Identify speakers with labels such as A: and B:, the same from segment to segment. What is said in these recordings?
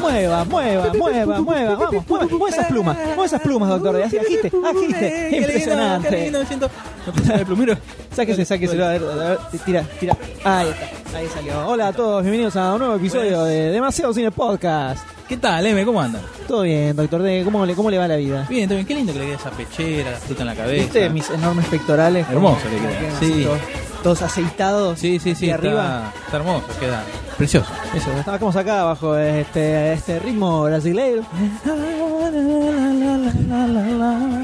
A: Mueva, mueva, mueva, mueva, vamos, mueva, mueva esas plumas, mueva esas plumas, doctor. Así, agite, agite, Ah, impresionante. Sáquese, sáquese, a ver, a ver, tira, tira. Ahí está, ahí salió. Hola a todos, bienvenidos a un nuevo episodio de Demasiado Cine Podcast.
B: ¿Qué tal, M? ¿Cómo andan?
A: Todo bien, doctor D, ¿cómo le, cómo le va la vida?
B: Bien, todo bien. Qué lindo que le quede esa pechera, la fruta en la cabeza.
A: ¿Viste mis enormes pectorales?
B: Hermoso
A: Como-
B: le queda,
A: así,
B: sí.
A: Todos, todos aceitados.
B: Sí, sí, sí.
A: Y
B: Está,
A: arriba.
B: está hermoso, queda precioso.
A: Eso, estamos acá bajo este, este ritmo brasileiro. Está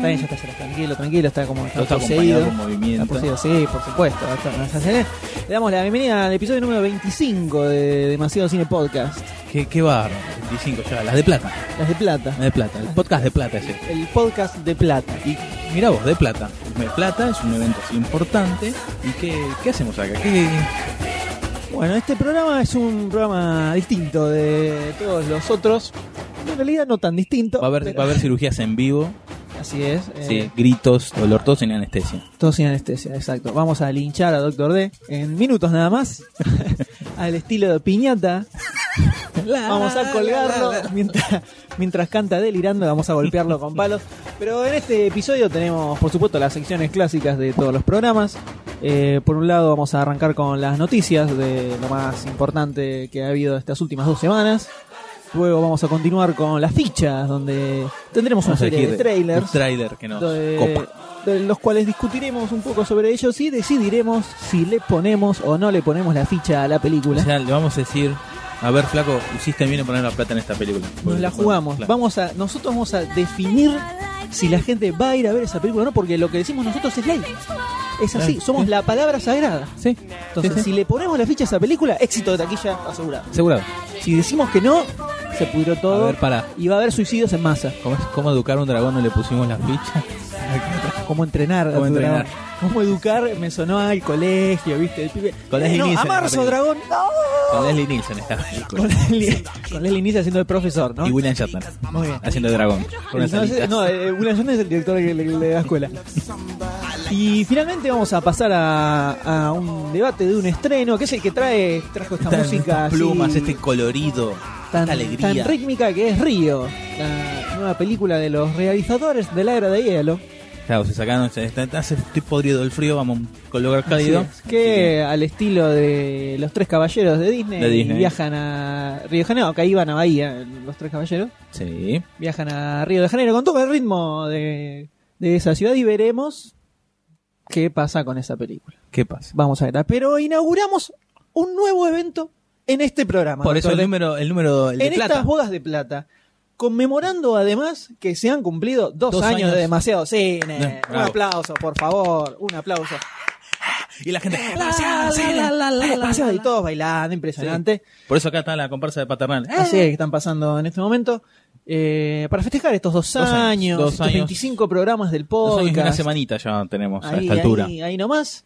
A: bien, ya está, ya está, tranquilo, tranquilo, está como está
B: Lo está
A: poseído.
B: acompañado con movimiento.
A: Está poseído, sí, por supuesto. está- está- está- está- Le damos la bienvenida al episodio número 25 de Demasiado Cine Podcast,
B: Qué, qué barro. 25 ya, las de plata.
A: Las de Plata.
B: Las de plata. El podcast de plata ese.
A: El podcast de Plata.
B: Y mira vos, de plata. De plata es un evento así importante. ¿Y qué, qué hacemos acá? ¿Qué,
A: Bueno, este programa es un programa distinto de todos los otros. En realidad no tan distinto.
B: va, a haber,
A: pero-
B: va a haber cirugías en vivo.
A: Así es. eh,
B: sí, gritos, dolor, todo sin anestesia.
A: Todos sin anestesia, exacto. Vamos a linchar a Doctor D en minutos nada más. al estilo de piñata. Vamos a colgarlo mientras, mientras canta delirando, vamos a golpearlo con palos. Pero en este episodio tenemos, por supuesto, las secciones clásicas de todos los programas. Eh, por un lado vamos a arrancar con las noticias de lo más importante que ha habido estas últimas dos semanas. Luego vamos a continuar con las fichas, donde tendremos una
B: Vamos a
A: serie de
B: elegir
A: trailers
B: un trailer que nos
A: de,
B: copa.
A: de los cuales discutiremos un poco sobre ellos y decidiremos si le ponemos o no le ponemos la ficha a la película.
B: O sea, le vamos a decir, a ver, flaco, hiciste bien en poner la plata en esta película.
A: Nos la jugamos.
B: Claro.
A: Vamos a, nosotros vamos a definir si la gente va a ir a ver esa película o no, porque lo que decimos nosotros es ley. Es así,
B: Claro.
A: somos la palabra sagrada.
B: Sí,
A: Entonces,
B: sí, sí.
A: si le ponemos la ficha a esa película, éxito de taquilla asegurado.
B: Asegurado.
A: Si decimos que no, se pudrió
B: A
A: todo
B: ver, pará.
A: y va a haber suicidios en masa.
B: ¿Cómo, es- cómo educar a un dragón? No le pusimos la ficha.
A: Cómo entrenar,
B: Cómo
A: a tu
B: entrenar.
A: dragón. Cómo educar, me sonó al colegio, ¿viste? El pibe.
B: Con Leslie
A: no, a
B: Nielsen,
A: marzo,
B: la película.
A: dragón. ¡No!
B: Con Leslie Nielsen esta película.
A: Con Leslie, con Leslie Nielsen haciendo el profesor, ¿no?
B: Y William Shatner.
A: Muy bien.
B: Haciendo de dragón. Con unas
A: Entonces,
B: alitas.
A: no, eh, William Shatner es el director de, de- de la escuela. Y finalmente vamos a pasar a, a un debate de un estreno, que es el que trae trajo esta
B: Estas-
A: música
B: estas plumas,
A: así,
B: este colorido,
A: tan,
B: esta alegría.
A: tan rítmica que es Río, la nueva película de los realizadores de la era de hielo.
B: Claro, se sacaron, se- está- está- se- estoy podrido del frío, vamos a colocar cálido.
A: Así es, que al estilo de los tres caballeros de Disney,
B: De Disney.
A: viajan a Río de Janeiro, acá iban a Bahía los tres caballeros,
B: Sí.
A: viajan a Río de Janeiro con todo el ritmo de, de esa ciudad y veremos qué pasa con esa película.
B: ¿Qué pasa?
A: Vamos a ver, pero inauguramos un nuevo evento en este programa.
B: Por eso
A: doctor
B: el
A: D.
B: número, el número el de
A: en
B: plata.
A: estas bodas de plata, conmemorando además que se han cumplido dos,
B: Dos
A: años,
B: años.
A: de demasiado cine.
B: Bien,
A: un
B: bravo.
A: aplauso, por favor, un aplauso.
B: Y la gente.
A: La, la, la, la, la, la, y todos bailando, impresionante.
B: Por eso acá está la comparsa de paternal. Ah,
A: Así es que están pasando en este momento. Eh, para festejar estos dos,
B: Dos años,
A: años,
B: dos
A: estos
B: años.
A: 25 programas del
B: Dos años y una
A: podcast.
B: semanita ya tenemos a
A: ahí,
B: esta altura.
A: ahí, ahí nomás.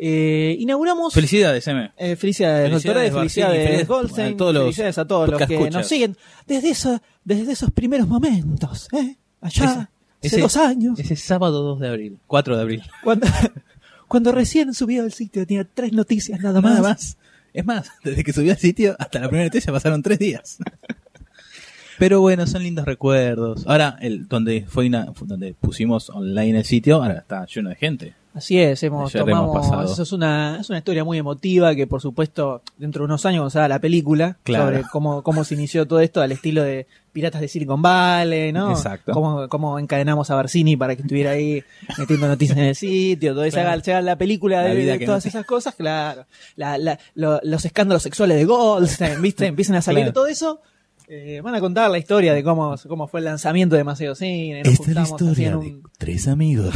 A: Eh, inauguramos.
B: Felicidades, M.
A: eh, felicidades,
B: Felicidades,
A: doctor Ed,
B: Barcini,
A: felicidades,
B: felicidades
A: Goldstein,
B: a todos los
A: felicidades a todos los que
B: podcast
A: nos
B: escuchas.
A: siguen desde, esa- desde esos primeros momentos, ¿eh? allá,
B: Ese-
A: hace dos años,
B: Ese sábado 2 de abril. 4 de abril.
A: cuando, cuando recién subió al sitio tenía tres noticias nada más.
B: Es más, desde que subí al sitio hasta la primera noticia pasaron tres días. Pero bueno, son lindos recuerdos. Ahora, el, donde fue una- donde pusimos online el sitio, ahora está lleno de gente.
A: Así es, hemos
B: Ayer
A: tomado.
B: hemos pasado.
A: eso es una, es una historia muy emotiva que, por supuesto, dentro de unos años, cuando salga la película,
B: Claro.
A: sobre cómo, cómo se inició todo esto al estilo de Piratas de Silicon Valley, ¿no?
B: Exacto.
A: Cómo, cómo encadenamos a Barcini para que estuviera ahí metiendo noticias en el sitio, todo eso.
B: Claro.
A: Se haga- se haga la película
B: La
A: de,
B: vida
A: de
B: que
A: todas
B: no-
A: esas cosas, claro. La- la- lo- los escándalos sexuales de Goldstein, ¿viste? Empiezan a salir
B: Claro.
A: todo eso. Eh, van a contar la historia de cómo, cómo fue el lanzamiento de Maceo Cine. nos juntamos, hacían un-
B: tres amigos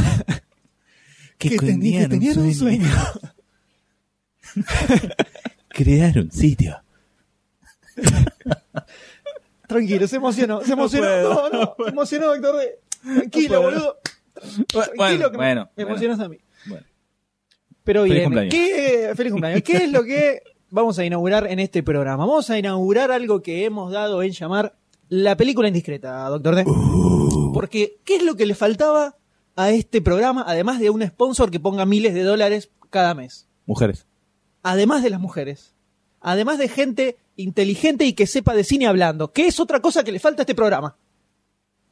B: que,
A: ten- que tenían un
B: crear un sitio.
A: Tranquilo, se emocionó, se emocionó. No,
B: puedo,
A: no, se emocionó, doctor. D. Tranquilo,
B: No puedo.
A: boludo. Tranquilo, que me-
B: Bueno, bueno,
A: me
B: bueno.
A: emocionas a mí.
B: Bueno.
A: Pero
B: Feliz
A: bien,
B: cumpleaños.
A: ¿qué, feliz cumpleaños. ¿Qué es lo que vamos a inaugurar en este programa? Vamos a inaugurar algo que hemos dado en llamar la película indiscreta, doctor D.
B: Uh.
A: Porque, ¿qué es lo que le faltaba a este programa, además de un sponsor que ponga miles de dólares cada mes?
B: Mujeres.
A: además de las mujeres, además de gente inteligente y que sepa de cine hablando, que es otra cosa que le falta a este programa.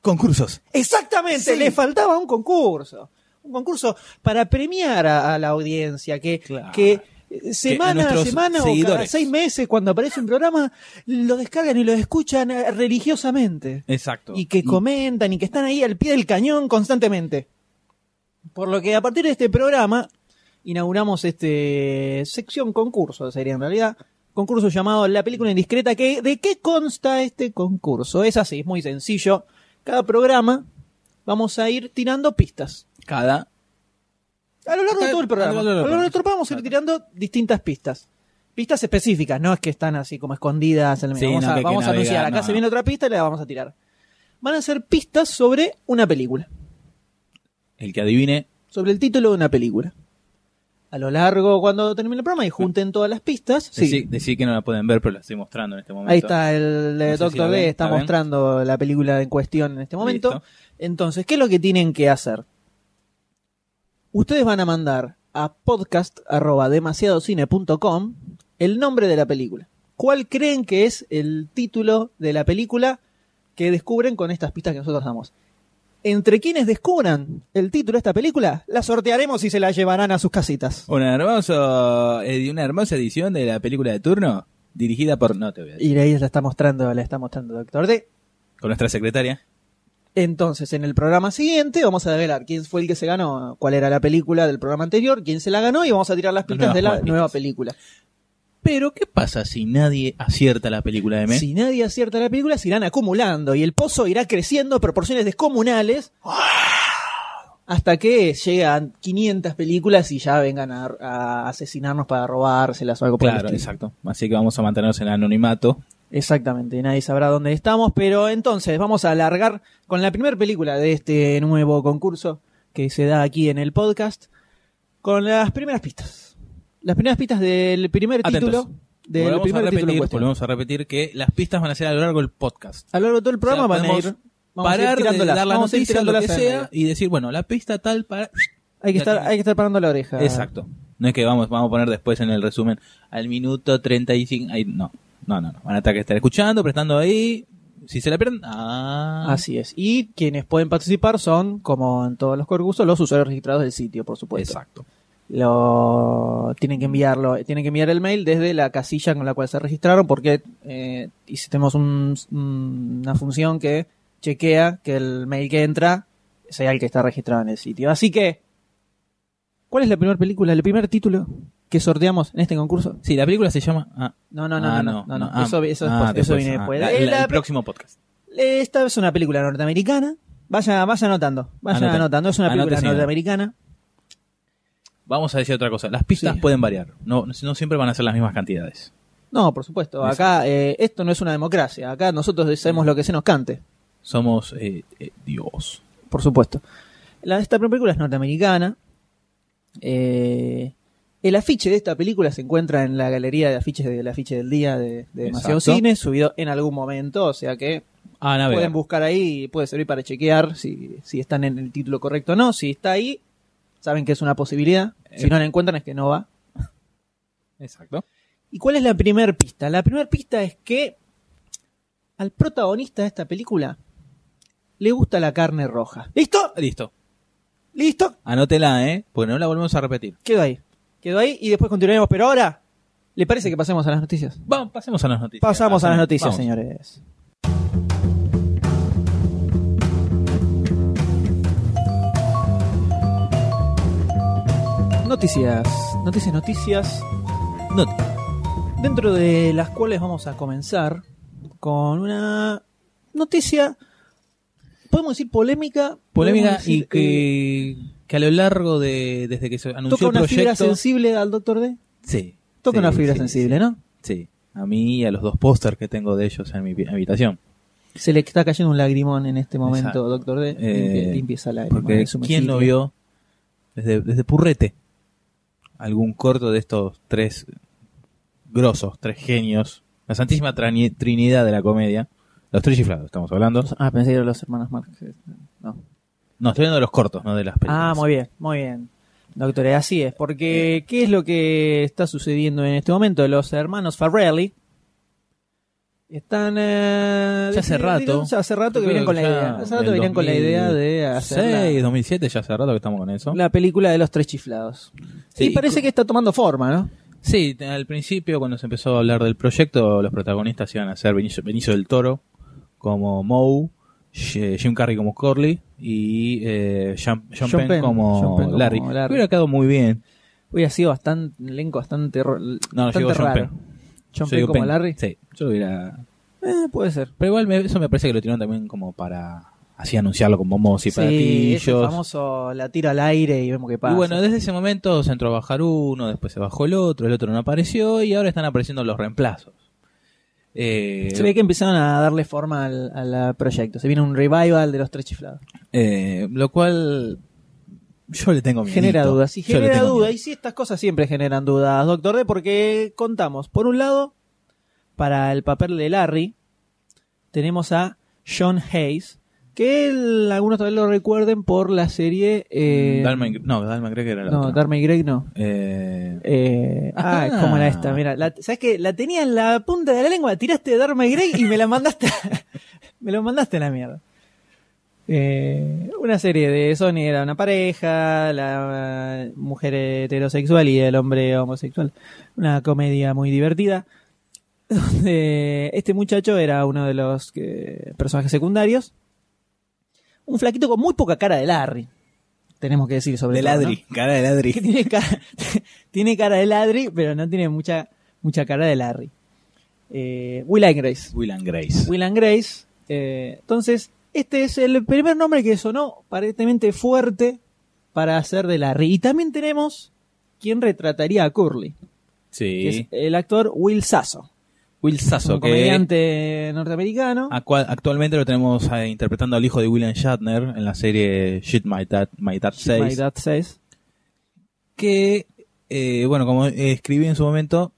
B: Concursos.
A: Exactamente,
B: Sí.
A: le faltaba un concurso, un concurso para premiar a, a la audiencia, que,
B: Claro.
A: que eh, semana a
B: nuestros
A: semana o cada
B: seguidores.
A: seis meses cuando aparece un programa, lo descargan y lo escuchan eh, religiosamente
B: Exacto.
A: y que comentan y que están ahí al pie del cañón constantemente. Por lo que a partir de este programa inauguramos este sección concurso, sería en realidad, concurso llamado La película indiscreta. Que, ¿De qué consta este concurso? Es así, es muy sencillo. Cada programa vamos a ir tirando pistas.
B: cada
A: A lo largo de todo el programa. A lo largo del programa vamos a ir
B: Claro.
A: tirando distintas pistas. Pistas específicas, no es que están así como escondidas en el medio.
B: Sí,
A: vamos
B: no,
A: a,
B: que hay que
A: vamos a
B: navegar,
A: anunciar, acá
B: no.
A: se viene otra pista y la vamos a tirar. Van a ser pistas sobre una película,
B: el que adivine
A: sobre el título de una película. A lo largo, cuando termine el programa y junten todas las pistas, sí.
B: Decí, decí que no la pueden ver, pero la estoy mostrando en este momento.
A: Ahí está, el
B: No sé si la
A: doctor
B: ven,
A: D
B: ¿la
A: está
B: ven?
A: mostrando la película en cuestión en este momento.
B: Listo.
A: Entonces, ¿qué es lo que tienen que hacer? Ustedes van a mandar a podcast.demasiadocine.com el nombre de la película. ¿Cuál creen que es el título de la película que descubren con estas pistas que nosotros damos? Entre quienes descubran el título de esta película, la sortearemos y se la llevarán a sus casitas.
B: Una hermosa, eh, una hermosa edición de la película de turno, dirigida por, no te voy a decir,
A: Y ahí la está mostrando, la está mostrando Doctor D.
B: con nuestra secretaria.
A: Entonces, en el programa siguiente vamos a develar quién fue el que se ganó, cuál era la película del programa anterior, quién se la ganó y vamos a tirar las pistas
B: Nuevas
A: de la
B: pistas.
A: nueva película.
B: Pero, ¿qué pasa si nadie acierta la película de M?
A: Si nadie acierta la película, se irán acumulando y el pozo irá creciendo a proporciones descomunales hasta que llegan 500 películas y ya vengan a, a asesinarnos para robárselas o algo por el
B: Claro,
A: estilo.
B: exacto. Así que vamos a mantenernos en anonimato.
A: Exactamente, nadie sabrá dónde estamos, pero entonces vamos a alargar con la primera película de este nuevo concurso que se da aquí en el podcast, con las primeras pistas. Las primeras pistas del primer
B: Atentos.
A: título. Del
B: volvemos,
A: primer título en
B: a repetir, pues,
A: cuestión.
B: volvemos a repetir que las pistas van a ser a lo largo del podcast.
A: A lo largo de todo el programa
B: O sea,
A: van a
B: podemos
A: ir. Vamos a ir
B: parar de
A: tirándolas,
B: dar la
A: vamos a ir
B: noticia, lo que
A: tirándolas en el
B: sea, y decir, bueno, la pista tal para...
A: medio. Hay que,
B: Ya
A: estar,
B: tiene-
A: hay que estar parando la oreja.
B: Exacto. No es que vamos, vamos a poner después en el resumen al minuto 35. Ahí, no, no, no, no. Van a tener que estar escuchando, prestando ahí. Si se la pierden, ah,
A: Así es. Y quienes pueden participar son, como en todos los concursos, los usuarios registrados del sitio, por supuesto.
B: Exacto.
A: lo tienen que enviarlo tienen que enviar el mail desde la casilla con la cual se registraron porque eh, hicimos un- una función que chequea que el mail que entra sea el que está registrado en el sitio así que ¿cuál es la primera película el primer título que sorteamos en este concurso?
B: Sí, la película se llama. Ah,
A: no no no
B: ah,
A: no, no, no, no.
B: ah,
A: eso, eso
B: ah,
A: después, eso viene
B: ah,
A: después
B: la-
A: Eh,
B: la-
A: la- eh,
B: el próximo podcast.
A: esta es una película norteamericana vaya vaya anotando vaya
B: Anote.
A: anotando es una
B: Anote,
A: película
B: señora.
A: norteamericana
B: Vamos a decir otra cosa. Las pistas
A: Sí.
B: pueden variar. No, no siempre van a ser las mismas cantidades.
A: no por supuesto acá eh, esto no es una democracia acá nosotros
B: Mm.
A: decimos lo que se nos cante
B: Somos eh, eh, Dios.
A: por supuesto. La, esta primera película es norteamericana. Eh, el afiche de esta película se encuentra en la galería de afiches del afiche del día de, de Demasiado
B: Exacto.
A: Cine, subido en algún momento, o sea que
B: Ah,
A: pueden
B: navegar.
A: buscar ahí y puede servir para chequear si, si están en el título correcto o no. Si está ahí, saben que es una posibilidad. Si
B: Eh.
A: no la encuentran es que no va.
B: Exacto.
A: ¿Y cuál es la primera pista? La primera pista es que al protagonista de esta película le gusta la carne roja.
B: ¿Listo? Listo.
A: ¿Listo?
B: Anótela, ¿eh? Pues no la volvemos a repetir.
A: Quedó ahí. Quedó ahí y después continuaremos. Pero ahora, ¿le parece que pasemos a las noticias?
B: Vamos, pasemos a las noticias.
A: Pasamos a las noticias,
B: Vamos.
A: señores. Noticias, noticias, noticias,
B: Not-
A: dentro de las cuales vamos a comenzar con una noticia, podemos decir polémica,
B: polémica
A: podemos
B: y
A: decir, eh,
B: que, que a lo largo de. Desde que se
A: toca
B: anunció el
A: una fibra
B: proyecto.
A: sensible al Doctor D,
B: Sí.
A: toca
B: Sí,
A: una fibra
B: sí,
A: sensible,
B: sí.
A: ¿no?
B: Sí. A mí y a los dos pósters que tengo de ellos en mi pi- habitación.
A: Se le está cayendo un lagrimón en este momento,
B: Exacto.
A: Doctor D,
B: Eh,
A: limpie- limpieza la
B: Porque ¿quién no vio desde, desde Purrete algún corto de estos tres grosos, tres genios? La Santísima Trani- Trinidad de la comedia. Los tres chiflados, estamos hablando.
A: Ah, pensé que eran los hermanos Marx. eh, No.
B: No, estoy hablando de los cortos, no de las películas.
A: Ah, muy bien, muy bien. Doctor, D, así es, porque ¿qué es lo que está sucediendo en este momento? Los hermanos Farrelly están... eh,
B: Ya hace
A: decidieron-
B: rato.
A: hace rato que
B: Creo
A: vienen con la
B: ya
A: idea. Hace rato
B: del
A: venían con la idea de
B: 2006,
A: hacer
B: 2007, ya hace rato que estamos con
A: la,
B: eso.
A: la película de los tres chiflados.
B: Sí,
A: y parece
B: y-
A: que está tomando forma, ¿no?
B: Sí, te- al principio cuando se empezó a hablar del proyecto, los protagonistas iban a ser Benicio, Benicio del Toro como Moe, Sh- Jim Carrey como Corley y eh, Jean- John,
A: John
B: Penn,
A: Penn,
B: como
A: John Penn como
B: Larry.
A: Larry.
B: Hubiera quedado muy bien.
A: Hubiera sido bastante, un elenco bastante, ro-
B: No,
A: bastante
B: yo digo John
A: raro.
B: Penn.
A: John
B: Yo
A: Penn
B: digo
A: como
B: Penn.
A: Larry.
B: Sí, yo lo hubiera...
A: Eh, puede ser.
B: Pero igual me- eso me parece que lo tiraron también como para así anunciarlo con bombos y platillos.
A: ese famoso la tiro al aire y vemos qué pasa.
B: Y bueno, desde ese momento se entró a bajar uno, después se bajó el otro, el otro no apareció y ahora están apareciendo los reemplazos. Eh,
A: se ve que empezaron a darle forma al, al proyecto. Se viene un revival de los tres chiflados.
B: eh, lo cual yo le tengo miedo.
A: Genera dudas. Y
B: Yo le
A: genera
B: tengo
A: dudas.
B: miedo.
A: Y sí, estas cosas siempre generan dudas, Doctor D, porque contamos. Por un lado, para el papel de Larry, tenemos a John Hayes, que él- algunos tal vez lo recuerden por la serie. Eh,
B: Dalma y- Mm, no, Dalma creo que era la
A: no,
B: otra.
A: Dharma y Greg no.
B: Eh,
A: Eh, ah,
B: Ah.
A: ¿cómo era esta? Mira, la- ¿sabes qué? La tenía en la punta de la lengua, tiraste de Dharma y Grey y me la mandaste. me lo mandaste a la mierda. Eh, una serie de Sony era una pareja, la eh, mujer heterosexual y el hombre homosexual. Una comedia muy divertida. Donde este muchacho era uno de los que- personajes secundarios. Un flaquito con muy poca cara de Larry. Tenemos que decir sobre
B: de
A: todo, ¿no?
B: ladri, cara de ladri.
A: que tiene cara, tiene cara de Larry, pero no tiene mucha, mucha cara de Larry. Eh, Will and Grace.
B: Will and Grace.
A: Will and Grace. eh, entonces, este es el primer nombre que sonó aparentemente fuerte para hacer de Larry. Y también tenemos quien retrataría a Curly, que es
B: sí.
A: el actor Will Sasso,
B: Will Sasso,
A: un
B: que
A: comediante norteamericano.
B: a cual- actualmente lo tenemos eh, interpretando al hijo de William Shatner en la serie Shit My Dad, My Dad
A: Shit, My
B: 6.
A: Dad Says.
B: que, eh, bueno, como eh, escribí en su momento,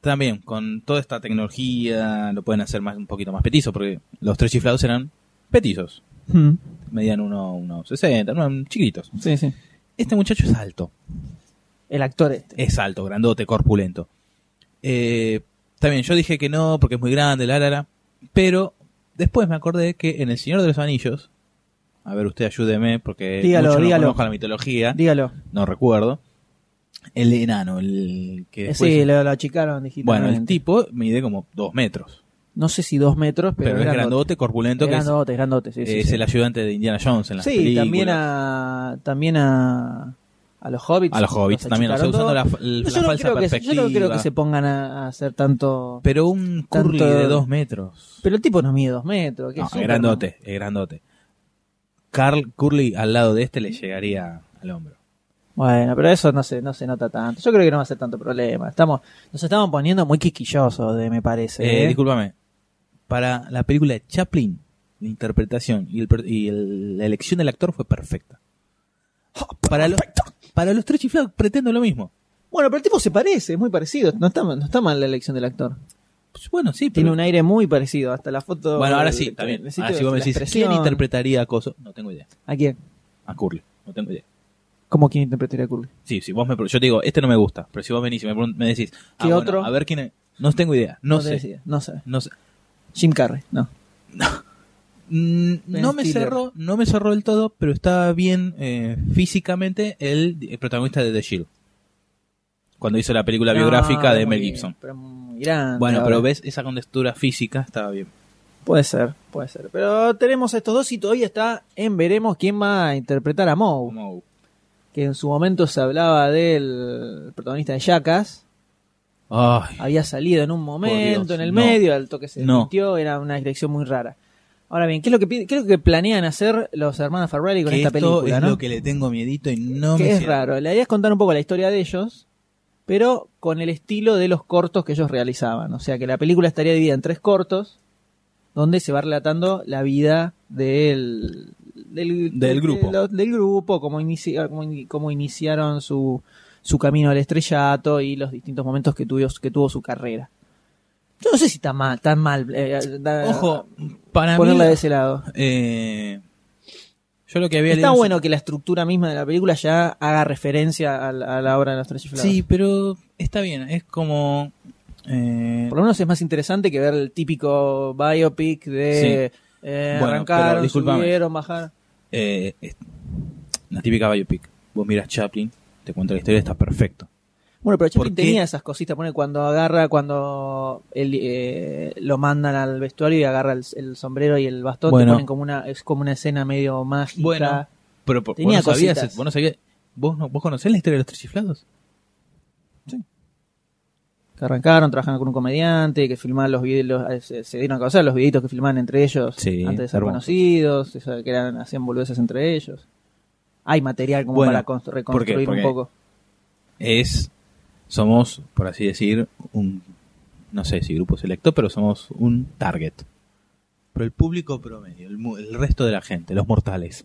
B: también con toda esta tecnología lo pueden hacer más un poquito más petizo, porque los tres chiflados eran petizos,
A: Hmm,
B: medían uno, uno 60, no, eran chiquitos.
A: Sí, sí.
B: Este muchacho es alto,
A: El actor este.
B: es alto, grandote, corpulento. Eh, también yo dije que no, porque es muy grande, la, la, la, pero después me acordé que en El Señor de los Anillos, a ver, usted ayúdeme, porque
A: Dígalo,
B: mucho no
A: dígalo.
B: conozco la mitología,
A: Dígalo.
B: no recuerdo, el enano, el que después-
A: Eh, Sí, lo, lo achicaron
B: Bueno,
A: digitalmente.
B: el tipo mide como dos metros.
A: no sé si dos metros,
B: Pero,
A: pero,
B: es
A: grandote.
B: grandote, corpulento, que es,
A: grandote, grandote, sí, sí,
B: es
A: sí.
B: el ayudante de Indiana Jones en las
A: Sí,
B: películas.
A: también a también a a los hobbits.
B: A los hobbits también, o sea,
A: achicaron
B: usando
A: todo.
B: la, fa- la
A: No, yo, no
B: falsa
A: creo que se, yo
B: perspectiva.
A: no creo que se pongan a, a hacer tanto
B: Pero un
A: Tanto-
B: curly de dos metros.
A: pero el tipo no mide dos metros, que
B: No,
A: es
B: es
A: Superman.
B: grandote, es grandote. Carl Curly al lado de este le llegaría al hombro.
A: Bueno, pero eso no se, no se nota tanto. Yo creo que no va a ser tanto problema. Estamos, nos estamos poniendo muy quisquillosos, de, me parece.
B: Eh,
A: ¿eh?
B: discúlpame. Para la película de Chaplin, la interpretación y, el per- y el- la elección del actor fue perfecta.
A: Ah,
B: Para los, para los tres chiflados pretendo lo mismo.
A: Bueno, pero el tipo se parece, es muy parecido. No está, no está mal la elección del actor.
B: Pues bueno, sí,
A: Tiene
B: pero-
A: un aire muy parecido, hasta la foto.
B: Bueno, ahora
A: del-
B: sí,
A: del-
B: también.
A: del sitio,
B: Ahora sí vos me
A: la
B: decís, ¿quién
A: expresión.
B: interpretaría a Coso? No tengo idea.
A: ¿A quién?
B: A Curly. No tengo idea.
A: ¿Cómo quién interpretaría a Curly?
B: Sí, sí, vos me, pre- yo te digo, este no me gusta, pero si vos venís y me, pregun- me decís, ah,
A: ¿Qué
B: bueno,
A: otro?
B: a ver quién es. No tengo idea, no,
A: te
B: sé,
A: decía, No sé.
B: no sé.
A: Jim Carrey, no.
B: Mm,
A: Ben
B: no me
A: Stiller.
B: cerró, no me cerró del todo, pero estaba bien eh, físicamente el, el protagonista de The Shield. Cuando hizo la película biográfica
A: No,
B: de
A: Ah, muy
B: Mel
A: bien,
B: Gibson.
A: pero muy grande
B: Bueno,
A: ahora.
B: pero ves, esa contextura física estaba bien.
A: Puede ser, puede ser. Pero tenemos a estos dos y todavía está en veremos quién va a interpretar a Moe.
B: Como-
A: Que en su momento se hablaba del protagonista de Jackass.
B: Ay,
A: Había salido en un momento,
B: Por Dios,
A: en el
B: no.
A: medio, al toque se
B: No.
A: desmintió, era una dirección muy rara. Ahora bien, ¿qué es lo que, pi- qué es lo que planean hacer los hermanos Ferrari con
B: que
A: esta
B: esto
A: película?
B: es
A: ¿no?
B: lo que le tengo miedito y no
A: que
B: me
A: es
B: cierra.
A: raro. La idea es contar un poco la historia de ellos, pero con el estilo de los cortos que ellos realizaban. O sea que la película estaría dividida en tres cortos, donde se va relatando la vida del, del,
B: Del
A: de-
B: grupo.
A: de lo- del grupo, cómo, inici- cómo in- cómo iniciaron su, su camino al estrellato y los distintos momentos que tuvo, que tuvo su carrera. Yo no sé si está mal, tan mal. eh, da-
B: Ojo, para mí
A: ponerla de ese lado.
B: eh, yo lo que había
A: Está
B: leído-
A: bueno que la estructura misma de la película ya haga referencia a la, a la obra de los tres chiflados.
B: Sí, pero está bien, es como eh,
A: Por lo menos es más interesante que ver el típico biopic de eh,
B: Bueno, pero
A: arrancaron,
B: discúlpame.
A: subieron, bajaron.
B: eh, es- la típica biopic. Vos miras Chaplin, te cuenta la historia, está perfecto.
A: Bueno, pero
B: ¿Por
A: Chaplin
B: qué?
A: tenía esas cositas, pone cuando agarra, cuando él, eh, lo mandan al vestuario y agarra el, el sombrero y el bastón, te
B: Bueno.
A: ponen como una, es como una escena medio mágica.
B: Bueno, pero por-
A: Tenía
B: vos, no sabías,
A: cositas.
B: vos no sabías- vos no- vos conocés la historia de los tres chiflados.
A: Que arrancaron, trabajaron con un comediante, que filmaban los videos, eh, se, se dieron a conocer los videitos que filmaban entre ellos
B: Sí,
A: antes de ser
B: hermosos.
A: conocidos, eso, que eran, hacían boludeces entre ellos. Hay material como
B: Bueno,
A: para const- reconstruir
B: Porque-
A: un poco.
B: Es, somos, por así decir, un, no sé si grupo selecto, pero somos un target. Pero el público promedio, el, mu- el resto de la gente, los mortales,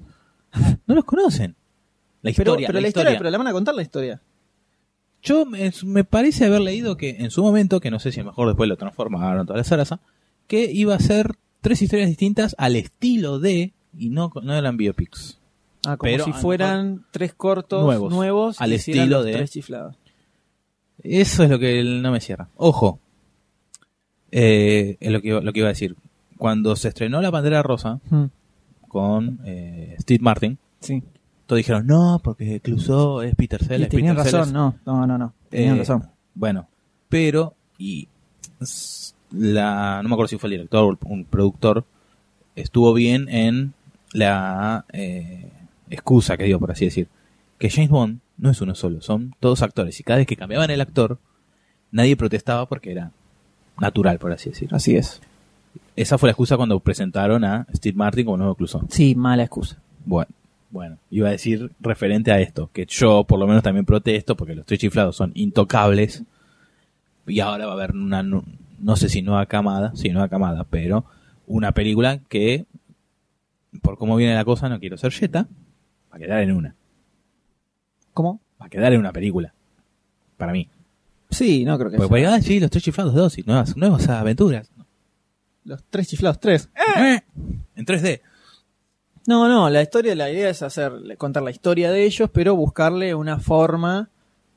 B: no los conocen. La
A: Pero,
B: historia,
A: pero
B: la, historia.
A: pero le van a contar la historia.
B: Yo me, me parece haber leído que en su momento, que no sé si a lo mejor después lo transformaron toda la zaraza, que iba a ser tres historias distintas al estilo de, y no, no eran biopics.
A: Ah, como
B: Pero,
A: si
B: ah,
A: fueran tres cortos
B: nuevos,
A: nuevos,
B: al
A: que hicieran
B: estilo
A: los
B: de-
A: tres chiflados.
B: Eso es lo que no me cierra. Ojo, eh, es lo que, iba- lo que iba a decir. Cuando se estrenó La Bandera Rosa
A: Hmm.
B: con eh, Steve Martin,
A: Sí.
B: todos dijeron, no, porque Clouseau es Peter
A: Y
B: Sellers.
A: tenían
B: Peter
A: razón,
B: Sellers".
A: no, no, no, no. Tenían
B: Eh,
A: razón.
B: Bueno, pero, y s- la, no me acuerdo si fue el director o el- un productor, estuvo bien en la eh, excusa que dio, por así decir, que James Bond no es uno solo, son todos actores, y cada vez que cambiaban el actor, nadie protestaba porque era natural, por así decir.
A: Así es.
B: Esa fue la excusa cuando presentaron a Steve Martin como nuevo Clouseau.
A: Sí, mala excusa.
B: Bueno, bueno, iba a decir referente a esto, que yo por lo menos también protesto porque los tres chiflados son intocables y ahora va a haber una, nu- no sé si nueva camada, sí, nueva camada, pero una película que, por cómo viene la cosa, no quiero ser yeta, va a quedar en una,
A: ¿Cómo?
B: va a quedar en una película, para mí.
A: Sí, no creo que
B: Porque
A: sea.
B: puede ah, sí, los tres chiflados dos y nuevas, nuevas aventuras.
A: Los tres chiflados, tres.
B: Eh, En 3D.
A: No, no, la historia, la idea es hacer, contar la historia de ellos, pero buscarle una forma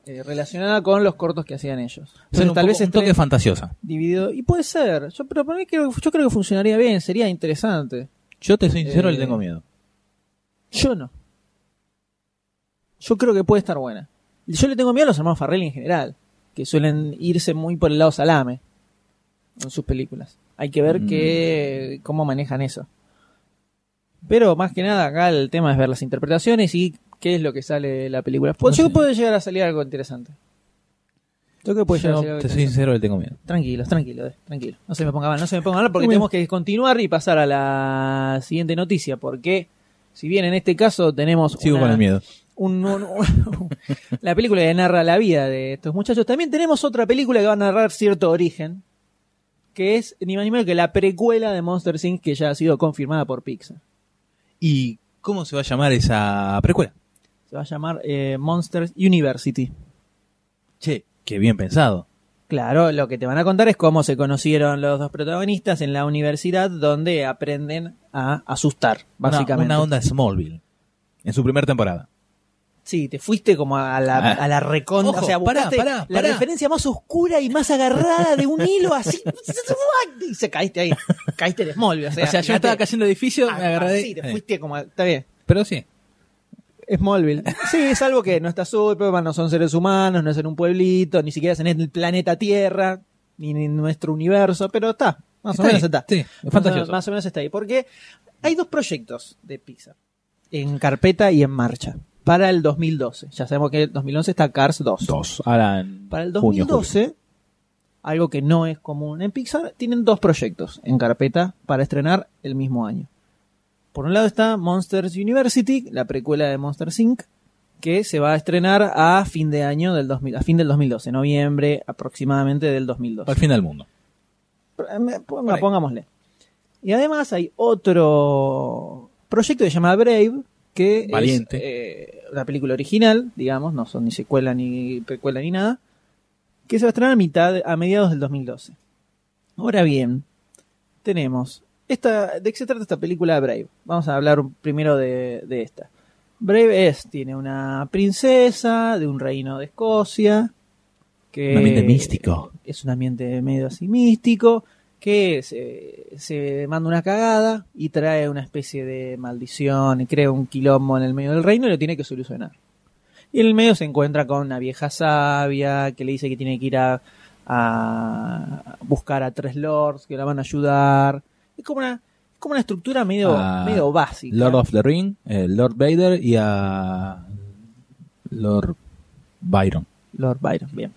A: eh, relacionada con los cortos que hacían ellos.
B: Son
A: Entonces,
B: un
A: tal
B: poco-
A: vez
B: un
A: esté
B: toque fantasiosa.
A: dividido. Y puede ser. Yo, pero para mí creo, yo creo que funcionaría bien, sería interesante.
B: Yo te soy sincero, le
A: Eh,
B: tengo miedo.
A: Yo no. Yo creo que puede estar buena. Yo le tengo miedo a los hermanos Farrelly en general, que suelen irse muy por el lado salame en sus películas. Hay que ver
B: Mm.
A: que, cómo manejan eso. Pero más que nada, acá el tema es ver las interpretaciones y qué es lo que sale de la película. Pues
B: No
A: yo
B: sé.
A: puede llegar a salir algo interesante. Yo creo que puede llegar a
B: Yo
A: salir algo
B: te soy
A: interesante.
B: sincero, le tengo miedo.
A: Tranquilos, tranquilos, eh, tranquilos. No se me ponga mal, no se me ponga mal porque
B: Muy bien.
A: tenemos que continuar y pasar a la siguiente noticia. Porque, si bien en este caso tenemos
B: Sigo
A: una-
B: con el miedo.
A: un- un- un- la película que narra la vida de estos muchachos, también tenemos otra película que va a narrar cierto origen, que es ni más ni menos que la precuela de Monster Inc. que ya ha sido confirmada por Pixar.
B: ¿Y cómo se va a llamar esa precuela?
A: Se va a llamar eh, Monsters University.
B: Che, qué bien pensado.
A: Claro, lo que te van a contar es cómo se conocieron los dos protagonistas en la universidad donde aprenden a asustar,
B: Una-
A: básicamente.
B: Una, onda Smallville. En su primera temporada.
A: Sí, te fuiste como a la,
B: Ah.
A: a la recontra.
B: Ojo,
A: o sea, buscaste
B: pará, pará,
A: la
B: pará.
A: referencia más oscura y más agarrada de un hilo así. Y se caíste ahí. Caíste en Smallville. O sea,
B: O sea, yo
A: fíjate.
B: estaba cayendo edificio,
A: Ah,
B: me agarré.
A: Sí, te
B: Sí.
A: fuiste como. Está bien.
B: Pero sí.
A: Smallville. Sí, es algo que no está Superman, no son seres humanos, no es en un pueblito, ni siquiera es en el planeta Tierra, ni en nuestro universo, pero está. Más
B: Está
A: o menos
B: ahí,
A: está.
B: sí, es
A: Más o-
B: fantasioso.
A: Más o menos está ahí. Porque hay dos proyectos de Pixar en carpeta y en marcha para el 2012. Ya sabemos que el 2011 está Cars 2.
B: Dos. Ahora en
A: Para el
B: junio,
A: 2012, algo que no es común en Pixar, tienen dos proyectos en carpeta para estrenar el mismo año. Por un lado está Monsters University, la precuela de Monster Inc., que se va a estrenar a fin de año del 2000, a fin del 2012, noviembre aproximadamente del
B: julio. Al
A: 2012.
B: fin del mundo.
A: Pero, eh, ponga-
B: Por ahí.
A: pongámosle. Y además hay otro proyecto que se llama Brave, que
B: Valiente.
A: es eh, la película original, digamos, no son ni secuela ni precuela ni nada, que se va a estrenar a mitad, a mediados del 2012. Ahora bien, tenemos esta, ¿de qué se trata esta película Brave? Vamos a hablar primero de, de esta. Brave es, tiene una princesa de un reino de Escocia. Que
B: Un ambiente místico.
A: Es un ambiente medio así místico. Que se, se manda una cagada y trae una especie de maldición y crea un quilombo en el medio del reino y lo tiene que solucionar. Y en el medio se encuentra con una vieja sabia que le dice que tiene que ir a, a buscar a tres lords que la van a ayudar. Es como una, es como una estructura medio,
B: Ah,
A: medio básica.
B: Lord of the Ring, eh, Lord Vader y a Lord Byron.
A: Lord Byron, bien.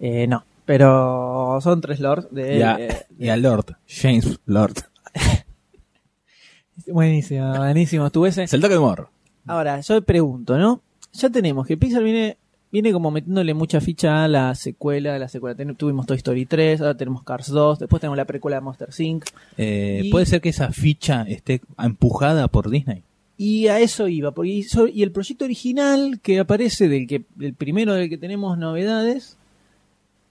A: Eh, no, pero son tres lords de...
B: Y a,
A: eh,
B: y a Lord, James Lord.
A: buenísimo, buenísimo. Estuve ese.
B: Es el toque de humor.
A: Ahora, yo pregunto, ¿no? Ya tenemos que Pixar viene viene como metiéndole mucha ficha a la secuela, a la secuela. Ten- tuvimos Toy Story 3, ahora tenemos Cars 2, después tenemos la precuela de Monster Inc.
B: Eh,
A: Y-
B: ¿Puede ser que esa ficha esté empujada por Disney?
A: Y a eso iba, porque y so- y el proyecto original que aparece del que el primero del que tenemos novedades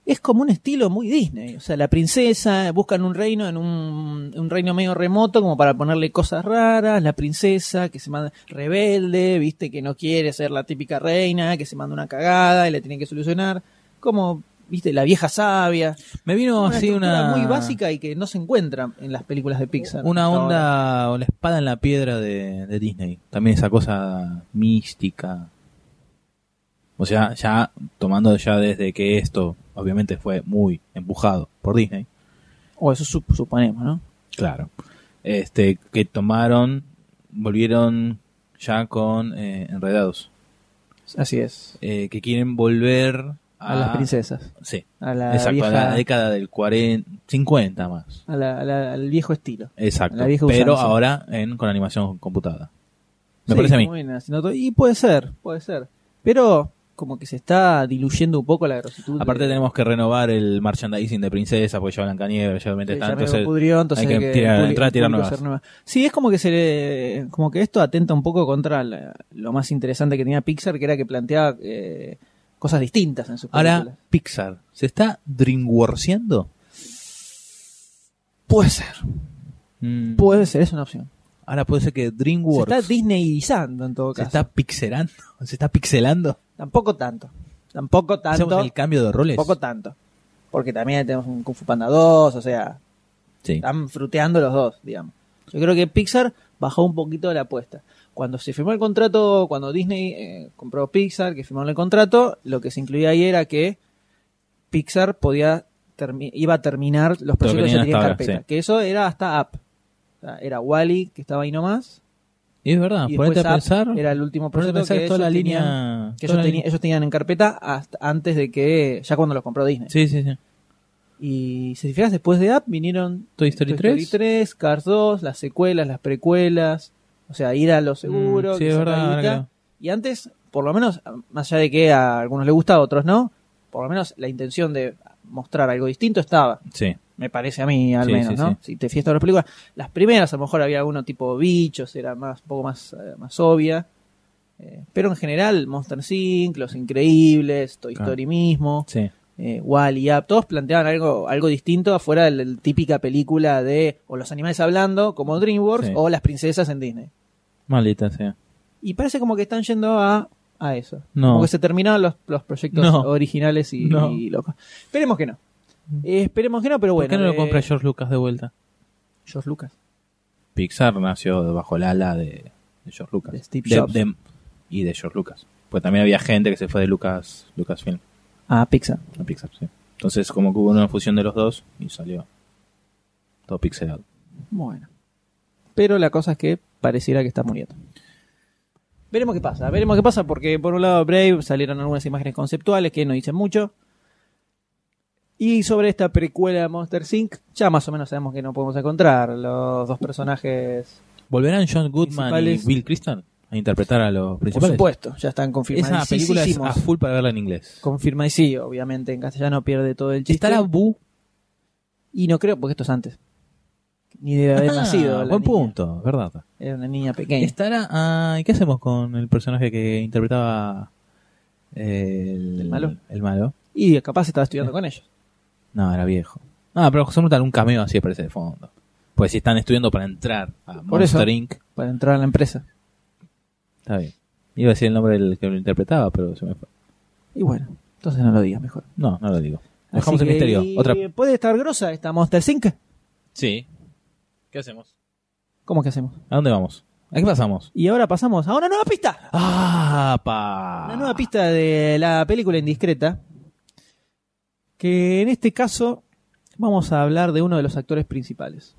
A: es como un estilo muy Disney, o sea, la princesa buscan un reino en un, un reino medio remoto como para ponerle cosas raras, la princesa que se manda rebelde, viste que no quiere ser la típica reina, que se manda una cagada y la tienen que solucionar, como viste la vieja sabia,
B: Me vino
A: una
B: así
A: estructura
B: una.
A: muy básica y que no se encuentra en las películas de Pixar.
B: Una
A: hasta ahora.
B: onda o la espada en la piedra de, de Disney. También esa cosa mística. O sea, ya tomando ya desde que esto obviamente fue muy empujado por Disney.
A: o Oh, eso sup- suponemos, ¿no?
B: Claro. Este, que tomaron, volvieron ya con eh, Enredados.
A: Así es.
B: Eh, que quieren volver a,
A: a las princesas.
B: Sí,
A: A la
B: Ah. exacto,
A: vieja,
B: a la década del 40, 50 más.
A: a la- a la- al viejo estilo.
B: Exacto.
A: La vieja
B: pero
A: usanza.
B: ahora en, con animación computada. Me
A: Sí,
B: parece a mí.
A: como vienen haciendo todo. Y puede ser, puede ser. Pero como que se está diluyendo un poco la grositud. de-
B: Aparte tenemos que renovar el merchandising de princesa, porque ya Blancanieves, ya obviamente
A: que
B: está,
A: ya medio
B: entonces
A: pudrió, entonces
B: hay que
A: el
B: tirar-
A: público-
B: entrar a tirar
A: el público
B: nuevas.
A: se renueva. Sí, es como que se le- como que esto atenta un poco contra la- lo más interesante que tenía Pixar, que era que planteaba eh, cosas distintas en sus películas.
B: Ahora Pixar, ¿se está dreamworseando?
A: puede ser,
B: Mm,
A: puede ser, es una opción.
B: Ahora puede ser que
A: Se está
B: DreamWorks
A: disneyizando en todo
B: se
A: caso.
B: está pixelando, se está pixelando.
A: Tampoco tanto. Tampoco tanto.
B: Hacemos el cambio de roles.
A: Poco tanto. Porque también tenemos un Kung Fu Panda 2, o sea,
B: Sí.
A: están fruteando los dos, digamos. Yo creo que Pixar bajó un poquito de la apuesta. Cuando se firmó el contrato, cuando Disney eh, compró Pixar, que firmaron el contrato, lo que se incluía ahí era que Pixar podía termi- iba a terminar los
B: que
A: proyectos que
B: tenían
A: ya tenía en
B: hasta ahora,
A: carpeta.
B: sí.
A: Que eso era hasta App. O sea, era Wally, que estaba ahí nomás.
B: Y es verdad,
A: y
B: Ah, ponete
A: después
B: a
A: Up
B: pensar,
A: era el último
B: ponete a
A: proyecto
B: pensar
A: que
B: toda la
A: ellos
B: línea,
A: tenían- que
B: toda
A: ellos,
B: la
A: teni- ellos tenían en carpeta hasta antes de que ya cuando los compró Disney.
B: línea. Sí, sí, sí.
A: Y si te fijas, después de App vinieron
B: Toy Story 3.
A: 3, Cars 2, las secuelas, las precuelas. O sea, ir a lo seguro.
B: Mm, sí,
A: que
B: es
A: saca
B: verdad,
A: guita.
B: ahora
A: Y antes, por lo menos, más allá de que a algunos les gusta, a otros no, por lo menos la intención de mostrar algo distinto estaba.
B: Sí.
A: Me parece a mí, al
B: Sí,
A: menos,
B: sí,
A: ¿no?
B: sí.
A: Si te fijas todas las películas. Las primeras, a lo mejor había alguno tipo bichos, era más, un poco más, eh, más obvia. Eh, pero en general, Monster Inc., Los Increíbles, Toy
B: Claro.
A: Story mismo
B: Sí.
A: eh, Wall y Up, todos planteaban algo, algo distinto afuera de la típica película de o los animales hablando, como DreamWorks,
B: Sí.
A: o las princesas en Disney.
B: Maldita sea.
A: Y parece como que están yendo a a eso.
B: No.
A: Porque se terminaron los, los proyectos
B: No.
A: originales y,
B: No. Mm.
A: y locos. Esperemos que no. Eh, esperemos que no, pero
B: ¿Por
A: bueno.
B: qué no lo
A: eh,
B: compra George Lucas de vuelta?
A: George Lucas?
B: Pixar nació bajo el ala de, de George Lucas.
A: De Steve Jobs.
B: y de George Lucas. Pues también había gente que se fue de Lucas Lucasfilm
A: Ah, Pixar.
B: a Pixar, sí. Entonces como que hubo una fusión de los dos y salió todo pixelado.
A: Bueno. Pero la cosa es que pareciera que está muriendo. Veremos qué pasa, veremos qué pasa, porque por un lado Brave salieron algunas imágenes conceptuales que no dicen mucho. Y sobre esta precuela de Monster Inc., ya más o menos sabemos que no podemos encontrar los dos personajes.
B: ¿Volverán John Goodman y
A: Principales.
B: Bill Crystal a interpretar a los
A: Por
B: principales?
A: supuesto, ya están
B: Esa
A: confirmados.
B: película es a full para verla en inglés.
A: Confirma y sí, obviamente en castellano pierde todo el chiste.
B: ¿Estará Bu?
A: Y no creo, porque esto es antes. Ni debe haber
B: Ah,
A: nacido. la niña. Eh.
B: Buen punto, verdad.
A: Era una niña pequeña.
B: Estará. ah, ¿Y qué hacemos con el personaje que interpretaba eh, el,
A: ¿El malo?
B: el malo?
A: Y capaz estaba estudiando con ellos.
B: No, era viejo. Ah, pero son un cameo así aparece de fondo. Pues si están estudiando para entrar a
A: Por
B: Monster
A: eso.
B: Inc.
A: Para entrar a la empresa.
B: Está bien. Iba a decir el nombre del que lo interpretaba, pero se me fue.
A: Y bueno, entonces no lo digas mejor.
B: No, no lo digo.
A: Así
B: Dejamos el
A: que-
B: misterio. Otra.
A: Puede estar grosa esta Monster Inc.
B: Sí. ¿Qué hacemos?
A: ¿Cómo que hacemos?
B: ¿A dónde vamos? ¿A qué pasamos?
A: Y ahora pasamos a una nueva pista.
B: ¡Ah, pa!
A: Una nueva pista de la película indiscreta. Que en este caso vamos a hablar de uno de los actores principales.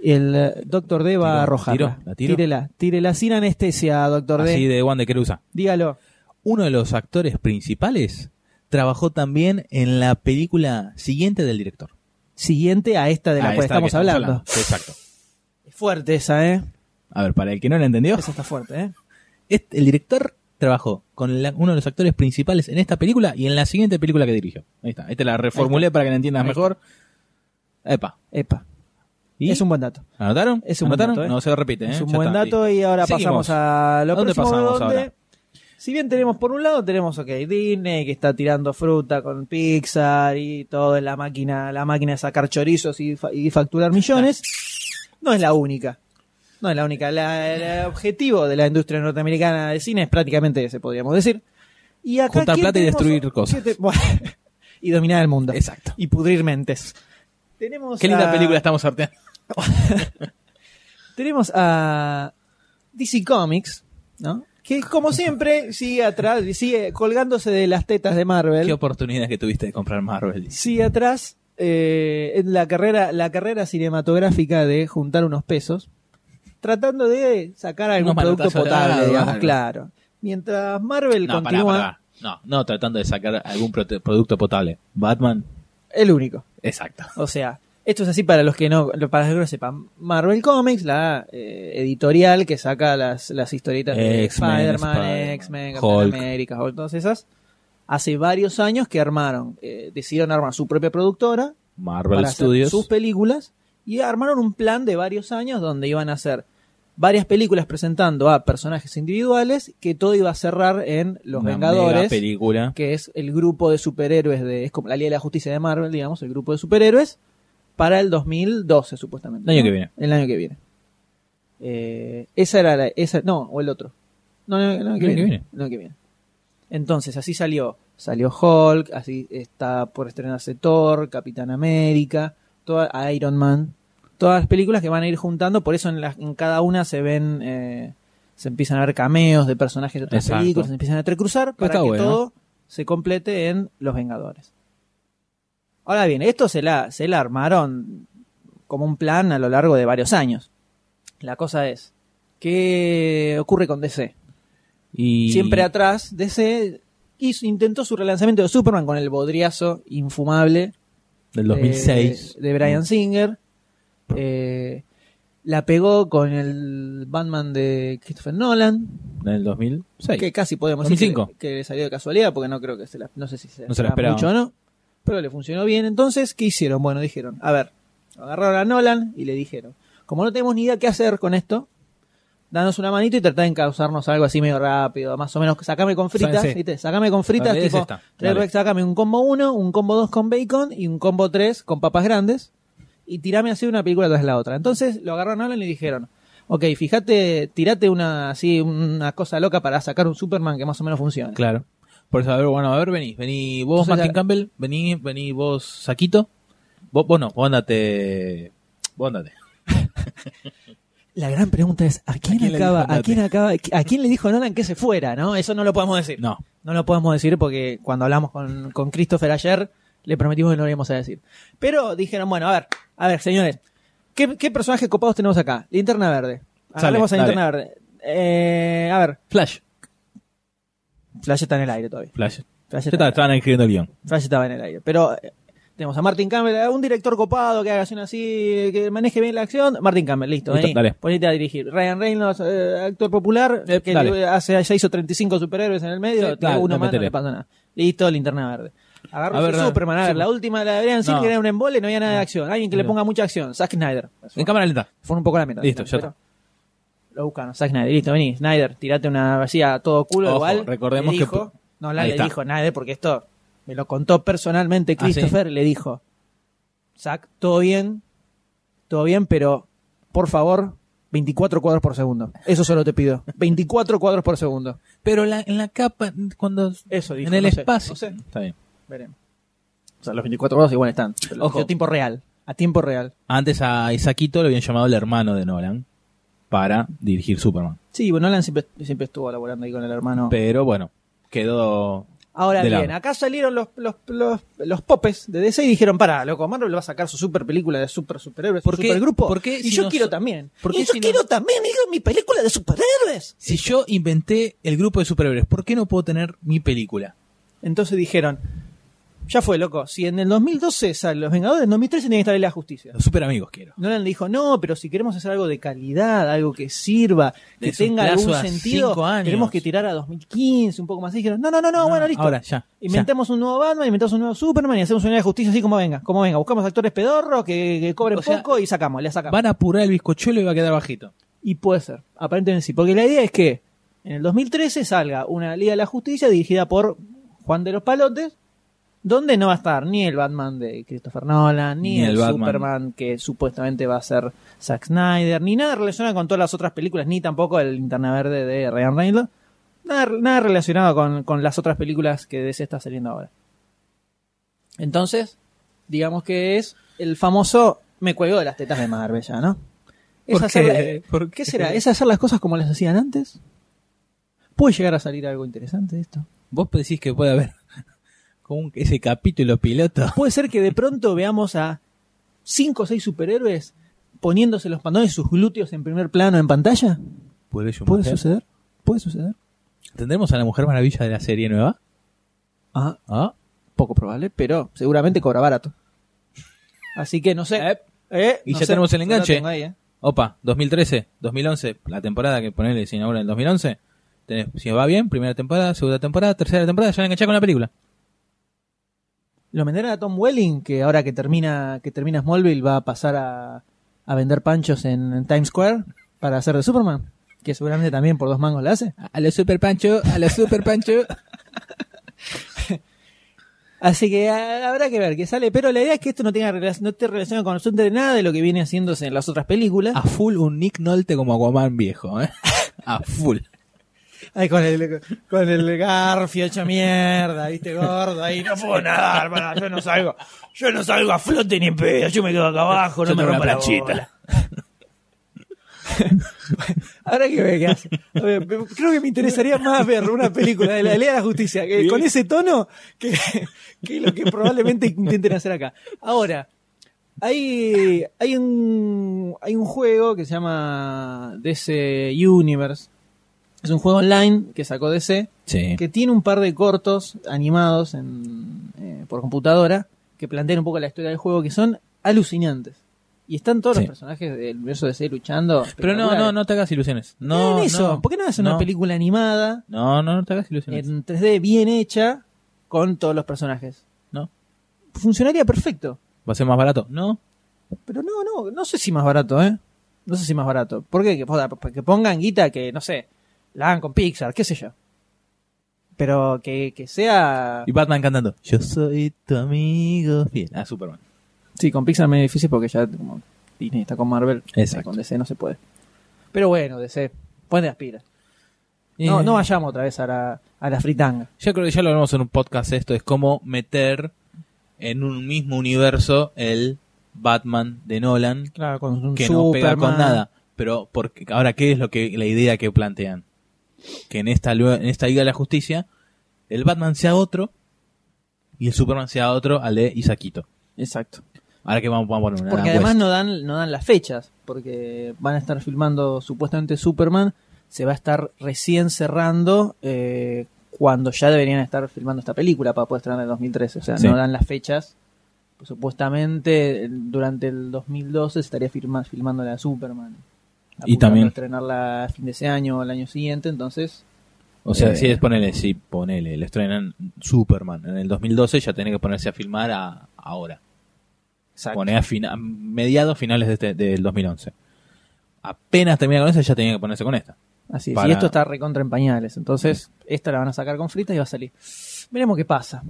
A: El eh, Dr. D va
B: Tiro,
A: a arrojarla.
B: tiro, la tiro.
A: Tírela, tírela sin anestesia, Dr.
B: Así
A: D.
B: de Juan de Querusa.
A: Dígalo.
B: uno de los actores principales trabajó también en la película siguiente del director.
A: Siguiente a esta de la
B: Ah,
A: cual
B: esta
A: estamos,
B: que
A: hablando.
B: Sí, Exacto.
A: Es Fuerte esa, ¿eh?
B: A ver, para el que no lo entendió,
A: Esa está fuerte, ¿eh?
B: este- el director trabajó con la- uno de los actores principales en esta película y en la siguiente película que dirigió. Ahí está. Esta la reformulé para que la entiendas
A: Ahí
B: mejor. Epa.
A: Epa.
B: ¿Y?
A: Es un buen dato.
B: ¿Anotaron?
A: es un buen
B: ¿Anotaron?
A: dato, ¿eh?
B: No se repite. ¿eh?
A: es un
B: Ya
A: buen
B: está,
A: dato
B: listo.
A: y ahora
B: Seguimos.
A: pasamos a lo
B: ¿A dónde
A: próximo,
B: pasamos
A: donde-
B: ahora?
A: Si bien tenemos por un lado tenemos ok Disney que está tirando fruta con Pixar y todo en la máquina, la máquina de sacar chorizos y, fa- y facturar millones, no es la única. No es la única. La- el objetivo de la industria norteamericana de cine es prácticamente ese, podríamos decir. Y acá,
B: Juntar
A: ¿qué
B: plata y
A: tenemos?
B: destruir cosas.
A: ¿Qué te- Bueno, y dominar el mundo.
B: Exacto.
A: Y pudrir mentes. Tenemos
B: Qué linda
A: a-
B: película estamos sorteando.
A: tenemos a DC Comics, ¿no? Que como siempre sigue atrás, sigue colgándose de las tetas de
B: Qué
A: Marvel,
B: oportunidad que tuviste de comprar Marvel.
A: sigue atrás eh, en la carrera, la carrera cinematográfica de juntar unos pesos, tratando de sacar algún
B: Unos
A: producto
B: manotazos de
A: potable,
B: algo,
A: digamos,
B: algo.
A: claro. Mientras Marvel
B: No, pará,
A: continúa,
B: pará. No, no tratando de sacar algún prote- producto potable. Batman.
A: el único.
B: Exacto.
A: O sea, esto es así para los que no, para los que no sepan. Marvel Comics, la eh, editorial que saca las, las historietas de
B: X-Men,
A: Spider-Man,
B: Spider-Man,
A: X-Men,
B: Hulk.
A: Capitán América, Hulk, todas esas. Hace varios años que armaron, eh, decidieron armar su propia productora
B: Marvel
A: para hacer
B: Studios.
A: sus películas y armaron un plan de varios años donde iban a hacer varias películas presentando a personajes individuales que todo iba a cerrar en Los
B: Una mega
A: Vengadores
B: película.
A: que es el grupo de superhéroes de es como la Liga de la Justicia de Marvel, digamos, el grupo de superhéroes para el 2012 supuestamente.
B: El año
A: ¿no?
B: que viene.
A: El año que viene. Eh, esa era la esa no, o el otro. No, no, el año que
B: El año que
A: viene.
B: viene.
A: El año que viene. Entonces, así salió, salió Hulk, así está por estrenarse Thor, Capitán América, toda, a Iron Man, todas las películas que van a ir juntando, por eso en, las- en cada una se ven eh, se empiezan a ver cameos de personajes de otras
B: Exacto.
A: películas, se empiezan a entrecruzar para
B: Está
A: que
B: bueno.
A: todo se complete en Los Vengadores. Ahora bien, esto se la, se la armaron como un plan a lo largo de varios años. La cosa es, ¿qué ocurre con DC?
B: Y
A: Siempre atrás, DC hizo- intentó su relanzamiento de Superman con el bodriazo infumable
B: del
A: de-
B: 2006.
A: de, Brian Singer. Eh, la pegó con el Batman de Christopher Nolan,
B: Del 2006.
A: que casi podemos
B: 2005.
A: decir que, que le salió de casualidad, porque no creo que se la, no sé si se,
B: No se la esperaba.
A: mucho o no, pero le funcionó bien. Entonces, ¿qué hicieron? Bueno, dijeron, a ver, agarraron a Nolan y le dijeron, como no tenemos ni idea qué hacer con esto, danos una manito y tratá de encauzarnos algo así medio rápido, más o menos, sacame con fritas,
B: Sí, sí.
A: ¿viste? Sacame con fritas,
B: Dale, es
A: tipo,
B: esta.
A: tres
B: Dale.
A: Rex, sacame un combo 1, un combo 2 con bacon y un combo 3 con papas grandes y tirame así una película tras la otra. Entonces, lo agarraron a Nolan y le dijeron, ok, fíjate, tirate una así, una cosa loca para sacar un Superman que más o menos funcione.
B: Claro. Por eso, a ver, bueno, a ver, vení. Vení vos,
A: Entonces,
B: Martin
A: ya-
B: Campbell. Vení, vení vos, Saquito. Vos, vos no, vos andate. Vos andate.
A: La gran pregunta es, ¿a quién,
B: quién le
A: acaba,
B: dijo
A: a quién acaba, a quién le dijo Nolan que se fuera, no? Eso no lo podemos decir.
B: No.
A: No lo podemos decir porque cuando hablamos con, con Christopher ayer, le prometimos que no lo íbamos a decir. Pero dijeron, bueno, a ver, a ver, señores, ¿qué, qué personajes copados tenemos acá? Linterna Verde.
B: Sale,
A: Hablemos a
B: dale.
A: Linterna Verde. Eh, a ver,
B: Flash.
A: Flash está en el aire todavía.
B: Flash.
A: Flash está,
B: Ya está, estaban escribiendo el guión.
A: Flash estaba en el aire. Pero eh, tenemos a Martin Campbell, eh, un director copado que haga acción así, que maneje bien la acción. Martin Campbell, listo,
B: Listo,
A: vení,
B: dale.
A: ponete a dirigir. Ryan Reynolds, eh, actor popular,
B: Eh,
A: que
B: dale.
A: le- hace, ya hizo 35 superhéroes en el medio,
B: Eh,
A: tiene
B: dale,
A: uno
B: no,
A: más, no
B: metele.
A: le pasa nada. Listo, linterna verde. Agarro
B: A ver,
A: su
B: no,
A: Superman, a ver,
B: sí.
A: la última la deberían decir
B: No.
A: que era un embole, no había nada de acción. Alguien que le
B: No.
A: ponga mucha acción, Zack Snyder.
B: En cámara lenta.
A: Fue un poco la mierda.
B: Listo, ya
A: Pero Lo buscan, Zack Snyder, listo, vení, Snyder, tirate una vacía a todo culo
B: Ojo,
A: igual.
B: recordemos
A: le
B: que
A: dijo-
B: po-
A: No, la
B: Ahí
A: le
B: está.
A: dijo Snyder porque esto me lo contó personalmente
B: Ah, ¿sí?
A: Christopher, le dijo, Zack, todo bien, todo bien, pero por favor, 24 cuadros por segundo. Eso solo te pido, 24 cuadros por segundo.
B: Pero la, en la capa, cuando.
A: Eso dijo.
B: en el
A: no sé,
B: espacio.
A: no sé,
B: Está bien.
A: veremos. O sea, los 24 cuadros igual están. pero
B: Ojo.
A: A tiempo real, a tiempo real.
B: Antes a Isaquito lo habían llamado el hermano de Nolan para dirigir Superman.
A: Sí, bueno, Alan siempre, siempre estuvo laborando ahí con el hermano.
B: Pero bueno, quedó.
A: Ahora
B: de
A: bien,
B: lado.
A: acá salieron los, los, los, los popes de DC y dijeron, pará, loco, Marvel va a sacar su super película de super superhéroes,
B: ¿Por
A: su
B: qué-
A: super grupo.
B: por qué
A: y
B: si
A: yo
B: nos-
A: quiero también.
B: por qué
A: y yo
B: si nos-
A: quiero también, digo, mi película de superhéroes.
B: Si yo inventé el grupo de superhéroes, ¿por qué no puedo tener mi película?
A: Entonces dijeron, ya fue, loco, si en el 2012 salen Los Vengadores, en 2013 tiene que estar en la justicia.
B: Los superamigos quiero.
A: Nolan le dijo, no, pero si queremos hacer algo de calidad, algo que sirva, que
B: Es un
A: tenga
B: plazo
A: algún
B: a
A: sentido,
B: cinco años.
A: tenemos que tirar a 2015, un poco más. Y dijeron, no, no, no, no, bueno, listo.
B: Ahora, ya.
A: Inventamos un nuevo Batman, inventamos un nuevo Superman y hacemos una de justicia así como venga, como venga. Buscamos actores pedorros que, que cobren
B: O sea,
A: poco y sacamos, le
B: ya.
A: sacamos.
B: Van a apurar el bizcochuelo y va a quedar bajito.
A: Y puede ser, aparentemente sí. Porque la idea es que en el 2013 salga una Liga de la Justicia dirigida por Juan de los Palotes, donde no va a estar ni el Batman de Christopher Nolan, ni,
B: Ni el
A: el,
B: Batman.
A: Superman que supuestamente va a ser Zack Snyder, ni nada relacionado con todas las otras películas, ni tampoco el Linterna Verde de Ryan Reynolds. Nada, nada relacionado con, con las otras películas que DC está saliendo ahora. Entonces, digamos que es el famoso me cuelgo de las tetas de Marvel ya, ¿no? Es
B: ¿Por
A: hacer-
B: qué?
A: eh,
B: ¿Por
A: qué
B: qué?
A: será? ¿Es hacer las cosas como las hacían antes? ¿Puede llegar a salir algo interesante de esto?
B: Vos decís que puede haber como un- ese capítulo piloto.
A: ¿Puede ser que de pronto veamos a cinco o seis superhéroes poniéndose los pantalones y sus glúteos en primer plano en pantalla?
B: ¿Puede,
A: ¿Puede suceder? ¿Puede suceder?
B: ¿Tendremos a la Mujer Maravilla de la serie nueva?
A: Ah,
B: ¿Ah?
A: poco probable, pero seguramente cobra barato. Así que no sé.
B: Eh,
A: Eh,
B: y
A: no
B: ya
A: sé,
B: tenemos
A: yo
B: el
A: lo
B: enganche.
A: tengo ahí, eh.
B: Opa, 2013, 2011, la temporada que ponele se inaugura en el 2011. Tenés, si va bien, primera temporada, segunda temporada, tercera temporada, ya la enganchás con la película.
A: Lo venderán a Tom Welling, que ahora que termina, que termina Smallville va a pasar a, a vender panchos en, en Times Square para hacer de Superman, que seguramente también por dos mangos la hace.
B: A los Super Pancho, a los Super Pancho.
A: Así que ah, habrá que ver qué sale, pero la idea es que esto no tenga relac- no esté relacionado con absolutamente nada de lo que viene haciéndose en las otras películas.
B: a full un Nick Nolte como Aquaman viejo, ¿eh? A full.
A: Ay, con el con el garfio hecho mierda, viste gordo, ahí no puedo nadar, pará, yo no salgo, yo no salgo a flote ni en pedo, yo me quedo acá abajo, no
B: Yo
A: me
B: tengo una
A: rompa la
B: planchita.
A: bola. Ahora que ve qué hace. A ver, creo que me interesaría más ver una película de la Ley de la Justicia que con ese tono que, que lo que probablemente intenten hacer acá. Ahora, hay, hay, un, hay un juego que se llama DC Universe. Es un juego online que sacó DC
B: Sí.
A: que tiene un par de cortos animados en, eh, por computadora que plantean un poco la historia del juego que son alucinantes. Y están todos
B: Sí.
A: los personajes del universo DC luchando.
B: Pero no, no, no te hagas ilusiones. No,
A: No, eso.
B: no.
A: ¿Por qué no haces una
B: No.
A: película animada
B: No, no, no te hagas ilusiones.
A: en 3D bien hecha con todos los personajes?
B: No.
A: Funcionaría perfecto.
B: ¿Va a ser más barato? No.
A: Pero no, no, no sé si más barato, ¿eh? No sé si más barato. ¿Por qué? Que, joda, pues, que pongan guita que, no sé, la hagan con Pixar, qué sé yo. Pero que, que sea...
B: Y Batman cantando. Yo soy tu amigo fiel. Ah, Superman.
A: Sí, con Pixar medio difícil porque ya como Disney está con Marvel,
B: Exacto.
A: con DC no se puede. Pero bueno, DC, ponte las pilas. No, no vayamos otra vez a la, a la fritanga.
B: Eh, Ya creo que ya lo hablamos en un podcast esto, es cómo meter en un mismo universo el Batman de Nolan
A: Claro, con un
B: que no pega con nada. Pero porque, ahora, ¿qué es lo que la idea que plantean? Que en esta, lue- en esta Liga de la Justicia, el Batman sea otro y el Superman sea otro al de Isaquito.
A: Exacto.
B: Ahora que vamos, vamos a poner una
A: Porque
B: Adam
A: además
B: West.
A: no dan, no dan las fechas, porque van a estar filmando supuestamente Superman, se va a estar recién cerrando eh, cuando ya deberían estar filmando esta película para poder estrenar en el 2013, o sea,
B: Sí.
A: no dan las fechas. Supuestamente eh, durante el 2012 se estaría firma- filmando la de Superman.
B: Y también-
A: a estrenarla a fin de ese año o el año siguiente, entonces
B: O sea,
A: eh,
B: si es ponele, sí, ponele, le estrenan Superman en el 2012, ya tiene que ponerse a filmar a, ahora. Pone a fina- mediados, finales de este- del 2011. Apenas termina con esa, ya tenía que ponerse con esta.
A: Así es,
B: Para-
A: y esto está recontra en pañales. Entonces, esta la van a sacar con fritas y va a salir. Veremos qué pasa.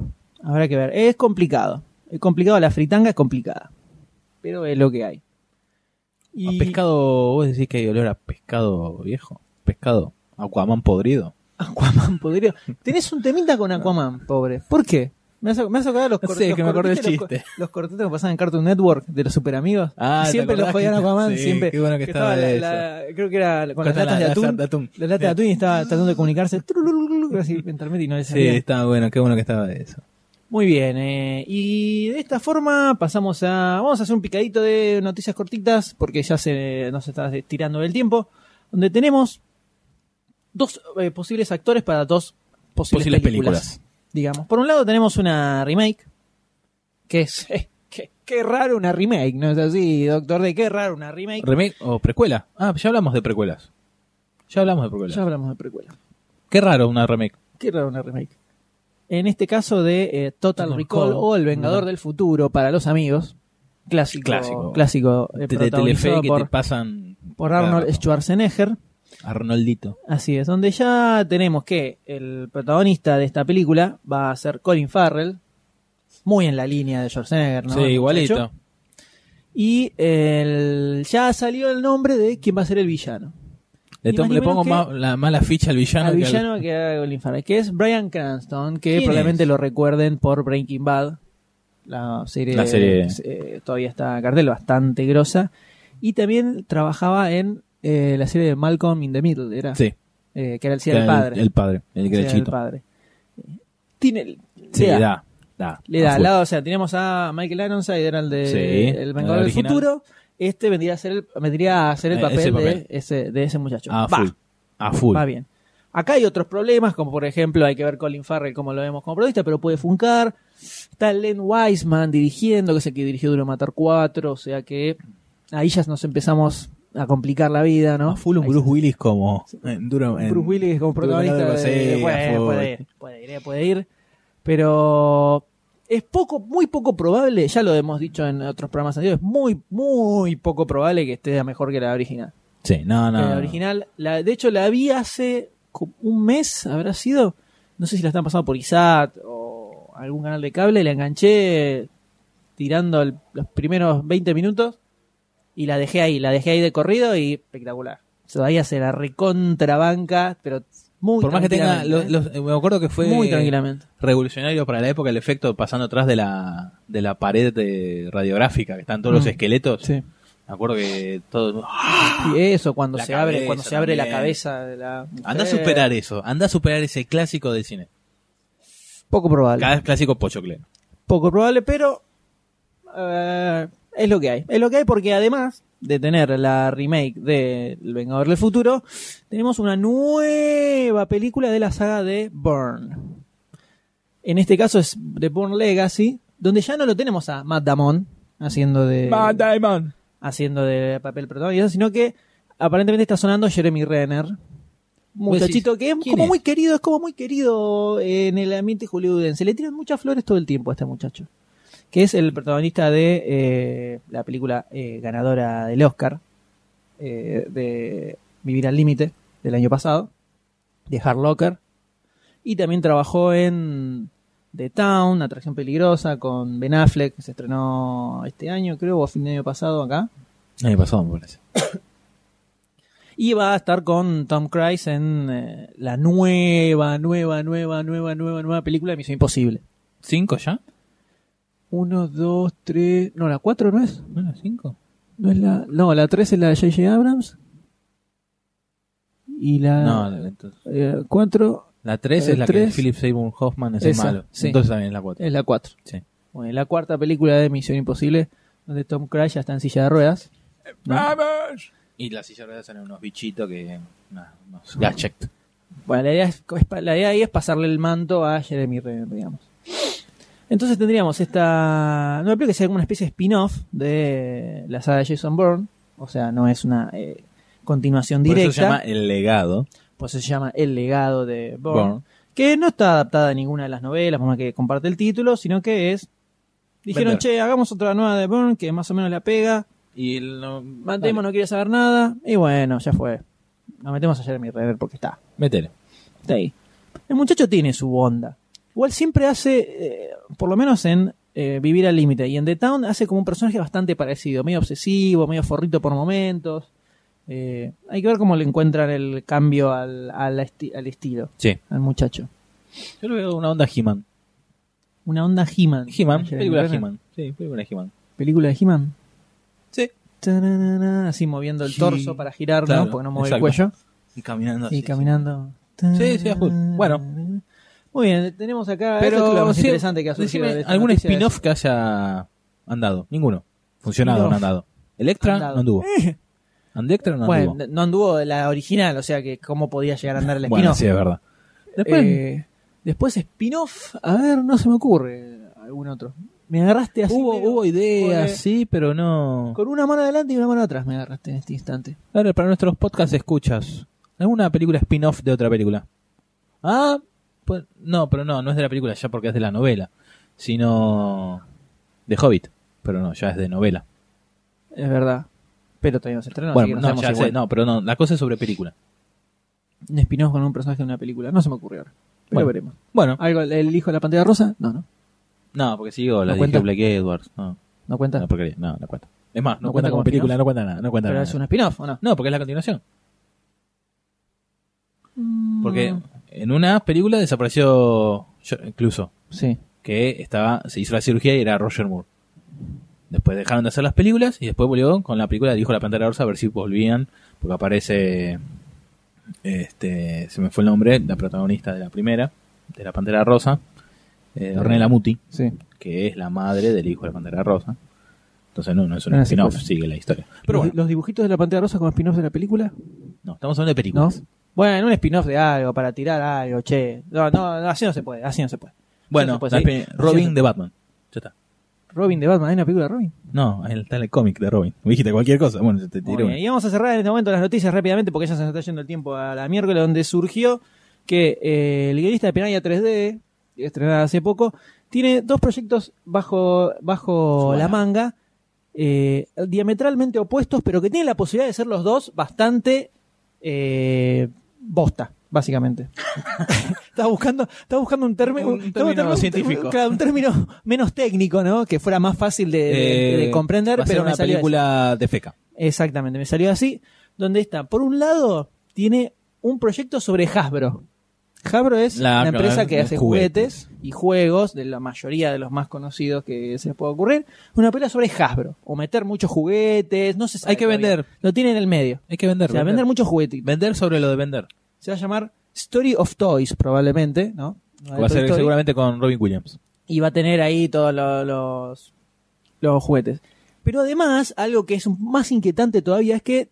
A: Habrá que ver. Es complicado. Es complicado, la fritanga es complicada. Pero es lo que hay.
B: ¿A
A: Y...
B: pescado, vos decís que hay olor a pescado viejo? ¿Pescado? ¿Aquaman podrido?
A: Aquaman podrido. Tenés un temita con Aquaman, pobre. ¿Por qué? Me has, me has acordado los,
B: No
A: cor-
B: sé,
A: los
B: que me acordé
A: cortitos,
B: el
A: los co-
B: chiste.
A: Los, cortitos que pasaban en Cartoon Network de los superamigos.
B: Ah, ¿te
A: siempre los
B: acordás
A: podían
B: que-
A: Aquaman,
B: sí,
A: siempre.
B: qué bueno que estaba de
A: la- Creo que era con
B: Con
A: las
B: la-
A: latas de
B: la-
A: atún.
B: de atún.
A: La lata de
B: Sí.
A: atún y estaba tratando de comunicarse. trululululu, Así, mentalmente y no le
B: Sí,
A: salía.
B: está bueno, qué bueno que estaba de eso.
A: Muy bien, eh, y de esta forma pasamos a. Vamos a hacer un picadito de noticias cortitas, porque ya se nos está estirando el tiempo. Donde tenemos dos eh, posibles actores para dos posibles,
B: Posibles
A: películas,
B: películas.
A: Digamos. Por un lado, tenemos una remake, que es. Qué, qué raro una remake, ¿no es así, doctor? De qué raro una remake.
B: ¿Remake o precuela? Ah, ya hablamos de precuelas. Ya hablamos de precuelas.
A: ya hablamos de precuela.
B: Qué raro una remake.
A: Qué raro una remake. En este caso de eh, Total
B: Total
A: Recall
B: Recall.
A: o El Vengador
B: Ujú.
A: del Futuro para los amigos. Clásico. Clásico.
B: Clásico.
A: eh,
B: De, de
A: protagonizado
B: Telefe que
A: por,
B: te pasan...
A: por Arnold
B: Claro.
A: Schwarzenegger.
B: Arnoldito.
A: Así es, donde ya tenemos que el protagonista de esta película va a ser Colin Farrell. Muy en la línea de Schwarzenegger, ¿no?
B: sí,
A: El
B: igualito.
A: muchacho. Y el- ya salió el nombre de quién va a ser el villano.
B: Le,
A: Ni
B: to-
A: más ni
B: le
A: menos
B: pongo
A: que-
B: ma- la mala ficha al villano.
A: al
B: que al-
A: villano que era Colin Farrell, que es Brian Cranston, que
B: ¿Quién
A: probablemente
B: es?
A: lo recuerden por Breaking Bad, la serie,
B: La serie.
A: que, eh, todavía está en cartel, bastante grosa, y también trabajaba en eh, la serie de Malcolm in the Middle, era,
B: Sí,
A: eh, que era el
B: que
A: cine del
B: era
A: padre.
B: El padre, el
A: Sí, era
B: grechito.
A: padre. Tiene,
B: Sí,
A: le da,
B: da. da,
A: le da
B: a
A: al
B: full.
A: lado, o sea, tenemos a Michael Ironside, era el de
B: Sí,
A: El
B: el
A: Vengador del
B: original.
A: Futuro, este vendría a ser el, vendría a ser el
B: Eh,
A: papel,
B: ese
A: De,
B: papel.
A: ese, de ese muchacho.
B: A
A: Va.
B: full. A full.
A: Va bien. Acá hay otros problemas, como por ejemplo, hay que ver Colin Farrell como lo vemos como periodista, pero puede funcar. Está Len Wiseman dirigiendo, que es el que dirigió Duro de Matar 4, o sea que ahí ya nos empezamos a complicar la vida, ¿no?
B: A full un
A: Ahí
B: Bruce Willis como... en duro, en-
A: Bruce Willis como
B: Duro de
A: protagonista.
B: Matar,
A: de-
B: sí,
A: puede,
B: a full.
A: puede ir, puede ir, eh, puede ir. Pero es poco, muy poco probable, ya lo hemos dicho en otros programas anteriores, muy, muy poco probable que esté mejor que la original.
B: Sí, no, no.
A: La
B: no.
A: Eh, original, la, de hecho la vi hace como un mes, habrá sido, no sé si la están pasando por ISAT o algún canal de cable, la enganché tirando el- los primeros 20 minutos y la dejé ahí, la dejé ahí de corrido y espectacular. Todavía se la recontrabanca, pero muy
B: Por más que tenga...
A: tranquilamente,
B: los- los- me acuerdo que
A: ¿eh?
B: fue...
A: muy tranquilamente.
B: revolucionario para la época el efecto pasando atrás de la, de la pared de radiográfica, que están todos los
A: Mm.
B: esqueletos.
A: Sí.
B: Me acuerdo que todo... ¡ah!
A: Y eso cuando
B: La
A: se abre,
B: cabeza
A: cuando se abre la
B: también.
A: cabeza de la mujer,
B: Anda a superar eso, anda a superar ese clásico del cine.
A: poco probable.
B: Cada clásico pochocle.
A: poco probable, pero eh, es lo que hay. Es lo que hay porque además de tener la remake de El Vengador del Futuro, tenemos una nueva película de la saga de Burn. En este caso es de Burn Legacy, donde ya no lo tenemos a Matt Damon haciendo de
B: Diamond.
A: haciendo de papel protagonista, sino que aparentemente está sonando Jeremy Renner. Muchachito que es
B: ¿quién
A: como
B: es?
A: muy querido, es como muy querido eh, en el ambiente hollywoodense. Le tiran muchas flores todo el tiempo a este muchacho. Que es el protagonista de eh, la película eh, ganadora del Oscar, eh, de Vivir al Límite, del año pasado, de Hard Locker. Y también trabajó en The Town, Atracción Peligrosa, con Ben Affleck, que se estrenó este año, creo, o a fin de año pasado acá.
B: Ahí pasó, me parece.
A: Y va a estar con Tom Cruise en eh, la nueva, nueva, nueva, nueva, nueva, nueva película de Misión Imposible.
B: ¿Cinco ya?
A: Uno, dos, tres. No, la cuatro no es.
B: ¿No era cinco?
A: No, es la, no la tres es la de J.J. Abrams. Y la
B: No, la- entonces-
A: eh, cuatro
B: La 3
A: Eh,
B: es la que
A: Ah. tres.
B: Philip Seymour Hoffman es el
A: Esa,
B: malo.
A: sí.
B: Entonces también es la 4.
A: es la cuatro.
B: Sí.
A: Bueno, y la cuarta película de Misión Imposible, donde Tom Cruise ya está en silla de ruedas. ¿no?
B: Ah, Y la silla de ruedas eran unos bichitos que. nah, unos gadgets.
A: Bueno, la idea, es, es pa- la idea ahí es pasarle el manto a Jeremy Renner, digamos. Entonces tendríamos esta. No creo que sea como una especie de spin-off de la saga de Jason Bourne. O sea, no es una eh, continuación
B: Por
A: directa.
B: eso se llama El Legado.
A: Pues se llama El legado de Bourne.
B: Bourne.
A: Que no está adaptada a ninguna de las novelas, por más que comparte el título, sino que es. Dijeron,
B: Vender.
A: che, hagamos otra nueva de Bourne que más o menos la pega.
B: Y el. No,
A: Mantemos no quiere saber nada. Y bueno, ya fue. Nos metemos a Jeremy Renner porque está.
B: Dale, Métele.
A: Está ahí. El muchacho tiene su onda. Igual siempre hace, eh, por lo menos en eh, Vivir al Límite y en The Town, hace como un personaje bastante parecido, medio obsesivo, medio forrito por momentos. Eh, hay que ver cómo le encuentran el cambio al, al esti- al estilo,
B: Sí.
A: al muchacho.
B: Yo le veo una onda He-Man.
A: Una onda He-Man.
B: He-Man,
A: Jeremy
B: película
A: Renner.
B: He-Man. Sí, película He-Man.
A: ¿Película de He-Man?
B: Sí.
A: Tararara, Así moviendo el
B: Sí.
A: torso para girar,
B: Claro,
A: ¿no? Porque no mueve
B: exacto.
A: el cuello.
B: Y caminando así.
A: y caminando.
B: Sí, sí, a full. Bueno.
A: Muy bien, tenemos acá. esto Ah, es lo
B: Pero.
A: más
B: sí,
A: interesante que ha surgido
B: decime
A: de esta
B: algún
A: noticia.
B: spin-off que haya andado. Ninguno. Funcionado, no
A: Spin-off.
B: andado. Electra
A: Andado.
B: no anduvo. Electra no
A: bueno,
B: anduvo.
A: no anduvo la original, o sea que cómo podía llegar a andar el
B: Bueno,
A: spin-off.
B: sí, es verdad. Después,
A: Eh, después spin-off, a ver, no se me ocurre algún otro. Me agarraste así.
B: hubo,
A: medio-
B: hubo
A: con,
B: ideas,
A: eh,
B: sí, pero no.
A: Con una mano adelante y una mano atrás me agarraste en este instante.
B: Ahora, para nuestros podcast escuchas, ¿alguna película spin-off de otra película? Ah, pues, no, pero no, no es de la película ya porque es de la novela, sino de Hobbit, pero no, ya es de novela.
A: Es verdad. Pero todavía no se estrenó, así
B: bueno,
A: que no,
B: no,
A: sabemos
B: ya
A: si
B: sé,
A: bueno,
B: no, pero no, la cosa es sobre película.
A: Un spin-off con un personaje de una película. No se me ocurrió ahora. Pero
B: Bueno.
A: veremos.
B: Bueno,
A: ¿Algo, ¿El hijo de la pantalla rosa? No, no.
B: no, porque si digo,
A: ¿No
B: la
A: cuenta?
B: de Black Edwards, no,
A: No cuenta.
B: no, porquería, no, no cuenta. Es más, no,
A: ¿No cuenta
B: cuenta
A: como
B: como película,
A: spin-off?
B: no cuenta nada, no cuenta
A: pero
B: nada.
A: es un spin-off, ¿o no?
B: No, porque es la continuación. Porque
A: Mm.
B: en una película desapareció yo- incluso
A: Sí.
B: que estaba se hizo la cirugía y era Roger Moore. Después dejaron de hacer las películas y después volvió con la película dijo la Pantera Rosa a ver si volvían porque aparece este se me fue el nombre la protagonista de la primera de la Pantera Rosa eh, Ornella Muti
A: Sí.
B: que es la madre del hijo de la Pantera Rosa. Entonces no no es un
A: Una
B: spin-off
A: secuela.
B: sigue la historia.
A: Pero
B: Pero bueno
A: ¿Los dibujitos de la pantalla rosa como spin-off de la película?
B: no estamos hablando de
A: ¿No?
B: películas.
A: Bueno, un spin-off de algo, para tirar algo, che. No, no, no, así no se puede, así no se puede.
B: Bueno
A: Sí, pues,
B: la
A: sí.
B: pe-
A: Sí.
B: Robin de Batman ya está.
A: Robin de Batman, ¿hay una película de Robin?
B: No, ahí está el cómic de Robin. Me dijiste cualquier cosa. Bueno, te
A: Muy
B: tiré una.
A: bien, Y vamos a cerrar en este momento las noticias rápidamente porque ya se nos está yendo el tiempo a la miércoles donde surgió que eh, el guionista de Penaya 3D, estrenada hace poco, tiene dos proyectos bajo, bajo
B: Bueno.
A: la manga eh, diametralmente opuestos, pero que tienen la posibilidad de ser los dos bastante eh, bosta, básicamente. estaba buscando, estaba buscando un, termi-
B: Un término
A: un- un-
B: científico.
A: claro, un término menos técnico, ¿no? Que fuera más fácil de, de- de
B: Eh,
A: comprender,
B: va a ser
A: pero me
B: una
A: salió ese.
B: película de feca.
A: Exactamente, me salió así. Donde está, por un lado, tiene un proyecto sobre Hasbro. Hasbro es
B: La-
A: la, empresa
B: claro,
A: que
B: los
A: hace juguetes. y juegos, de la mayoría de los más conocidos que se les puede ocurrir. Una película sobre Hasbro. O meter muchos juguetes, no sé
B: Hay que vender,
A: Lo tiene en el medio.
B: hay que vender.
A: O sea, vender muchos juguetes.
B: Vender sobre lo de vender.
A: Se va a llamar Story of Toys, probablemente, ¿no?
B: Va a ser
A: Toy Story
B: seguramente con Robin Williams.
A: y va a tener ahí todos lo- los, los juguetes. Pero además, algo que es más inquietante todavía es que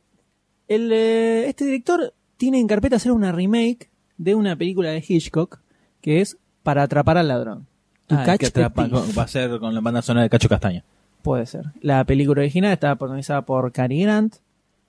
A: el, eh, este director tiene en carpeta hacer una remake de una película de Hitchcock que es Para atrapar al ladrón. To
B: Ah,
A: Catch
B: que
A: the
B: atrapa-
A: Thief.
B: va a ser con la banda sonora de Cacho Castaña.
A: Puede ser. La película original estaba protagonizada por Cary Grant.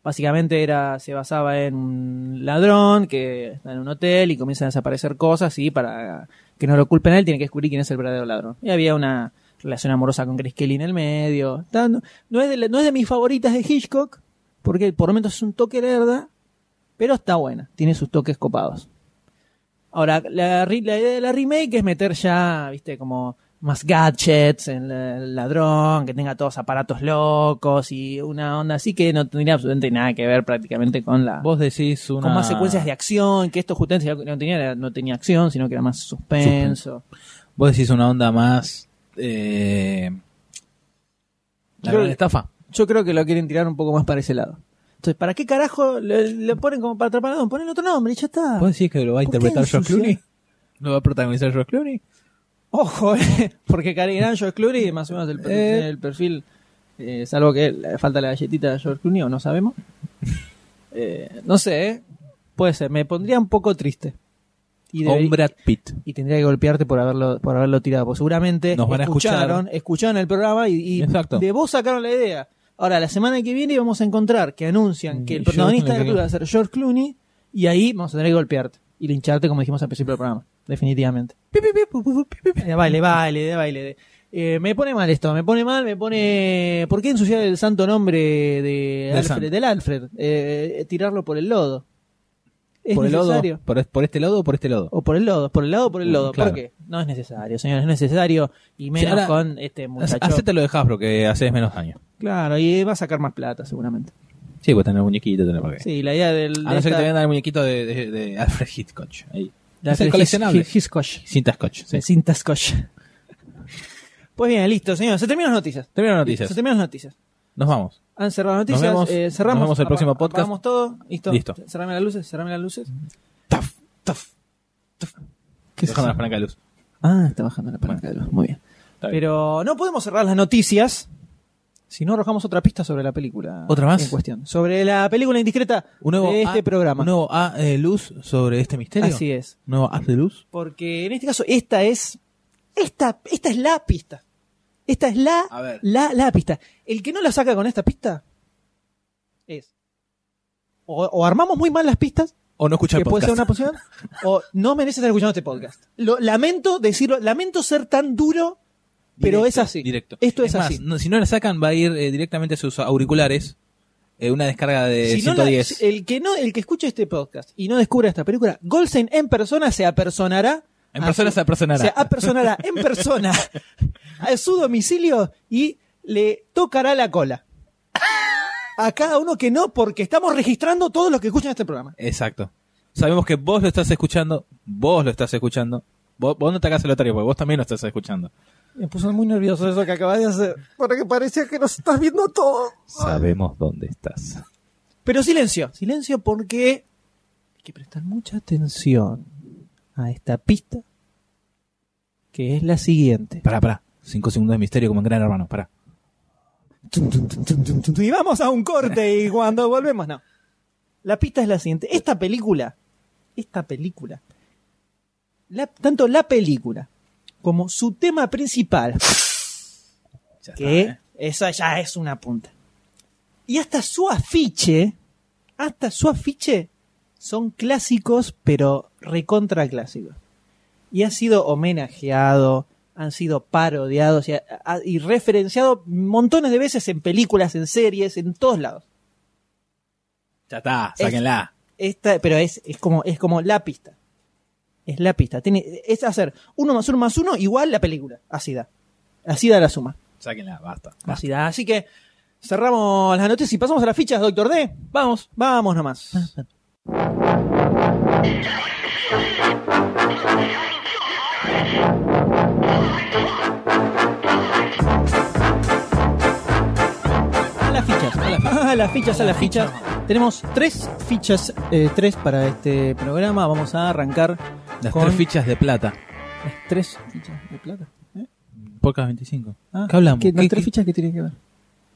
A: Básicamente era, se basaba en un ladrón que está en un hotel y comienzan a desaparecer cosas y para que no lo culpen a él tiene que descubrir quién es el verdadero ladrón. Y había una relación amorosa con Grace Kelly en el medio. Está- no, no es de, la- no es de mis favoritas de Hitchcock, porque por momentos es un toque lerda, pero está buena, tiene sus toques copados. Ahora, la, re- la idea de la remake es meter ya, viste, como más gadgets, el, el ladrón, que tenga todos aparatos locos y una onda así que no tendría absolutamente nada que ver prácticamente con la
B: Ah. Vos decís una...
A: con más secuencias de acción, que esto justamente no tenía, no tenía acción, sino que era más suspenso.
B: Vos decís una onda más... Eh... La
A: Creo
B: gran
A: que-
B: estafa.
A: Yo creo que lo quieren tirar un poco más para ese lado. Entonces, ¿para qué carajo le, le ponen como para atrapar a Ponen otro nombre y ya está.
B: ¿Vos decís que lo va a
A: Ah. ¿Por qué
B: interpretar George
A: ensuciar?
B: Clooney? ¿Lo va a protagonizar George Clooney?
A: Ojo, eh, porque Carigrán, George Clooney, más o menos el, per-
B: Eh.
A: tiene el perfil, eh, salvo que le falta la galletita de George Clooney o no sabemos. Eh, no sé, eh, puede ser, me pondría un poco triste. Y,
B: O un
A: deberí-
B: Brad Pitt.
A: y tendría que golpearte por haberlo, por haberlo tirado, porque seguramente
B: Nos van a escuchar.
A: escucharon, escucharon el programa y, y
B: Exacto.
A: de vos sacaron la idea. Ahora, la semana que viene vamos a encontrar que anuncian que el
B: Mm, George
A: protagonista de la
B: Clooney.
A: película va a ser George Clooney y ahí vamos a tener que golpearte y lincharte como dijimos al principio del programa, definitivamente. De baile, baile, de baile. de- Eh, me pone mal esto, me pone mal, me pone... ¿Por qué ensuciar el santo nombre de
B: Del
A: Alfred,
B: santo.
A: del Alfred? Eh, tirarlo por el lodo. ¿Es
B: ¿Por el lodo?
A: necesario?
B: ¿Por, ¿Por este lodo o por este lodo?
A: O por el lodo, por el lado o por el lodo.
B: Claro.
A: ¿Por qué? No es necesario, señores, no es necesario. Y menos
B: ahora-
A: con este muchacho.
B: Hacete lo de Hasbro que haces menos daño.
A: Claro, y va a sacar más plata seguramente.
B: Sí, pues tener el muñequito, tener para qué.
A: Sí, la idea del...
B: A
A: de
B: no ser que
A: esta-
B: te vendan el muñequito de, de- de Alfred Hitchcock. Ahí.
A: la
B: es el
A: His-
B: coleccionable.
A: His- Hiscosh.
B: Cinta Scotch. Sí.
A: De cinta Scotch. Pues bien, listo, señores. Se terminan las noticias.
B: Terminaron noticias.
A: Se terminan las noticias.
B: Nos vamos.
A: Han cerrado las noticias.
B: Nos vemos.
A: eh, cerramos.
B: Nos vemos el
A: apa-
B: próximo podcast.
A: Apagamos todo. Listo.
B: Listo.
A: Cerrame las luces, cerrame las luces.
B: Taf, taf.
A: ¿Qué
B: Dejando la palanca de luz.
A: Ah, está bajando la palanca de luz. Muy bien.
B: Está bien.
A: Pero no podemos cerrar las noticias si no arrojamos otra pista sobre la película.
B: ¿Otra más?
A: En cuestión. Sobre la película indiscreta
B: Un nuevo
A: de este
B: A-
A: programa.
B: un nuevo A eh, luz sobre este misterio.
A: Así es.
B: Nuevo A de luz.
A: Porque en este caso, esta es. Esta, esta es la pista. Esta es la,
B: A ver.
A: la, la pista. El que no la saca con esta pista es. O, o armamos muy mal las pistas,
B: O no escuchar
A: que puede ser
B: podcast.
A: una posibilidad, o no mereces estar escuchando este podcast. Lo, lamento decirlo, lamento ser tan duro, pero
B: Directo,
A: es así.
B: Directo.
A: Esto es,
B: más,
A: así.
B: no- si no la sacan, va a ir eh, directamente a sus auriculares. eh, una descarga de
A: Si no la-
B: 110.
A: si- eh, el que no, el que escuche este podcast y no descubra esta película, Goldstein en persona se apersonará.
B: En
A: a
B: persona
A: su-
B: se apersonará.
A: Se apersonará en persona a su domicilio y le tocará la cola. A cada uno que no, porque estamos registrando todos los que escuchan este programa.
B: Exacto. Sabemos que vos lo estás escuchando, vos lo estás escuchando. Vos, vos no te hagas el otario, porque vos también lo estás escuchando.
A: Me puso muy nervioso eso que acabas de hacer, porque parecía que nos estás viendo todo.
B: Sabemos dónde estás.
A: Pero silencio, silencio porque hay que prestar mucha atención a esta pista, que es la siguiente.
B: Pará, pará. Cinco segundos de misterio como en Gran Hermano, pará.
A: Tum, tum, tum, tum, tum, tum, tum. Y vamos a un corte y cuando volvemos, no. La pista es la siguiente. Esta película, esta película, la- tanto la película como su tema principal,
B: Ya
A: que
B: está, ¿eh?
A: esa ya es una punta. Y hasta su afiche, hasta su afiche, son clásicos, pero recontra clásicos. Y ha sido homenajeado, han sido parodiados y, ha- ha- y referenciado montones de veces en películas, en series, en todos lados.
B: Ya está, sáquenla.
A: Esta, pero es, es como, es como la pista. Es la pista. Tiene, es hacer uno más uno más uno igual la película. Así da. Así da la suma.
B: Sáquenla, basta. basta.
A: Así, da. Así que cerramos las noticias y pasamos a las fichas, doctor D. Vamos, vamos nomás. A las fichas, a las fichas, a las fichas. a las fichas. Tenemos tres fichas, eh, tres para este programa. Vamos a arrancar
B: Las
A: con-
B: tres fichas de plata.
A: las tres fichas de plata. ¿eh?
B: Podcast 25.
A: Ah,
B: ¿Qué hablamos?
A: ¿qué- las
B: ¿Qué-
A: tres
B: qué-
A: fichas que tienen que ver?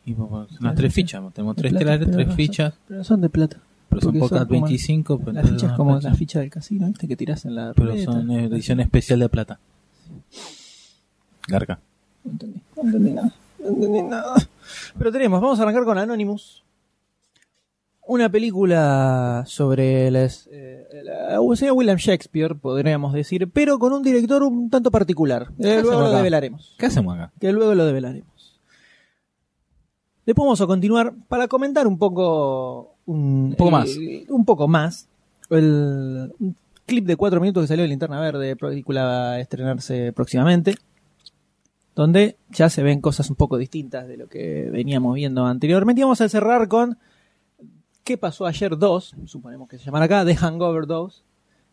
B: y vamos- Las tres fichas, tenemos
A: De
B: tres
A: plata,
B: telares,
A: pero
B: tres
A: no son-
B: fichas.
A: Pero no son de plata.
B: Pero son
A: porque son
B: podcast
A: como-
B: 25. pero
A: Las
B: entonces
A: fichas
B: no
A: como
B: es
A: la ficha del casino, ¿viste? Que tirás en la
B: Pero
A: ruleta.
B: son edición especial de plata. Garca.
A: No entendí, no entendí nada. No entendí nada. Pero tenemos, vamos a arrancar con Anonymous. Una película sobre las, eh, la el señor William Shakespeare, podríamos decir, pero con un director un tanto particular. Eh,
B: hacemos
A: luego lo
B: acá?
A: develaremos.
B: ¿Qué hacemos acá?
A: que luego lo develaremos. Después vamos a continuar para comentar un poco. Un, eh,
B: Un poco más.
A: un poco más. El un clip de cuatro minutos que salió de Linterna Verde, película a estrenarse próximamente. donde ya se ven cosas un poco distintas de lo que veníamos viendo anteriormente. Y vamos a cerrar con ¿Qué pasó ayer 2? Suponemos que se llamará acá, The Hangover 2,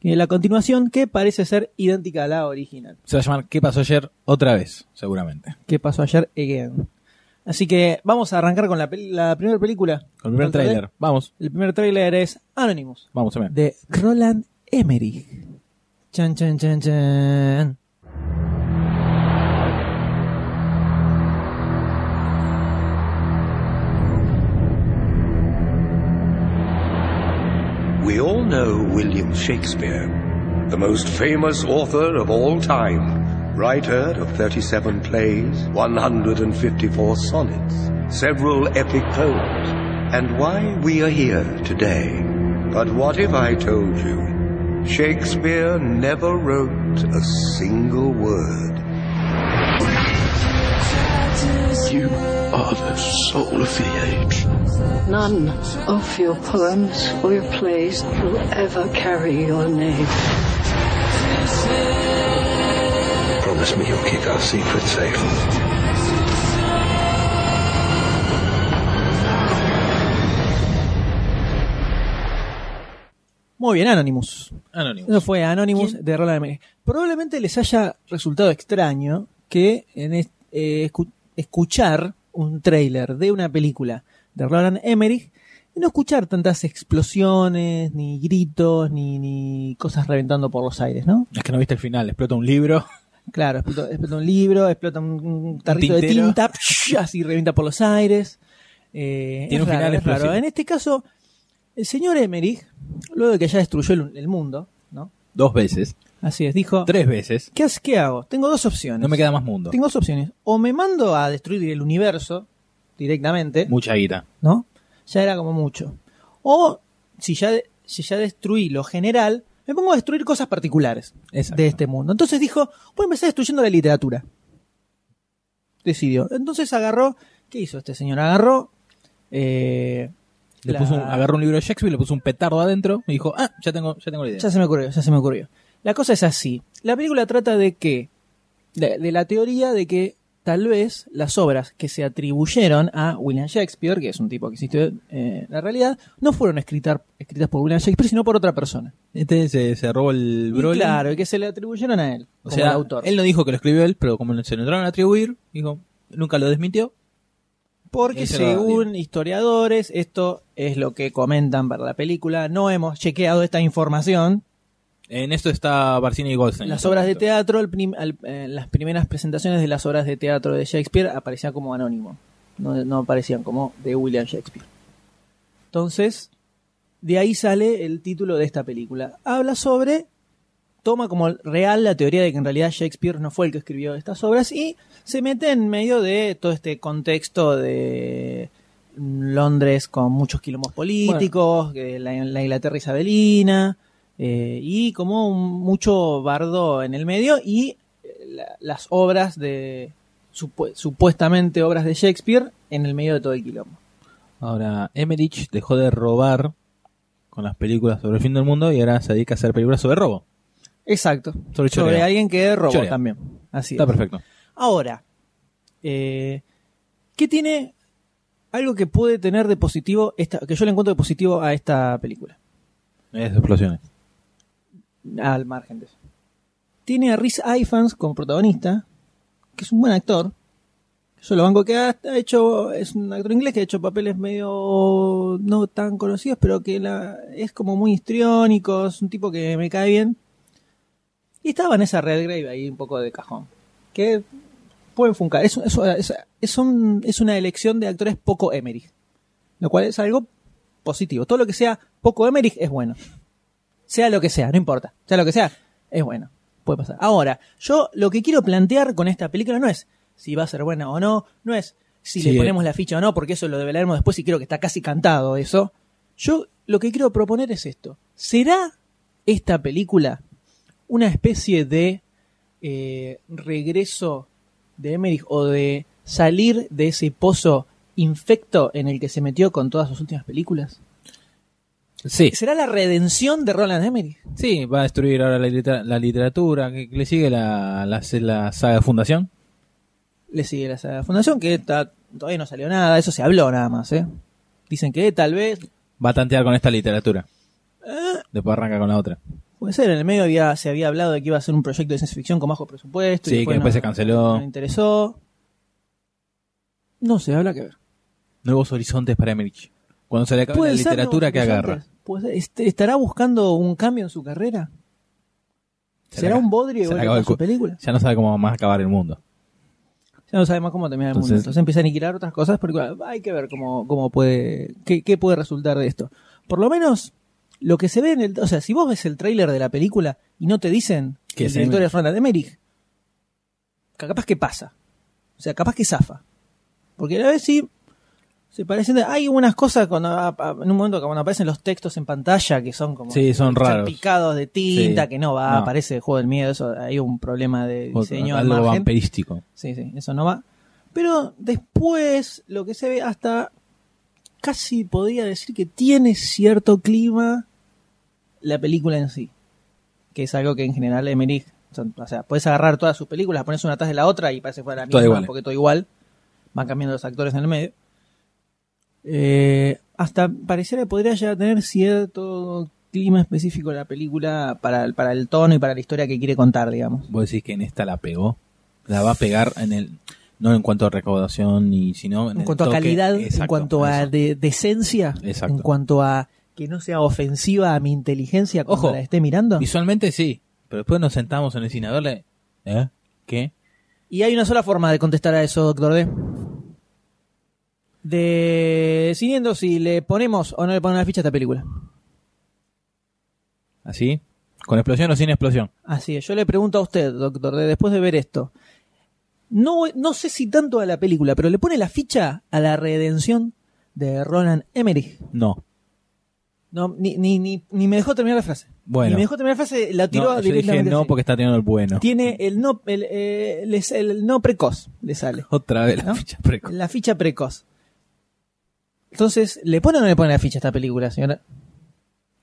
A: que es la continuación que parece ser idéntica a la original.
B: Se va a llamar ¿Qué pasó ayer? Otra vez, seguramente.
A: ¿Qué pasó ayer again? Así que vamos a arrancar con la, peli- la primera película.
B: Con el primer
A: Contra D.
B: tráiler. Vamos,
A: El primer tráiler es Anonymous,
B: vamos, a ver.
A: de Roland Emmerich. Chan, chan, chan, chan.
C: We all know William Shakespeare, the most famous author of all time, writer of 37 plays, 154 sonnets, several epic poems, and why we are here today. But what if I told you Shakespeare never wrote a single word?
D: You are the soul of the age.
E: None of your poems or your plays will ever carry your name.
D: Promise me you'll keep our secret safe.
A: Muy bien, Anonymous.
B: Anonymous.
A: Eso fue Anonymous de Roland Emmerich. Probablemente les haya resultado extraño que en es- eh, escu- escuchar un tráiler de una película de Roland Emmerich y no escuchar tantas explosiones, ni gritos, ni, ni cosas reventando por los aires, ¿no?
B: Es que no viste el final, explota un libro.
A: Claro, explota, explota un libro, explota un, un tarrito de
B: tintero.
A: tinta, psh, así revienta por los aires. Eh,
B: Tiene
A: es
B: un
A: raro,
B: final
A: es raro.
B: explosivo.
A: En este caso, el señor Emmerich, luego de que ya destruyó el, el mundo, ¿no?
B: Dos veces,
A: Así es, dijo,
B: tres veces.
A: ¿qué, haces- qué hago? Tengo dos opciones.
B: No me queda más mundo.
A: Tengo dos opciones. O me mando a destruir el universo directamente,
B: Mucha guita.
A: ¿no? Ya era como mucho. O si ya, si ya destruí lo general, me pongo a destruir cosas particulares
B: Exacto.
A: de este mundo. Entonces dijo, voy a empezar destruyendo la literatura. Decidió. Entonces agarró, ¿qué hizo este señor? Agarró... eh,
B: Le
A: la-
B: puso un- agarró un libro de Shakespeare, le puso un petardo adentro y dijo, ah, ya tengo, ya tengo la idea.
A: Ya se me ocurrió, ya se me ocurrió. La cosa es así. La película trata de que, de, de la teoría de que tal vez las obras que se atribuyeron a William Shakespeare, que es un tipo que existió eh, en la realidad, no fueron escritas, escritas por William Shakespeare, sino por otra persona.
B: Este se, se robó el
A: Y
B: Broly.
A: claro, y que se le atribuyeron a él,
B: o
A: como
B: sea,
A: el autor.
B: él no dijo que lo escribió él, pero como se lo entraron a atribuir, dijo, nunca lo desmintió.
A: Porque
B: Ese era
A: según historiadores, esto es lo que comentan para la película. No hemos chequeado esta información.
B: En esto está Barcini y Goldstein.
A: Las obras de teatro, al prim- al- eh, las primeras presentaciones de las obras de teatro de Shakespeare aparecían como anónimo, no, no aparecían como de William Shakespeare. Entonces, de ahí sale el título de esta película. Habla sobre, toma como real la teoría de que en realidad Shakespeare no fue el que escribió estas obras y se mete en medio de todo este contexto de Londres con muchos quilombos políticos, que la, la Inglaterra isabelina, eh, y como un- mucho bardo en el medio y eh, la- las obras de, supu- supuestamente obras de Shakespeare en el medio de todo el quilombo.
B: Ahora, Emmerich dejó de robar con las películas sobre el fin del mundo y ahora se dedica a hacer películas sobre robo.
A: Exacto.
B: Sobre
A: Sobre,
B: chorea.
A: alguien que robó
B: Chorea.
A: también. Así
B: Está
A: es.
B: perfecto.
A: Ahora, eh, ¿qué tiene algo que puede tener de positivo, esta, que yo le encuentro de positivo a esta película?
B: Es explosiones.
A: Al margen de eso. Tiene a Rhys Ifans como protagonista, que es un buen actor. Yo lo banco que ha, ha hecho, es un actor inglés que ha hecho papeles medio no tan conocidos, pero que la- es como muy histriónico, es un tipo que me cae bien. Y estaba en esa Redgrave ahí un poco de cajón. Que pueden funcar. Es, es, es, es un- es una elección de actores poco Emerich. Lo cual es algo positivo. Todo lo que sea poco Emerich es bueno. Sea lo que sea, no importa. Sea lo que sea, es bueno. Puede pasar. Ahora, yo lo que quiero plantear con esta película no es si va a ser buena o no, no es si
B: Sí,
A: le
B: eh.
A: ponemos la ficha o no, porque eso lo develaremos después y creo que está casi cantado eso. Yo lo que quiero proponer es esto. ¿Será esta película una especie de eh, regreso de Emmerich o de salir de ese pozo infecto en el que se metió con todas sus últimas películas?
B: Sí.
A: ¿Será la redención de Roland Emmerich?
B: Sí, va a destruir ahora la, litera- la literatura. que que le sigue la, la, la saga Fundación?
A: le sigue la saga Fundación, que está- todavía no salió nada, eso se habló nada más, ¿eh? Dicen que tal vez,
B: Va a tantear con esta literatura.
A: Ah.
B: Después arranca con la otra.
A: puede ser, en el medio había, se había hablado de que iba a ser un proyecto de ciencia ficción con bajo presupuesto. y
B: Sí, que después
A: no-
B: se canceló.
A: No interesó. No sé, habrá que ver.
B: Nuevos horizontes para Emerich. Cuando se le acabe la
A: Puede ser,
B: literatura
A: ¿no?
B: que agarra.
A: Antes. Puede ser. Est- ¿Estará buscando un cambio en su carrera?
B: Se
A: ¿Será
B: le-
A: un bodrio
B: se
A: igual
B: le acabó
A: que
B: el
A: con
B: cu-
A: su película?
B: Ya no sabe cómo más acabar el mundo.
A: Ya no sabe más cómo terminar el mundo.
B: Entonces-
A: Entonces empieza a aniquilar otras cosas, porque ah, hay que ver cómo, cómo puede, qué, qué puede resultar de esto. Por lo menos, lo que se ve en el, o sea, si vos ves el tráiler de la película y no te dicen
B: Que
A: que el
B: es
A: director
B: Emmerich.
A: es Ronald Emmerich, ca- capaz que pasa. O sea, capaz que zafa. Porque a vez sí se parecen, hay unas cosas cuando, a- a- en un momento que cuando aparecen los textos en pantalla que son como
B: Sí, son raros.
A: salpicados de tinta,
B: Sí.
A: que no va,
B: No.
A: aparece el juego del miedo, eso, hay un problema de
B: O-
A: diseño. de
B: algo
A: margen.
B: vampirístico.
A: Sí, sí, eso no va. Pero después lo que se ve hasta casi podría decir que tiene cierto clima la película en sí. Que es algo que en general Emmerich, son- o sea, puedes agarrar todas sus películas, pones una atrás de la otra y parece que fuera la
B: Todas
A: misma,
B: iguales.
A: porque todo igual. Van cambiando los actores en el medio. Eh, hasta pareciera que podría ya tener cierto clima específico la película para, para el tono y para la historia que quiere contar, digamos.
B: Vos decís que en esta la pegó. La va a pegar en el. No en cuanto a recaudación, ni, sino en,
A: en
B: el
A: cuanto a
B: toque.
A: calidad, en
B: Exacto,
A: cuanto a
B: eso.
A: de- decencia,
B: Exacto.
A: en cuanto a que no sea ofensiva a mi inteligencia cuando
B: Ojo.
A: la esté mirando.
B: Visualmente sí, pero después nos sentamos en el cine a verle. ¿Eh? ¿Qué?
A: Y hay una sola forma de contestar a eso, doctor D. Decidiendo si le ponemos o no le ponemos la ficha a esta película.
B: ¿Así? ¿Con explosión o sin explosión?
A: Así es, yo le pregunto a usted, doctor D, después de ver esto. No, no sé si tanto a la película, pero le pone la ficha a la redención de Roland Emmerich.
B: No.
A: No, ni, ni, ni, ni me dejó terminar la frase.
B: Bueno.
A: Ni me dejó terminar la frase, la tiró
B: No, yo
A: directamente.
B: dije no
A: así.
B: porque está teniendo el bueno.
A: tiene el no el, eh, les- el no precoz le sale
B: Otra vez la
A: ¿No?
B: ficha precoz.
A: la ficha precoz entonces le pone o no le pone la ficha a esta película señora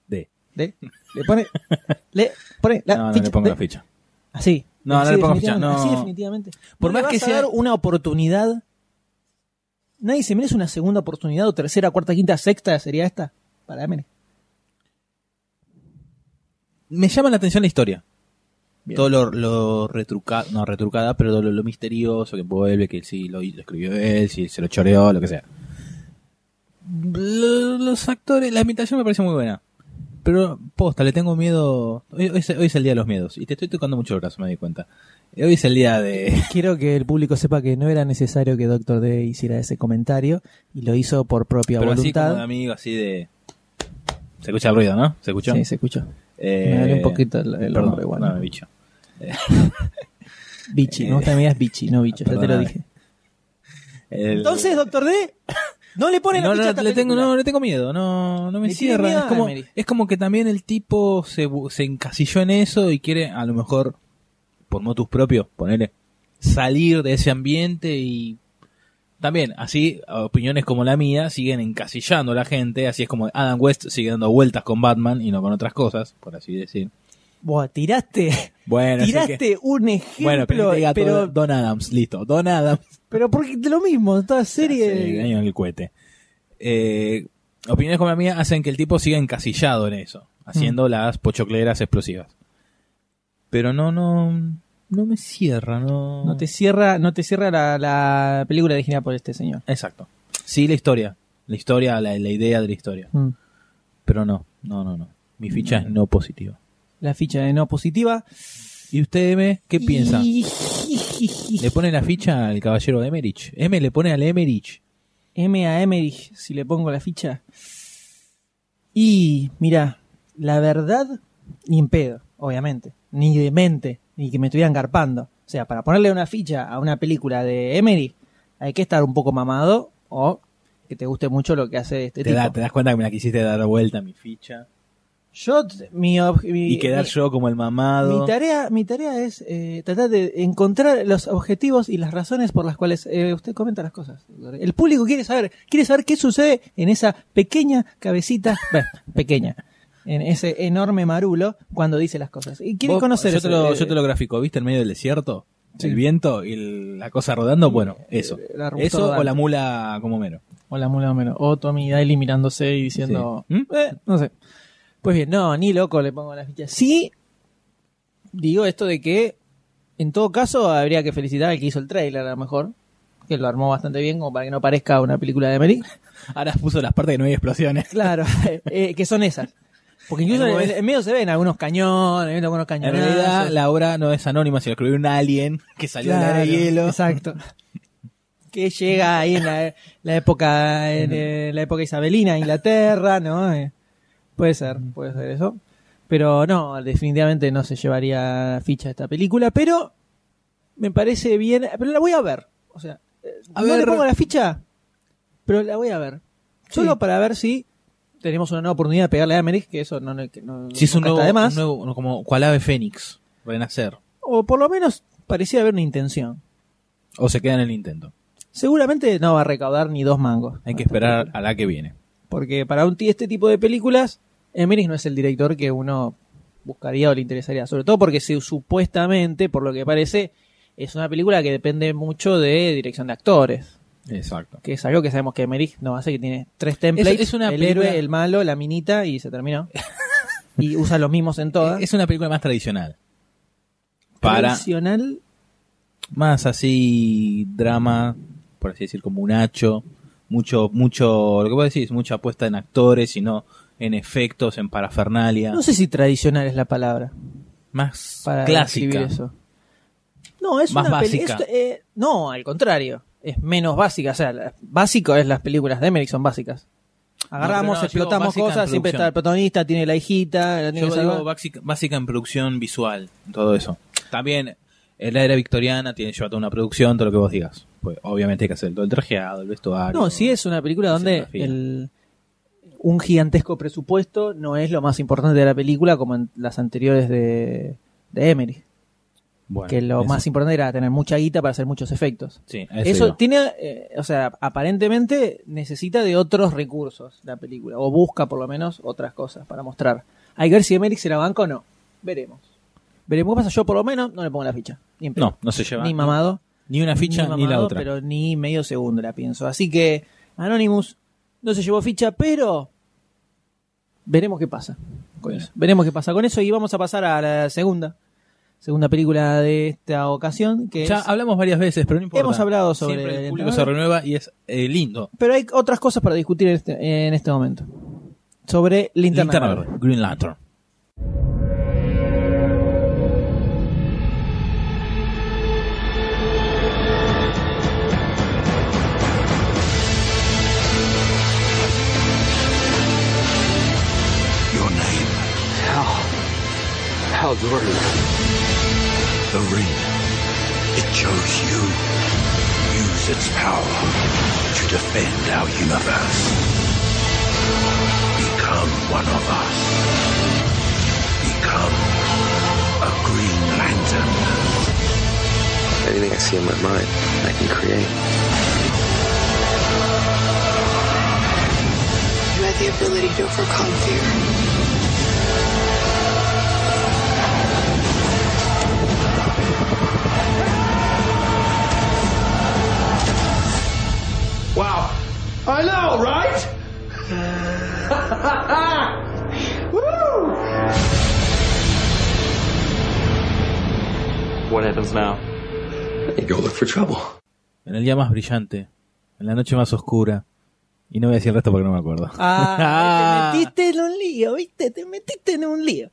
B: De.
A: ¿De? le pone le pone la
B: no, no
A: ficha
B: le pongo
A: de-
B: la ficha.
A: así
B: No, no
A: Así
B: le pongo ficha,
A: definitivamente,
B: no.
A: así definitivamente
B: Por
A: No
B: más
A: le vas
B: que
A: a
B: sea-
A: dar una oportunidad nadie se merece una segunda oportunidad o tercera cuarta quinta sexta sería esta para Emery
B: Me llama la atención la historia.
A: Bien.
B: Todo lo, lo retrucado, no retrucada, pero todo lo, lo misterioso que vuelve, que sí lo, lo escribió él, si se lo choreó, lo que sea. Lo- Los actores, la ambientación me parece muy buena. Pero, posta, le tengo miedo. Hoy, hoy es, hoy es el día de los miedos. Y te estoy tocando mucho el brazo, me di cuenta. Hoy es el día de.
A: Quiero que el público sepa que no era necesario que Doctor D hiciera ese comentario y lo hizo por propia
B: Pero así como
A: voluntad.
B: de amigo, así de. Se escucha el ruido, ¿no? ¿Se escuchó?
A: Sí, se escuchó.
B: Eh,
A: Me duele un poquito el- el
B: perdón,
A: hombro igual.
B: No, bicho.
A: Bichi, no
B: Eh.
A: te me digas bichi, no bicho, ya te lo
B: Perdóname.
A: dije.
B: El-
A: Entonces, Doctor D, no le pone la
B: no,
A: ficha
B: no,
A: a esta
B: le tengo,
A: película.
B: no, le tengo miedo, no, no me
A: Le tiene
B: cierra.
A: miedo
B: Es
A: a
B: como,
A: Emery.
B: es como que también el tipo se, bu- se encasilló en eso y quiere, a lo mejor, por motus propios, ponele, salir de ese ambiente y también, así, opiniones como la mía siguen encasillando a la gente, así es como Adam West sigue dando vueltas con Batman y no con otras cosas, por así decir.
A: Buah, tiraste,
B: Bueno, así
A: tiraste
B: que-
A: un ejemplo,
B: bueno, pero, que diga todo
A: pero,
B: Don Adams, listo, Don Adams.
A: pero porque lo mismo, toda
B: Sí,
A: serie.
B: daño en el cohete. Eh, opiniones como la mía hacen que el tipo siga encasillado en eso,
A: Mm.
B: haciendo las pochocleras explosivas. Pero no, no, no me cierra, no.
A: No te cierra, no te cierra la, la película dirigida por este señor.
B: Exacto. Sí, la historia, la historia, la, la idea de la historia.
A: Mm.
B: Pero no, no, no, no. Mi ficha es no positiva.
A: La ficha de no positiva.
B: ¿Y usted, M, qué piensa?
A: Y-
B: ¿Le pone la ficha al caballero de Emerich? ¿M le pone al Emerich?
A: M a Emerich, si le pongo la ficha. Y, mira, la verdad, ni en pedo, obviamente. Ni de mente, ni que me estuvieran garpando. O sea, para ponerle una ficha a una película de Emerich, hay que estar un poco mamado o que te guste mucho lo que hace este
B: ¿Te,
A: tipo.
B: da- te das cuenta que me la quisiste dar vuelta mi ficha?
A: Yo, t- mi, ob- mi-
B: Y quedar
A: mi-
B: yo como el mamado.
A: Mi tarea, mi tarea es eh, tratar de encontrar los objetivos y las razones por las cuales eh, usted comenta las cosas. El público quiere saber, quiere saber qué sucede en esa pequeña cabecita, bueno, pequeña, en ese enorme marulo cuando dice las cosas. Y quiere
B: Vos-
A: conocer
B: yo
A: eso,
B: Te lo,
A: eh,
B: yo te lo grafico, ¿viste? En medio del desierto.
A: Sí.
B: el viento y el- la cosa rodando, bueno, eso.
A: eh, La robusta
B: eso o
A: rodante.
B: la mula como mero.
A: O la mula menos. O Tommy Daly mirándose y diciendo.
B: Sí. ¿Mm?
A: "Eh, no sé. Pues bien, no, ni loco le pongo las fichas. Sí, digo esto de que en todo caso habría que felicitar al que hizo el trailer a lo mejor. Que lo armó bastante bien, como para que no parezca una película de Emery.
B: Ahora puso las partes que no hay explosiones.
A: Claro, eh, que son esas. Porque incluso
B: En
A: en,
B: un
A: en medio se ven algunos cañones, algunos
B: En
A: cañones.
B: realidad, la obra no es anónima, sino que escribió un alien que salió del área de hielo.
A: Exacto. Que llega ahí en la, la época en, eh, la época isabelina, Inglaterra, ¿no? Eh, puede ser, puede ser eso. Pero no, definitivamente no se llevaría ficha esta película, pero me parece bien, pero la voy a ver. O sea, eh,
B: A
A: no le
B: ver.
A: pongo la ficha, pero la voy a ver. Solo para ver si tenemos una nueva oportunidad de pegarle a Merix, que eso no, no- que no-
B: Si es un
A: nunca
B: nuevo,
A: está de más.
B: un nuevo- como cual ave fénix, renacer.
A: O por lo menos parecía haber una intención.
B: O se queda en el intento.
A: Seguramente no va a recaudar ni dos mangos.
B: Hay que esperar a la que viene.
A: Porque para un ti- este tipo de películas, Emmerich no es el director que uno buscaría o le interesaría. Sobre todo porque se- supuestamente, por lo que parece, es una película que depende mucho de dirección de actores.
B: Exacto.
A: Que es algo que sabemos que Emmerich no hace, que tiene tres templates.
B: Es- es una
A: el
B: película-
A: héroe, el malo, la minita y se terminó. y usa los mismos en todas.
B: Es una película más tradicional. Para
A: Tradicional,
B: más así drama, por así decir, como un hacho. Mucho, mucho, lo que vos decís, mucha apuesta en actores, sino en efectos, en parafernalia.
A: no sé si tradicional es la palabra.
B: más
A: para
B: clásica.
A: describir eso. No, es
B: Más
A: una peli-
B: básica.
A: es- eh, no, al contrario. Es menos básica. O sea, la- básico es las películas de Emmerich son básicas.
B: No,
A: Agarramos,
B: pero no, digo
A: explotamos
B: básica en
A: cosas, siempre
B: producción.
A: está el protagonista, tiene la hijita, la tiene
B: Yo
A: que salvar.
B: digo básica, básica en producción visual, en todo eso. También en la era victoriana tiene lleva toda una producción, todo lo que vos digas. Pues obviamente hay que hacer todo el trajeado, el vestuario.
A: No, sí es una película donde
B: escenografía.
A: el, un gigantesco presupuesto no es lo más importante de la película como en las anteriores de, de Emmerich.
B: Bueno,
A: que lo
B: eso.
A: más importante era tener mucha guita para hacer muchos efectos.
B: Sí, a eso
A: Eso
B: iba.
A: tiene, eh, o sea, aparentemente necesita de otros recursos la película, o busca por lo menos otras cosas para mostrar. Hay que ver si Emmerich se la banca o no. Veremos. Veremos qué pasa. Yo por lo menos no le pongo la ficha. Ni, en pedo.
B: No, no se lleva.
A: Ni mamado.
B: Ni una ficha ni,
A: mamado,
B: la otra.
A: Pero ni medio segundo la pienso. Así que Anonymous no se llevó ficha, pero veremos qué pasa con
B: Bien.
A: eso. Veremos qué pasa con eso y vamos a pasar a la segunda. Segunda película de esta ocasión, que
B: Ya
A: es-
B: hablamos varias veces, pero no importa.
A: Hemos hablado sobre
B: Siempre el
A: el
B: público se
A: entrenador.
B: renueva y es eh, lindo.
A: Pero hay otras cosas para discutir en este, en este momento. Sobre Linterna,
B: Linterna
A: Verde.
B: Verde, Green Lantern.
D: Your name. Hal. Hal Jordan. The ring. It chose you. Use its power to defend our universe. Become one of us. Become a Green Lantern.
F: Anything I see in my mind, I can create.
G: You had the ability to overcome fear.
D: Wow. I know, right? Woo!
F: What happens now?
D: You go look for trouble.
B: En el día más brillante, en la noche más oscura. Y no voy a decir el resto porque no me acuerdo.
A: Ah, te metiste en un lío, ¿viste? Te metiste en un lío.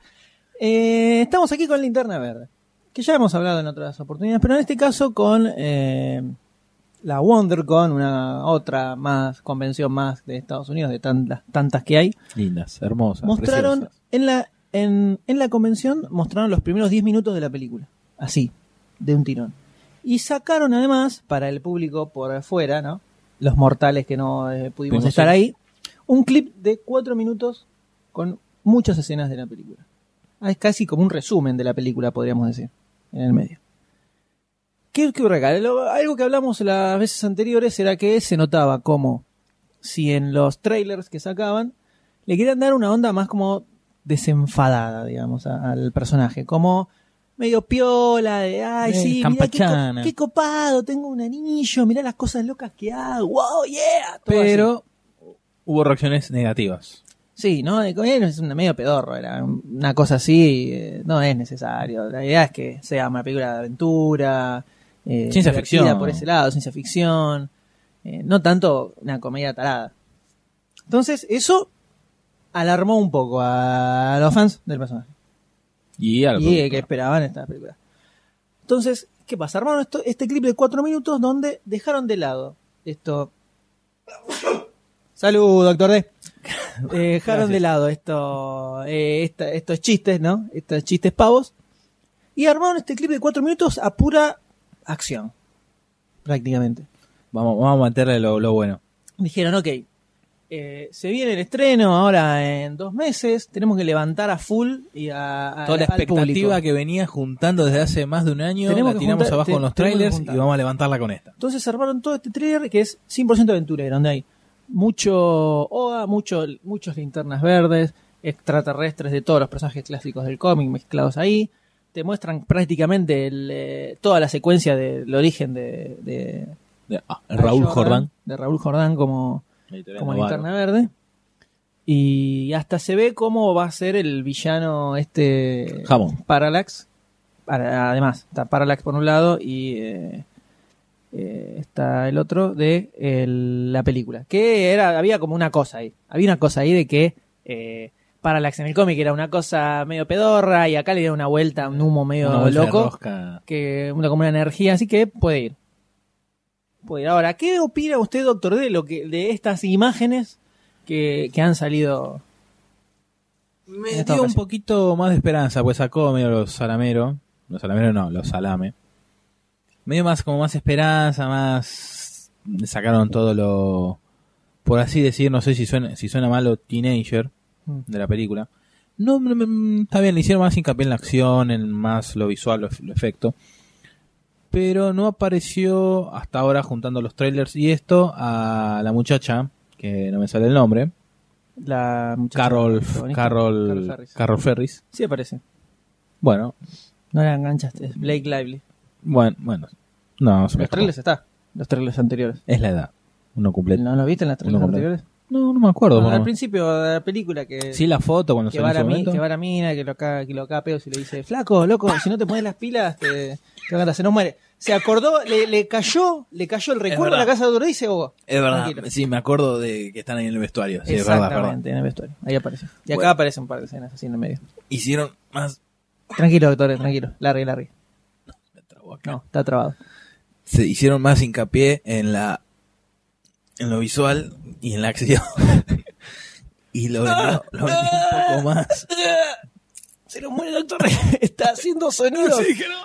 A: Eh, estamos aquí con Linterna Verde, que ya hemos hablado en otras oportunidades, pero en este caso con eh, la WonderCon, una otra más convención más de Estados Unidos, de tantas, tantas que hay.
B: Lindas, hermosas.
A: mostraron
B: preciosas.
A: en la en, en la convención mostraron los primeros 10 minutos de la película así de un tirón y sacaron además para el público por afuera no los mortales que no eh, pudimos
B: Pudimos
A: estar
B: ir.
A: ahí un clip de 4 minutos con muchas escenas de la película Ah, es casi como un resumen de la película podríamos decir en el medio ¿Qué, qué huracán? Lo- algo que hablamos las veces anteriores era que se notaba como si en los trailers que sacaban le querían dar una onda más como desenfadada, digamos, a- al personaje. Como medio piola, de, ay,
B: Eh,
A: sí, mirá qué, co-
B: campachana.
A: qué copado, tengo un anillo, mirá las cosas locas que hago, wow, yeah. todo así.
B: Pero hubo reacciones negativas.
A: Sí, ¿no? De comer es un medio pedorro, era una cosa así, eh, no es necesario. La idea es que sea una película de aventura, eh,
B: Ciencia
A: divertida
B: ficción.
A: por ese lado, ciencia ficción, eh, no tanto una comedia tarada. Entonces, eso alarmó un poco a los fans del personaje
B: Y algo.
A: y eh, que esperaban estas películas. Entonces, ¿qué pasa? Armaron esto- este clip de cuatro minutos donde dejaron de lado esto. Salud, doctor D. Eh, dejaron de lado esto, eh, esta- estos chistes, ¿no? Estos chistes pavos. Y armaron este clip de cuatro minutos a pura acción. Prácticamente.
B: Vamos, vamos a mantenerle lo, lo bueno.
A: Dijeron, ok, eh, se viene el estreno ahora en dos meses. Tenemos que levantar a full y a, a-
B: Toda la
A: Ah, al público.
B: expectativa que venía juntando desde hace más de un año,
A: Tenemos
B: la
A: que
B: tiramos
A: juntar-
B: abajo
A: te-
B: con los
A: tenemos que
B: trailers y
A: juntar.
B: vamos a levantarla con esta.
A: Entonces armaron todo este trailer que es 100% aventura, donde hay mucho OA, mucho, muchos linternas verdes, extraterrestres de todos los personajes clásicos del cómic mezclados ahí. Te muestran prácticamente el, eh, toda la secuencia del origen de, de
B: Ah, Raúl Jordán.
A: De Raúl Jordán como, como linterna verde. Y hasta se ve cómo va a ser el villano este...
B: Jamón.
A: Parallax. Para- además, está Parallax por un lado y eh, eh, está el otro de el- la película. Que era, había como una cosa ahí. Había una cosa ahí de que eh, Parallax en el cómic era una cosa medio pedorra y acá le dieron una vuelta, un humo medio
B: Una bolsa de
A: loco
B: rosca.
A: que una, como una energía, así que puede ir. Puede ir. Ahora, ¿qué opina usted, doctor, de lo que de estas imágenes que, que han salido? En
B: Me
A: esta
B: dio un
A: ocasión.
B: poquito más de esperanza, pues sacó medio los salameros. Los salameros no, los salame. Me dio más, como más esperanza, más. le Sacaron todo lo. Por así decir, no sé si suena, si suena malo, teenager
A: Mm.
B: de la película. No, no, no, no, está bien, le hicieron más hincapié en la acción, en más lo visual, lo, lo efecto. Pero no apareció hasta ahora juntando los trailers y esto a la muchacha, que no me sale el nombre,
A: La muchacha
B: Carol, Carol,
A: protagonista. Carol Ferris.
B: Carol Ferris.
A: Sí aparece.
B: Bueno,
A: No la enganchaste, es Blake Lively.
B: bueno, bueno. No, se me
A: Los
B: escapó.
A: trailers está, los trailers anteriores.
B: es la edad. Uno cumple.
A: ¿No lo viste en los trailers
B: Uno completo.
A: anteriores?
B: No, no me acuerdo.
A: No, al
B: bueno.
A: principio de la película que,
B: sí, la foto cuando
A: que,
B: salió
A: va
B: en
A: la
B: su
A: mi-
B: momento.
A: que va la mina, que lo caga, que lo caga a pedos y le dice, flaco, loco, si no te pones las pilas, te, te van a se nos muere. Se acordó, le, le cayó, le cayó el recuerdo a la
B: verdad.
A: casa de Duro y "Oh". se ahogó.
B: Es verdad,
A: Tranquilo.
B: sí, me acuerdo de que están ahí en el vestuario. Sí, es verdad,
A: Exactamente,
B: perdón.
A: en el vestuario. Ahí aparece. Y acá
B: Bueno.
A: aparece un par de escenas así en el medio.
B: Hicieron más.
A: Tranquilo, doctores, tranquilo. Largue, largue.
B: me trabo acá.
A: No, está trabado.
B: Se hicieron más hincapié en la. en lo visual y en la acción. y lo vendió, lo vendió un poco más.
A: Se nos muere el doctor. Está haciendo sonidos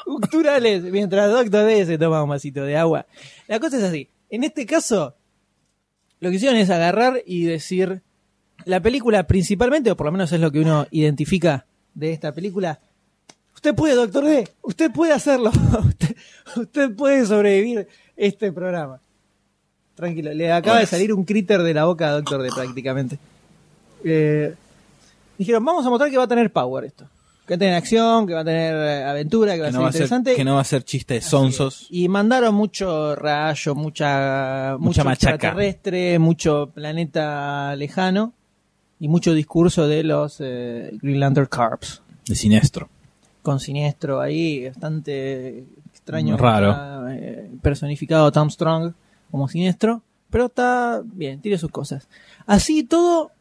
A: culturales mientras Doctor D se toma un vasito de agua. La cosa es así. En este caso, lo que hicieron es agarrar y decir, la película principalmente, o por lo menos es lo que uno identifica de esta película, usted puede, Doctor D, usted puede hacerlo, usted, usted puede sobrevivir este programa. Tranquilo, le acaba de salir un críter de la boca a Doctor D prácticamente. Eh, dijeron, vamos a mostrar que va a tener power esto. Que va a tener acción, que va a tener eh, aventura, que va
B: Que
A: a
B: no
A: ser
B: va a ser,
A: interesante.
B: que no va a ser chistes sonsos.
A: Y mandaron mucho rayo, mucha, mucho
B: machaca.
A: extraterrestre, mucho planeta lejano y mucho discurso de los eh, Green Lantern Corps.
B: De siniestro.
A: Con siniestro ahí, bastante extraño.
B: Mm, Raro.
A: Está, eh, personificado Tom Strong como siniestro. Pero está bien, tiene sus cosas. Así y todo,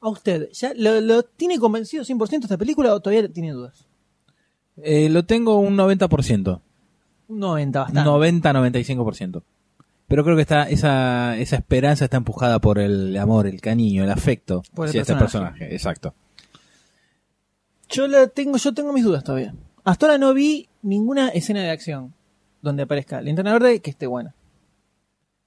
A: a usted, ¿ya lo, lo tiene convencido 100% esta película o todavía tiene dudas?
B: Eh, lo tengo un 90%.
A: Un 90 bastante.
B: 90-95%. Pero creo que está esa, esa esperanza está empujada por el amor, el cariño, el afecto
A: Por el
B: hacia este
A: personaje.
B: personaje. Exacto.
A: Yo la tengo, yo tengo mis dudas todavía. Hasta ahora no vi ninguna escena de acción donde aparezca linterna verde que esté buena.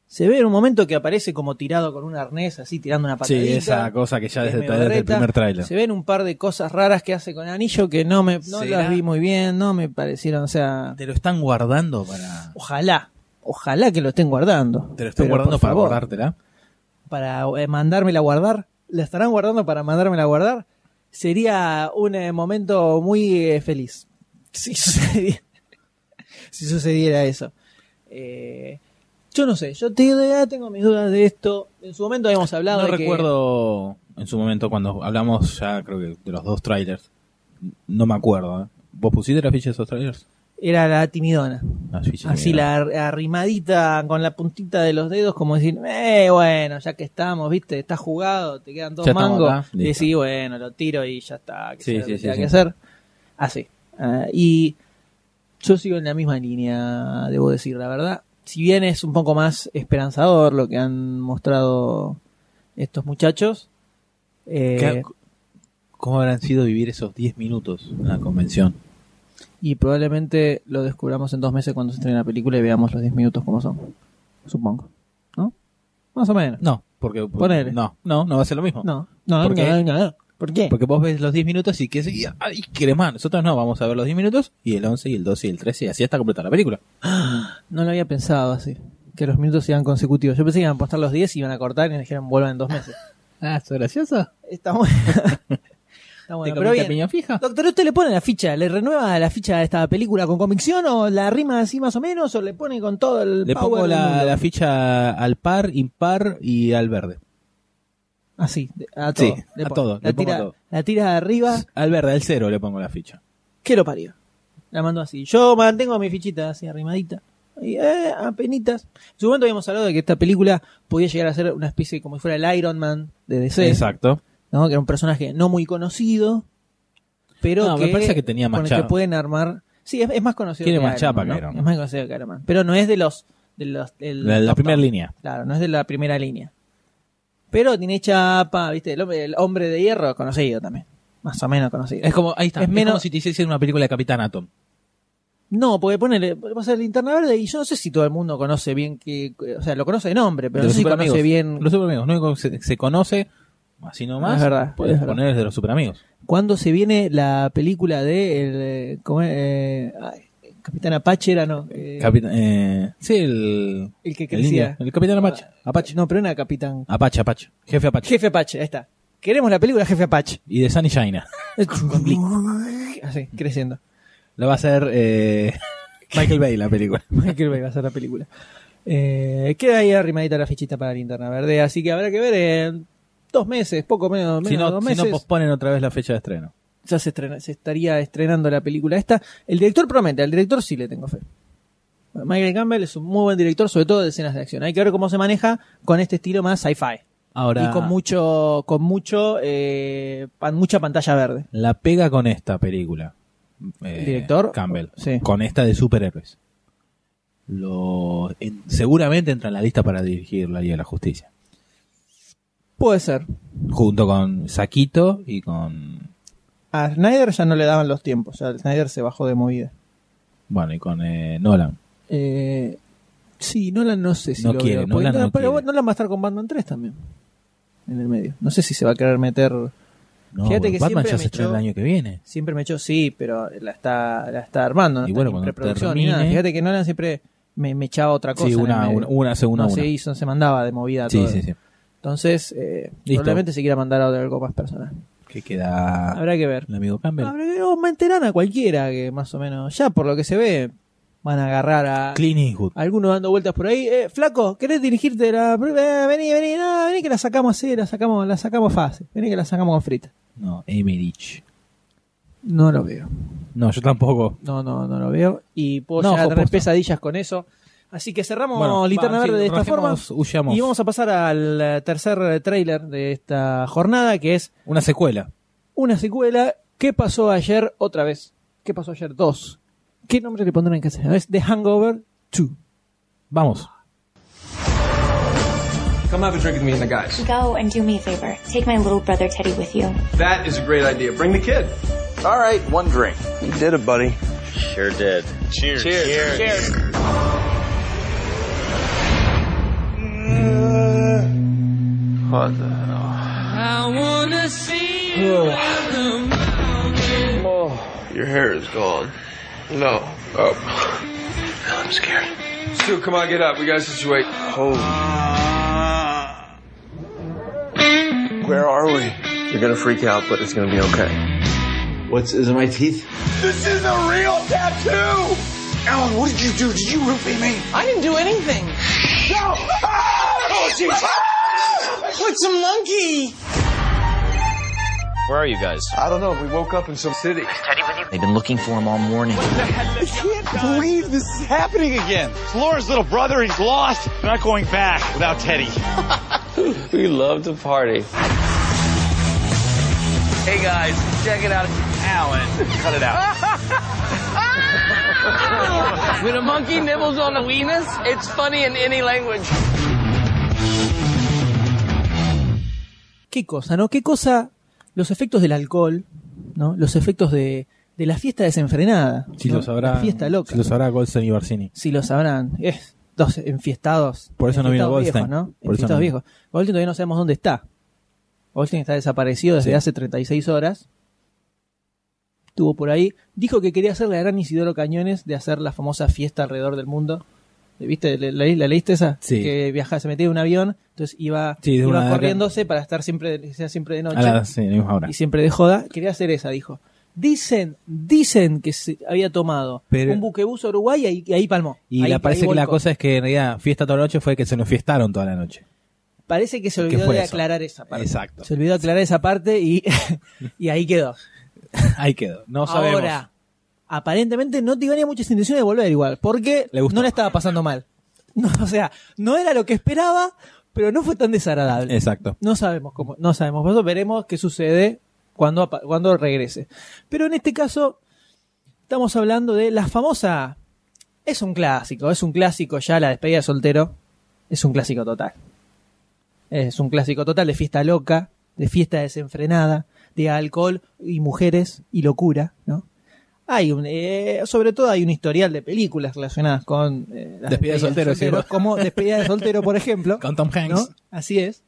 A: Se ve en un momento que aparece como tirado con un arnés, así tirando una patadita.
B: Sí, esa cosa que ya
A: que es
B: desde el
A: medio
B: trailer, del
A: berreta.
B: primer tráiler.
A: Se ven un par de cosas raras que hace con anillo que no me no
B: ¿Será?
A: las vi muy bien, no me parecieron, o sea,
B: Te lo están guardando para.
A: ojalá, ojalá que lo estén guardando.
B: Te lo están
A: Pero,
B: guardando
A: por
B: para
A: favor,
B: guardártela.
A: para eh, mandármela a guardar? ¿La estarán guardando para mandármela a guardar? Sería un eh, momento muy eh, feliz. si sucediera, si sucediera eso. Eh, yo no sé, yo te digo, ah, tengo mis dudas de esto. En su momento habíamos hablado
B: No
A: de que-
B: recuerdo en su momento cuando hablamos ya creo que de los dos trailers. No me acuerdo. ¿eh? ¿Vos pusiste las fichas de esos trailers?
A: era la timidona.
B: Las fichas
A: Así
B: mira.
A: Ah, la ar- arrimadita con la puntita de los dedos, como decir, eh, bueno, ya que estamos, viste, está jugado, te quedan dos
B: Ya estamos
A: mangos.
B: acá,
A: Y
B: listo.
A: sí, bueno, lo tiro y ya está, que
B: Sí,
A: sea lo
B: sí,
A: que
B: sí,
A: tenga
B: sí.
A: que hacer. Así. Ah, y yo sigo en la misma línea, debo decir la verdad. Si bien es un poco más esperanzador lo que han mostrado estos muchachos, eh,
B: ¿Qué- ¿Cómo habrán sido vivir esos 10 minutos en la convención?
A: y probablemente lo descubramos en dos meses cuando se estrene la película y veamos los 10 minutos como son. Supongo. ¿No? Más o menos.
B: No, porque
A: Ponele.
B: no, no, no va a ser lo mismo.
A: No, no,
B: ¿Por
A: no,
B: qué?
A: no, no. ¿Por qué?
B: Porque vos ves los 10 minutos y que y- ay, querés más. Nosotros no, vamos a ver los 10 minutos y el 11 y el 12 y el 13 y así hasta completar la película.
A: No lo había pensado así. Que los minutos iban consecutivos. Yo pensé que iban a apostar los 10 y iban a cortar y me dijeron vuelvan en dos meses.
B: Ah, ¿eso es gracioso?
A: Está bueno. Está bueno, pero bien.
B: piña fija?
A: Doctor, ¿usted le pone la ficha? ¿Le renueva la ficha de esta película con convicción o la rima así más o menos o le pone con todo el
B: Le
A: power
B: pongo
A: del
B: la,
A: mundo?
B: la ficha al par, impar y al verde.
A: Así, Ah, de- a todo.
B: Sí,
A: Le
B: a
A: pone.
B: todo,
A: La
B: le pongo
A: tira,
B: todo.
A: la tira de arriba.
B: Al verde, al cero le pongo la ficha.
A: que lo parió. La mandó así. Yo mantengo mi fichita así arrimadita. Y, eh, apenitas. En su momento habíamos hablado de que esta película podía llegar a ser una especie como si fuera el Iron Man de DC.
B: Exacto.
A: ¿no? Que era un personaje no muy conocido, pero
B: No,
A: que,
B: me parece que tenía más
A: con el
B: chapa.
A: que pueden armar. Sí, es, es más conocido
B: Tiene más
A: Iron
B: chapa
A: Man, ¿no?
B: que Iron Man.
A: Es más conocido que Iron Man. Pero no es de los. De los del
B: La, la
A: top,
B: primera
A: top.
B: línea.
A: Claro, no es de la primera línea. Pero tiene chapa, ¿viste? El hombre, el hombre de hierro conocido también. Más o menos conocido.
B: Es como, ahí está.
A: Es
B: Es,
A: menos-
B: menos si te hiciesen una película de Capitán Atom.
A: No, porque ponele, va a ser linterna verde y yo no sé si todo el mundo conoce bien que, o sea, lo conoce de nombre, pero
B: de
A: no sé si
B: superamigos.
A: conoce bien
B: Los superamigos. No que se, se conoce así nomás.
A: Es verdad,
B: Puedes
A: es verdad.
B: poner desde los superamigos.
A: cuándo se viene la película de el, eh, ¿cómo es? Eh, ay, Capitán Apache era no, Eh,
B: Capitán, eh, sí, el,
A: el que
B: el,
A: crecía. Ah,
B: indio, el Capitán Apache. Apache.
A: No, pero no era Capitán.
B: Apache, Apache. Jefe Apache.
A: Jefe Apache, ahí está. Queremos la película Jefe Apache.
B: Y de Sunny China.
A: Así, creciendo.
B: La va a hacer eh, Michael Bay la película.
A: Michael Bay va a ser la película. Eh, queda ahí arrimadita la fichita para Linterna Verde, así que habrá que ver en dos meses, poco menos, menos
B: si,
A: de
B: no,
A: dos
B: si
A: meses.
B: no posponen otra vez la fecha de estreno.
A: ya se, estrena- se estaría estrenando la película esta. El director promete, al director sí le tengo fe. Michael Campbell es un muy buen director, sobre todo de escenas de acción. Hay que ver cómo se maneja con este estilo más sci-fi.
B: Ahora,
A: Y con mucho, con mucho, eh, pan- mucha pantalla verde.
B: la pega con esta película. eh,
A: ¿Director?
B: Campbell.
A: Sí.
B: Con esta de superhéroes. Lo, en- seguramente entra en la lista para dirigir la Liga de la Justicia.
A: Puede ser.
B: Junto con Saquito y con.
A: A Snyder ya no le daban los tiempos, ya Snyder se bajó de movida.
B: Bueno, y con eh, Nolan.
A: Eh, sí, Nolan no sé si
B: No
A: lo
B: quiere,
A: veo, porque
B: Nolan
A: no-
B: no
A: pero
B: quiere.
A: Nolan va a estar con Batman 3 también. En el medio. No sé si se va a querer meter
B: No,
A: Fíjate que
B: Batman
A: siempre
B: ya
A: me
B: se estrena el
A: echó-
B: año que viene.
A: Siempre me echó, sí, pero la está, la está armando, no
B: Y
A: está ni
B: bueno,
A: en
B: cuando
A: preproducción ni
B: termine-
A: nada. Fíjate que Nolan siempre me, me echaba otra cosa.
B: Sí,
A: en el
B: una,
A: medio.
B: una, una segunda.
A: no
B: una.
A: se hizo, se mandaba de movida
B: sí,
A: todo.
B: sí, sí.
A: Entonces, eh,
B: Listo. Ah.
A: probablemente se quiera mandar a algo más personal.
B: Que queda
A: Habrá que ver.
B: el amigo Campbell.
A: Habrá que ver, o meterán a cualquiera que más o menos, ya por lo que se ve, van a agarrar a
B: Clint Eastwood.
A: a alguno dando vueltas por ahí. Eh, flaco, ¿querés dirigirte la... eh, vení, vení, no, vení que la sacamos así, la sacamos, la sacamos fácil. Vení que la sacamos con frita.
B: No, Emerich.
A: No lo veo.
B: No, yo tampoco.
A: No, no, no lo veo. Y puedo
B: No,
A: llegar a
B: ojo,
A: tener
B: posta.
A: pesadillas con eso. Así que cerramos Linterna
B: va,
A: Verde
B: sí,
A: de esta forma.
B: rajemos, huyamos.
A: Y vamos a pasar al eh, tercer eh, tráiler de esta jornada, que es
B: Una secuela.
A: una secuela. ¿Qué pasó ayer otra vez? ¿Qué pasó ayer dos? ¿Qué nombre le pondrán en castellano? Es The Hangover 2.
B: Vamos.
H: Come have a drink with me and the guys.
I: Go and do me a favor. Take my little brother Teddy with you.
H: That is a great idea. Bring the kid.
F: All right, one drink. You did it, buddy.
J: Sure did. Cheers. Cheers.
F: What the hell? I wanna see Oh, your hair is gone. No. Oh. I'm scared.
H: Stu, come on, get up. We gotta situate.
F: Holy. Where are we? You're gonna freak out, but it's gonna be okay.
K: What's is it? My teeth?
F: This is a real tattoo! Alan, what did you do? Did you roofie me? I didn't do anything. No! Oh, jeez! What's a monkey?
J: Where are you guys?
H: I don't know. We woke up in some city.
J: They've been looking for him all morning.
F: I can't believe this is happening again. It's Laura's little brother. He's lost. Not going back without Teddy.
L: we love to party.
F: Hey guys, check it out. Alan, cut it out.
L: When a monkey nibbles on a weenus, it's funny in any language.
A: qué cosa, ¿no? Qué cosa los efectos del alcohol, ¿no? Los efectos de, de la fiesta desenfrenada.
B: Si
A: ¿no?
B: lo sabrá.
A: La fiesta loca.
B: Si lo sabrá Goldstein y Barcini.
A: Si lo sabrán. Es dos enfiestados.
B: Por eso no vino
A: enfiestados
B: Goldstein.
A: Viejos, ¿no?
B: Por eso
A: Enfiestados
B: no vino.
A: viejos. Goldstein todavía no sabemos dónde está. Goldstein está desaparecido desde
B: Sí.
A: hace 36 horas. Estuvo por ahí. Dijo que quería hacer la gran Isidoro Cañones de hacer la famosa fiesta alrededor del mundo. ¿Viste? ¿La, la- la leíste esa?
B: Sí.
A: Que viajaba, se metía en un avión, entonces iba,
B: Sí, de
A: iba
B: una de acá.
A: corriéndose para estar siempre, de- sea siempre de noche
B: A la, sí, a la misma hora.
A: y siempre de joda, quería hacer esa, dijo. Dicen, dicen que se había tomado
B: Pero-
A: un buquebús a Uruguay y, ahí- y ahí palmó.
B: Y
A: Ahí-
B: la-
A: ahí
B: parece que la
A: volcó.
B: cosa es que en realidad fiesta toda la noche fue que se nos fiestaron toda la noche.
A: Parece que se
B: que
A: olvidó
B: fue
A: de
B: eso.
A: aclarar esa parte.
B: Exacto.
A: Se olvidó aclarar esa parte y, y ahí quedó.
B: Ahí quedó. No sabemos.
A: Ahora, aparentemente no tenía muchas intenciones de volver igual, porque
B: Le gustó.
A: no la estaba pasando mal. No, o sea, no era lo que esperaba, pero no fue tan desagradable.
B: Exacto.
A: No sabemos cómo, no sabemos. Por eso veremos qué sucede cuando, apa- cuando regrese. Pero en este caso, estamos hablando de la famosa. Es un clásico, es un clásico ya la despedida de soltero. Es un clásico total. Es un clásico total de fiesta loca, de fiesta desenfrenada, de alcohol y mujeres y locura, ¿no? Hay un, eh, sobre todo hay un historial de películas relacionadas con eh, las
B: Despedida de
A: despedidas
B: soltero, sí, vos.
A: como Despedida de soltero, por ejemplo.
B: Con Tom Hanks.
A: ¿no? Así es.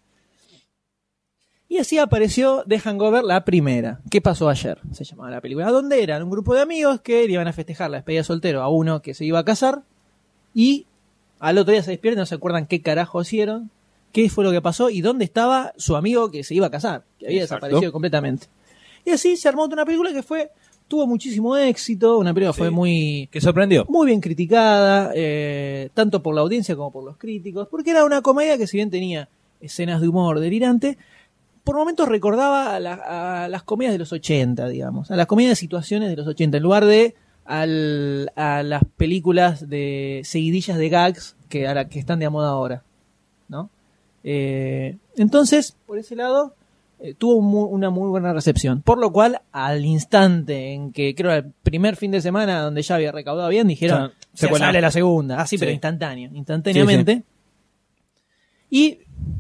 A: Y así apareció The Hangover, la primera. ¿Qué pasó ayer? Se llamaba la película. Donde eran un grupo de amigos que le iban a festejar la despedida de soltero a uno que se iba a casar. Y al otro día se despiertan, no se acuerdan qué carajo hicieron, qué fue lo que pasó y dónde estaba su amigo que se iba a casar, que había
B: Exacto.
A: desaparecido completamente. Y así se armó una película que fue tuvo muchísimo éxito, una película que fue muy
B: Que sorprendió.
A: muy bien criticada, eh, tanto por la audiencia como por los críticos, porque era una comedia que si bien tenía escenas de humor delirante, por momentos recordaba a, la- a las comedias de los 80, digamos, a las comedias de situaciones de los 80, en lugar de al- a las películas de seguidillas de gags que, a la- que están de moda ahora. ¿no? Eh, entonces, por ese lado, eh, tuvo un mu- una muy buena recepción. Por lo cual, al instante en que creo el primer fin de semana donde ya había recaudado bien, dijeron,
B: Ya,
A: se
B: secuela".
A: sale la segunda. Así,
B: Sí.
A: pero instantáneo, instantáneamente. Y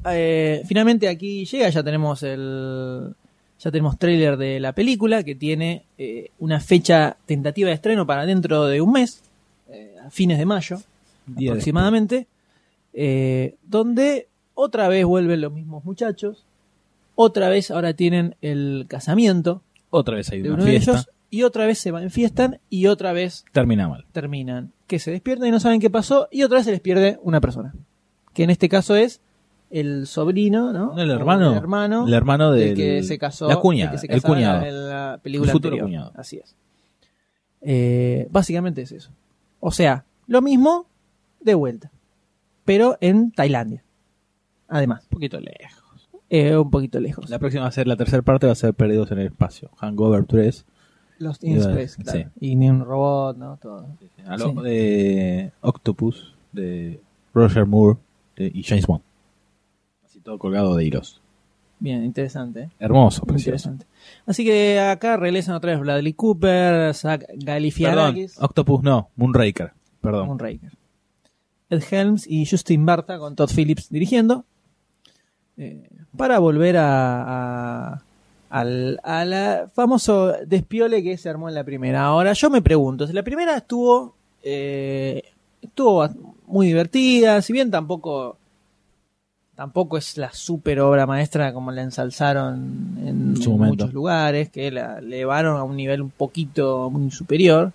A: eh, finalmente aquí llega, ya tenemos el. Ya tenemos trailer de la película que tiene eh, una fecha tentativa de estreno para dentro de un mes, eh, a fines de mayo
B: Día después.
A: aproximadamente, eh, donde otra vez vuelven los mismos muchachos, otra vez ahora tienen el casamiento
B: Otra vez hay
A: de
B: una
A: uno de
B: fiesta.
A: ellos, y otra vez se van- enfiestan y otra vez
B: Termina mal.
A: terminan, que se despiertan y no saben qué pasó, y otra vez se les pierde una persona, que en este caso es el sobrino, ¿no?
B: No, el hermano.
A: O El hermano,
B: El hermano
A: del
B: del,
A: que se casó,
B: La cuñada.
A: del que se
B: el
A: casaba
B: cuñado.
A: en la película
B: El futuro
A: anterior.
B: cuñado.
A: Así es. Eh, básicamente es eso. O sea, lo mismo de vuelta, pero en Tailandia. Además,
B: Un poquito lejos.
A: eh, un poquito lejos.
B: La próxima va a ser la tercera parte, va a ser Perdidos en el Espacio. Hangover 3.
A: Los in Space,
B: Sí.
A: claro. Y ni un robot, ¿no? Todo.
B: A lo
A: Sí.
B: de Octopus, de Roger Moore eh, y James Bond. Así todo colgado de hilos.
A: Bien, interesante. ¿eh?
B: Hermoso, precioso.
A: Interesante. Así que acá regresan otra vez Bradley Cooper, Zach
B: Perdón,
A: Galifianakis,
B: Octopus no, Moonraker. Perdón.
A: Moonraker, Ed Helms y Justin Barta con Todd Phillips dirigiendo eh, para volver a, a- al a la famoso despiole que se armó en la primera. Ahora yo me pregunto, si la primera estuvo eh, estuvo muy divertida, si bien tampoco tampoco es la super obra maestra como la ensalzaron en,
B: En su
A: en
B: momento.
A: muchos lugares, que la elevaron a un nivel un poquito muy superior.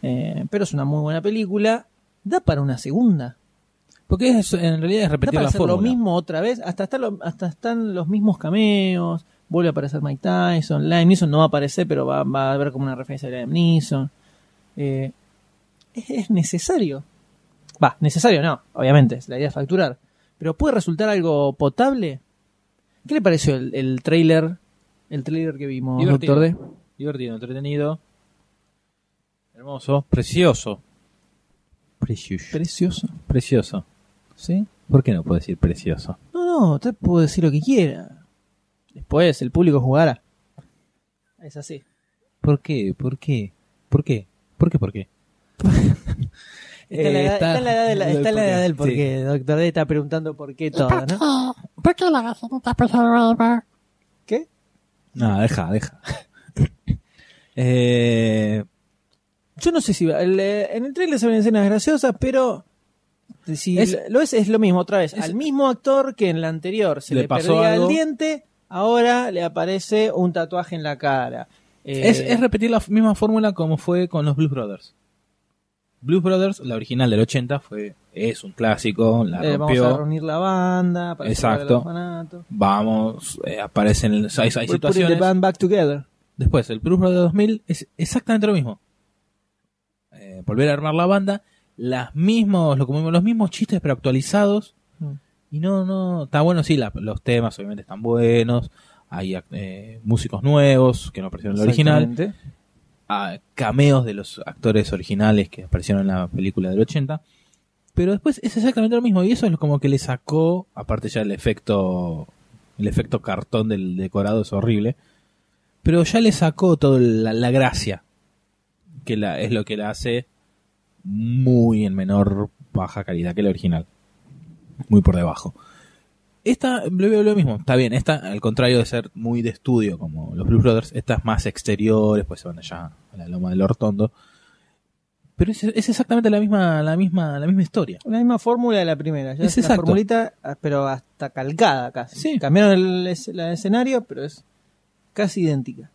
A: Eh, pero es una muy buena película. Da para una segunda.
B: Porque es, en realidad es
A: Da
B: repetir
A: para
B: la
A: hacer lo
B: fórmula.
A: mismo otra vez. Hasta, está lo- hasta están los mismos cameos. Vuelve a aparecer Mike Tyson. Liam Neeson no va a aparecer, pero va, va a haber como una referencia a Liam Neeson. Eh, es, es necesario. Va, necesario no, obviamente, la idea es facturar. Pero puede resultar algo potable. ¿Qué le pareció el, el trailer? El trailer que vimos,
B: Divertido.
A: Doctor D.
B: Divertido, entretenido. Hermoso, precioso. Precioso.
A: Precioso.
B: Precioso.
A: ¿Sí?
B: ¿Por qué no puedo decir precioso?
A: No, no, usted puede decir lo que quiera. Después el público jugará. Es así.
B: ¿Por qué? ¿Por qué? ¿Por qué? ¿Por qué? ¿Por qué?
A: Está en la
B: Eh,
A: edad-
B: está-
A: está en la edad de la- está en la edad del
B: Sí.
A: porqué. Doctor D está preguntando por qué todo, ¿no?
K: ¿Por qué la gasolinita preserva?
B: No, deja, deja. eh,
A: Yo no sé si va- el, eh, en el trailer se ven escenas graciosas, pero si
B: Es-
A: lo- lo es es lo mismo otra vez. Al mismo actor que en la anterior se
B: Le
A: le,
B: pasó
A: perdía el
B: algo.
A: diente, ahora le aparece un tatuaje en la cara. Eh,
B: es, es repetir la f- misma fórmula como fue con los Blues Brothers. Blues Brothers, la original del 80, fue, es un clásico, la
A: eh, vamos
B: rompió.
A: a reunir la banda para
B: Exacto.
A: salvar al orfanato.
B: Vamos, eh, aparecen hay- hay,
A: We're putting
B: situaciones.
A: the band back together.
B: Después, el Blues Brothers 2000 es exactamente lo mismo. Eh, volver a armar la banda, las mismos, lo- como los mismos chistes pero actualizados.
A: Mm.
B: Y no, no, está bueno, sí, la- los temas obviamente están buenos. Hay ac- eh, músicos nuevos que no aparecieron en el original.
A: Exactamente.
B: a cameos de los actores originales que aparecieron en la película del 80. Pero después es exactamente lo mismo. Y eso es lo- como que le sacó, aparte ya el efecto, el efecto cartón del decorado es horrible. Pero ya le sacó toda la, la gracia. Que la, es lo que la hace muy en menor baja calidad que el original. Muy por debajo. Esta le veo lo mismo. Está bien, esta, al contrario de ser muy de estudio como los Blues Brothers, esta es más exteriores, pues se van allá a la loma del Hortondo. Pero es, es exactamente la misma, la misma, la misma historia.
A: La misma fórmula de la primera. Ya
B: Es
A: es una
B: exacto.
A: formulita, ah, pero hasta calcada casi. Cambiaron el, es- la escenario, pero es casi idéntica.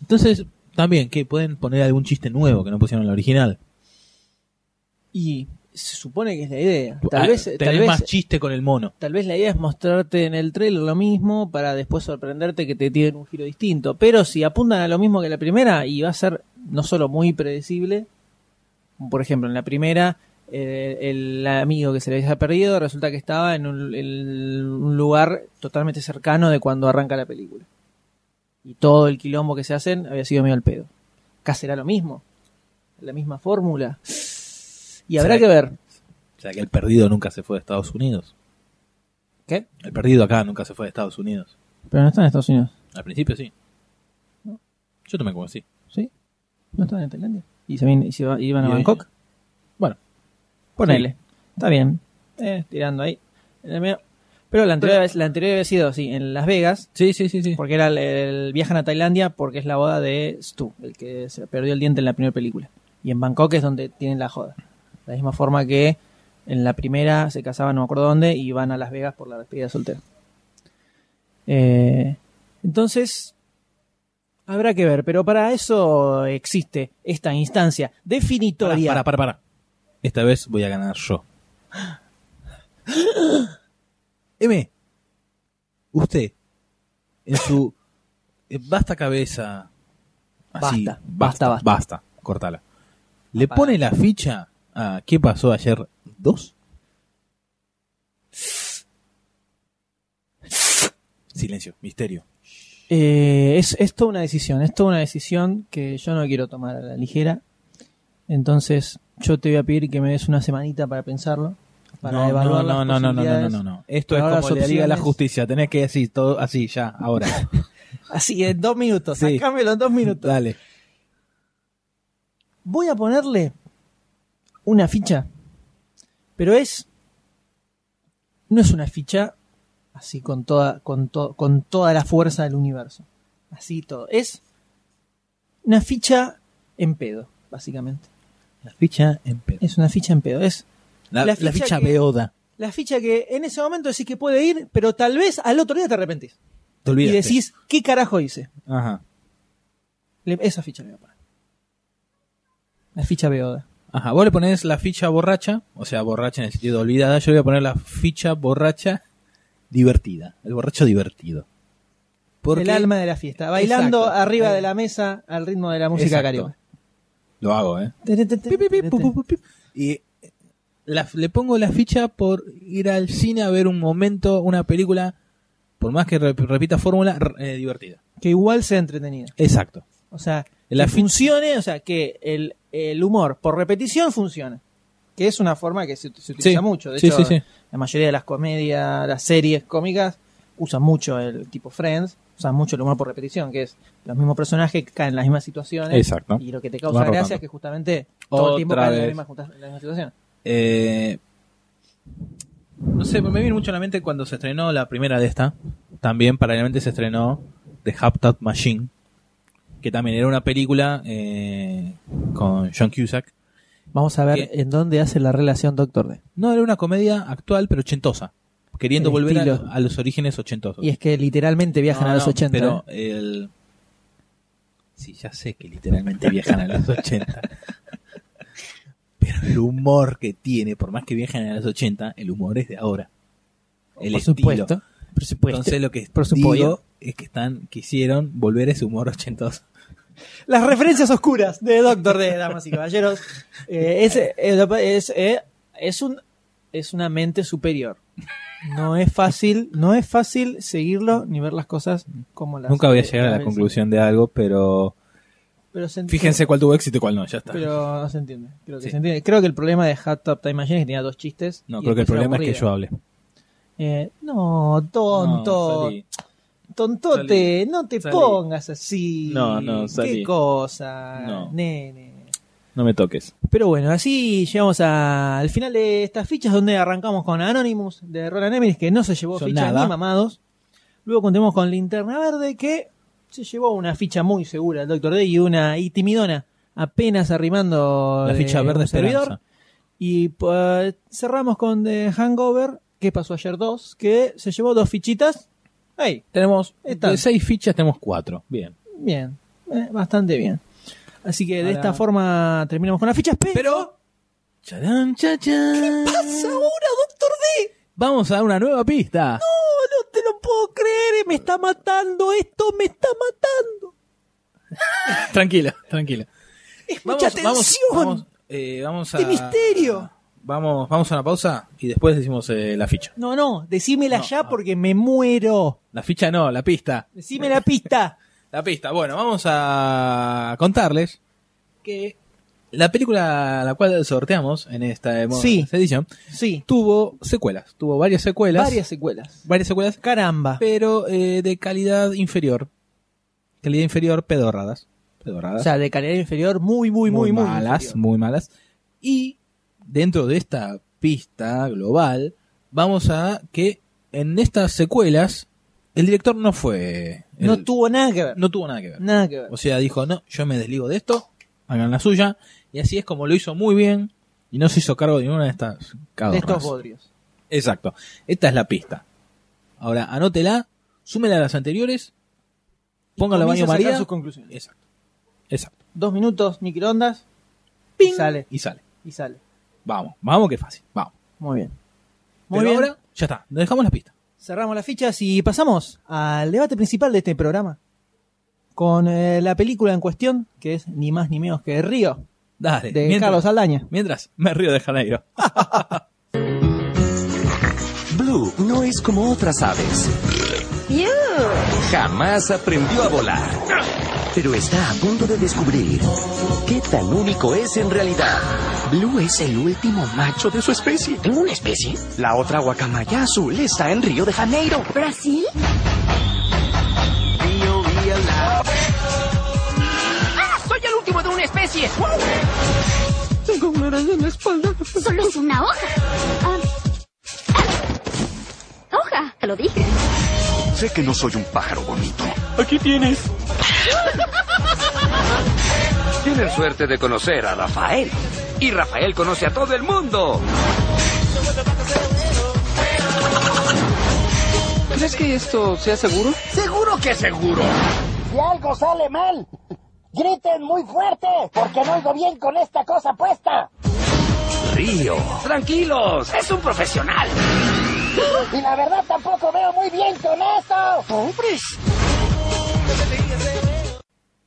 B: Entonces, también que pueden poner algún chiste nuevo que no pusieron en la original.
A: Y se supone que es la idea.
B: Ah,
A: Tal vez,
B: tener
A: tal vez,
B: más chiste con el mono.
A: tal vez la idea es mostrarte en el trailer lo mismo para después sorprenderte que te tienen un giro distinto. Pero si apuntan a lo mismo que la primera, y va a ser no solo muy predecible, por ejemplo, en la primera, eh, el amigo que se le había perdido resulta que estaba en un, el- un lugar totalmente cercano de cuando arranca la película. Y todo el quilombo que se hacen había sido medio al pedo. Acá será lo mismo. La misma fórmula. Y habrá
B: ¿Será
A: que ver.
B: O sea que el perdido nunca se fue de Estados Unidos.
A: ¿Qué?
B: El perdido acá nunca se fue de Estados Unidos.
A: Pero no está en Estados Unidos.
B: Al principio sí. Yo tomé como así.
A: No estaban en Tailandia. ¿Y se, vin- y se va- iban a
B: Y-
A: Bangkok? Bueno, ponele.
B: Sí.
A: Está bien. Eh, tirando ahí. Eh, mira. Pero la anterior, vez- la anterior había sido, sí, en Las Vegas.
B: Sí, sí, sí. sí.
A: Porque era el, el- viajan a Tailandia porque es la boda de Stu, el que se perdió el diente en la primera película. Y en Bangkok es donde tienen la joda. De la misma forma que en la primera se casaban, no me acuerdo dónde, y van a Las Vegas por la despedida soltera. Eh, entonces, habrá que ver, pero para eso existe esta instancia definitoria.
B: Para, para, para. Esta vez voy a ganar yo. M, usted, en su eh, basta cabeza. así,
A: Basta, basta,
B: basta, basta, cortala. ¿Le pone la ficha a qué pasó ayer 2? Silencio, misterio.
A: Eh, es, es toda una decisión, es toda una decisión que yo no quiero tomar a la ligera. Entonces, yo te voy a pedir que me des una semanita para pensarlo, para
B: no,
A: evaluar
B: no,
A: las
B: no, no, no, no, no,
A: posibilidades.
B: no, no. Esto es
A: Evaluar
B: como
A: las
B: la Liga de la
A: opciones.
B: Justicia. Tenés que decir todo así, ya, ahora.
A: Así, en dos minutos,
B: Sí.
A: sacame los dos minutos.
B: Dale.
A: Voy a ponerle una ficha, pero es. No es una ficha así con toda, con to- con toda la fuerza del universo. Así todo. Es una ficha en pedo, básicamente.
B: La ficha en pedo.
A: Es una ficha en pedo. Es
B: La,
A: La
B: la ficha,
A: ficha que-
B: beoda.
A: La ficha que en ese momento decís que puede ir, pero tal vez al otro día te arrepentís.
B: Te olvidaste.
A: Y decís, ¿qué carajo hice?
B: Ajá,
A: Le- esa ficha me voy a poner. La ficha beoda.
B: ajá. Vos le ponés la ficha borracha, o sea, borracha en el sentido de olvidada. Yo le voy a poner la ficha borracha divertida. El borracho divertido. Porque
A: el alma de la fiesta. Bailando
B: Exacto. Eh.
A: arriba de la mesa al ritmo de la música
B: Exacto.
A: carioca.
B: Lo hago, ¿eh? Y eh, la- le pongo la ficha por ir al cine a ver un momento, una película, por más que rep- repita fórmula, r- eh, divertida.
A: Que igual sea entretenida.
B: Exacto.
A: O sea,
B: La
A: que
B: fi-
A: funcione, o sea, que el, el humor por repetición funcione. Que es una forma que se, se utiliza
B: Sí.
A: mucho. De
B: Sí,
A: hecho,
B: sí, sí.
A: la mayoría de las comedias, las series cómicas, usan mucho el tipo Friends, usan mucho el humor por repetición, que es los mismos personajes que caen en las mismas situaciones.
B: Exacto.
A: Y lo que te
B: Van
A: causa
B: rotando.
A: gracia es que justamente todo el tiempo
B: Otra
A: caen en la
B: vez.
A: misma, justa- en la misma situación.
B: Eh, no sé, me viene mucho a la mente cuando se estrenó la primera de esta. También paralelamente se estrenó The Haptap Machine, que también era una película eh, con John Cusack.
A: Vamos a ver en dónde hace la relación Doctor D.
B: No, era una comedia actual pero ochentosa, queriendo
A: El
B: volver a,
A: estilo.
B: a los orígenes ochentosos.
A: Y es que literalmente viajan
B: No,
A: a los
B: no,
A: 80.
B: Pero
A: ¿eh?
B: el... Sí, ya sé que literalmente viajan a los 80. Pero el humor que tiene, por más que viajen a los 80, el humor es de ahora. El
A: por
B: estilo.
A: supuesto. Por supuesto.
B: Entonces lo que
A: Por supuesto.
B: digo es que están quisieron volver a ese humor ochentoso.
A: Las referencias oscuras de Doctor D, damas y caballeros. Eh, es, eh, es, eh, es un, es una mente superior. No es fácil, no es fácil seguirlo ni ver las cosas como las
B: Nunca voy a
A: eh,
B: llegar a la
A: ves.
B: conclusión de algo, pero
A: Pero se ent-
B: fíjense cuál tuvo éxito y cuál no, ya está.
A: Pero no se entiende. Creo que
B: Sí.
A: se entiende. Creo que el problema de Hot Top Time Machine es que tenía dos chistes.
B: no,
A: y
B: creo que el
A: después era
B: problema es que yo
A: aburrida.
B: hable.
A: Eh, no, tonto.
B: No, salí.
A: Tontote, no te
B: salí.
A: pongas así.
B: No, no,
A: Qué
B: salí.
A: cosa,
B: No.
A: nene.
B: no me toques.
A: Pero bueno, así llegamos a- al final de estas fichas donde arrancamos con Anonymous de Roland Emmerich, que no se llevó
B: Yo
A: fichas
B: nada.
A: ni mamados. Luego contemos con Linterna Verde, que se llevó una ficha muy segura el Doctor D y una y timidona, apenas arrimando
B: La
A: de
B: ficha
A: un
B: verde
A: servidor.
B: esperanza.
A: Y pues, cerramos con The Hangover, que pasó ayer dos, que se llevó dos fichitas. Ahí,
B: Tenemos
A: Está.
B: de seis fichas, tenemos cuatro. Bien.
A: bien, eh, bastante bien. Así que de
B: Ahora-
A: esta forma terminamos con las fichas, pero...
B: Pero. Charán, chachán.
A: pasa ahora, Doctor D?
B: Vamos a una nueva pista.
A: No, no te lo puedo creer, eh, me está matando esto, me está matando.
B: Tranquila, tranquila.
A: Es mucha tensión,
B: Vamos, eh, vamos a.
A: qué misterio.
B: Vamos, vamos a una pausa y después decimos eh, la ficha.
A: No, no, decímela
B: No,
A: ya
B: no.
A: porque me muero.
B: La ficha no, la pista.
A: Decime la pista.
B: La pista. Bueno, vamos a contarles que la película a la cual sorteamos en esta hermosa
A: Sí.
B: edición
A: Sí,
B: tuvo secuelas. Tuvo varias secuelas.
A: varias secuelas.
B: varias secuelas.
A: Caramba.
B: pero eh, de calidad inferior. Calidad inferior, pedorradas.
A: O
B: Pedorradas.
A: sea, de calidad inferior muy, muy, muy, muy.
B: malas,
A: inferior.
B: muy malas. Y dentro de esta pista global, vamos a que en estas secuelas, el director no fue.
A: No
B: el-
A: tuvo nada que ver.
B: no tuvo nada que ver.
A: Nada que ver.
B: O sea, dijo, no, yo me desligo de esto, hagan la suya. Y así es como lo hizo muy bien. Y no se hizo cargo de ninguna de estas
A: de estos
B: cadorras.
A: bodrios.
B: Exacto. Esta es la pista. Ahora, anótela, súmela a las anteriores, póngala a
A: Comienza
B: baño
A: a sacar
B: María.
A: sus conclusiones.
B: Exacto. Exacto.
A: Dos minutos, microondas.
B: ¡Ping!
A: Y sale,
B: Y sale.
A: y sale.
B: Vamos, vamos que fácil. Vamos.
A: Muy bien. Muy
B: Pero
A: bien.
B: ahora ya está, nos dejamos la pista.
A: Cerramos las fichas y pasamos al debate principal de este programa. Con eh, la película en cuestión, que es ni más ni menos que Río,
B: Dale.
A: de Carlos Aldaña.
B: mientras, me río de Janeiro.
D: Blue no es como otras aves. Jamás aprendió a volar. Pero está a punto de descubrir qué tan único es en realidad. Blue es el último macho de su especie. ¿Ninguna especie? La otra guacamaya azul está en Río de Janeiro.
G: Brasil?
L: ¡Ah! ¡Soy el último de una especie!
K: Solo es una hoja. Ah. Ah. Hoja, te lo dije.
D: Sé que no soy un pájaro bonito.
F: Aquí tienes.
D: Tienen suerte de conocer a Rafael. Y Rafael conoce a todo el mundo.
L: ¿Crees que esto sea seguro?
D: Seguro que seguro.
K: Si algo sale mal, griten muy fuerte, porque no oigo bien con esta cosa puesta.
D: Río. Tranquilos, es un profesional.
K: Y la verdad tampoco veo muy bien con eso.
D: Pobres.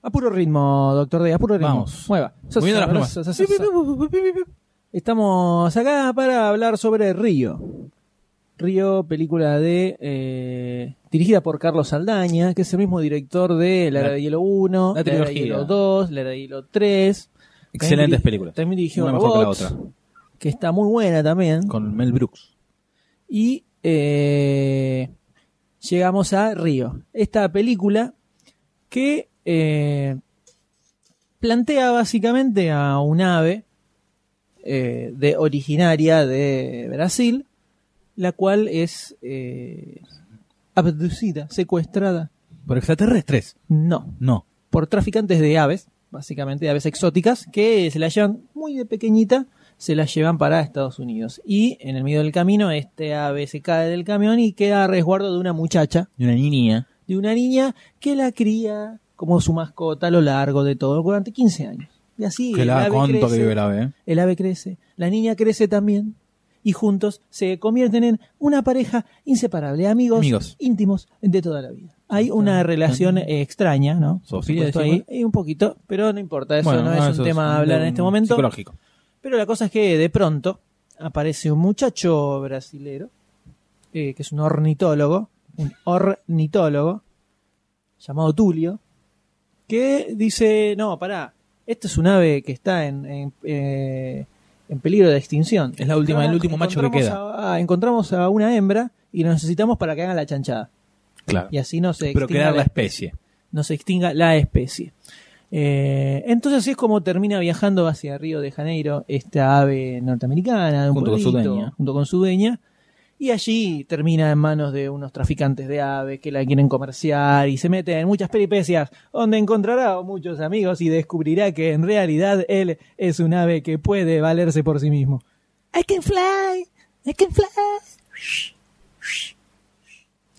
A: A puro ritmo, doctor D, a puro ritmo.
B: Vamos.
A: Mueva. Sos
B: Moviendo las
A: sabroso,
B: plumas.
A: sos sabroso. Estamos acá para hablar sobre Río. Río, película de eh, dirigida por Carlos Saldaña, que es el mismo director de La Era de Hielo 1, La Era
B: la
A: de
B: trilogía.
A: Hielo 2, La Era de Hielo 3.
B: Excelentes
A: También diri-
B: películas.
A: También dirigió
B: Una mejor que la
A: Robots,
B: otra.
A: que está muy buena también.
B: Con Mel Brooks.
A: Y eh, llegamos a Río. Esta película que eh, plantea básicamente a un ave eh, de originaria de Brasil, la cual es eh, abducida, secuestrada.
B: Por extraterrestres.
A: No,
B: No.
A: por traficantes de aves, básicamente de aves exóticas, que se la llevan muy de pequeñita, se la llevan para Estados Unidos. Y en el medio del camino, este ave se cae del camión y queda a resguardo de una muchacha,
B: Y una niña.
A: de una niña que la cría como su mascota a lo largo de todo, durante 15 años. Y así
B: que
A: el
B: la
A: ave
B: cuánto que
A: crece,
B: vive la ave, eh.
A: el ave crece, la niña crece también. Y juntos se convierten en una pareja inseparable, amigos,
B: Amigos.
A: íntimos de toda la vida. Hay una relación eh, extraña, ¿no? Por
B: Sofía,
A: supuesto,
B: decimos.
A: ahí, y un poquito, pero no importa, eso
B: Bueno,
A: no es
B: ah,
A: un
B: eso
A: tema a hablar en
B: un-
A: este momento.
B: Psicológico.
A: Pero la cosa es que de pronto aparece un muchacho brasilero, eh, que es un ornitólogo, un ornitólogo, llamado Tulio, que dice, no, pará, esta es un ave que está en, en, eh, en peligro de extinción.
B: Es la última- el
A: Encontramos-
B: último macho que
A: encontramos a- ah, encontramos a una hembra y la necesitamos para que haga la chanchada.
B: Claro.
A: Y así no se
B: Pero
A: extinga
B: crear la
A: la-
B: especie.
A: no se extinga la especie. Eh, entonces así es como termina viajando hacia Río de Janeiro esta ave norteamericana, de un
B: Junto con su
A: pueblito,
B: dueña.
A: junto con su dueña, y allí termina en manos de unos traficantes de aves que la quieren comerciar y se mete en muchas peripecias, donde encontrará muchos amigos y descubrirá que en realidad él es un ave que puede valerse por sí mismo. I can fly, I can fly.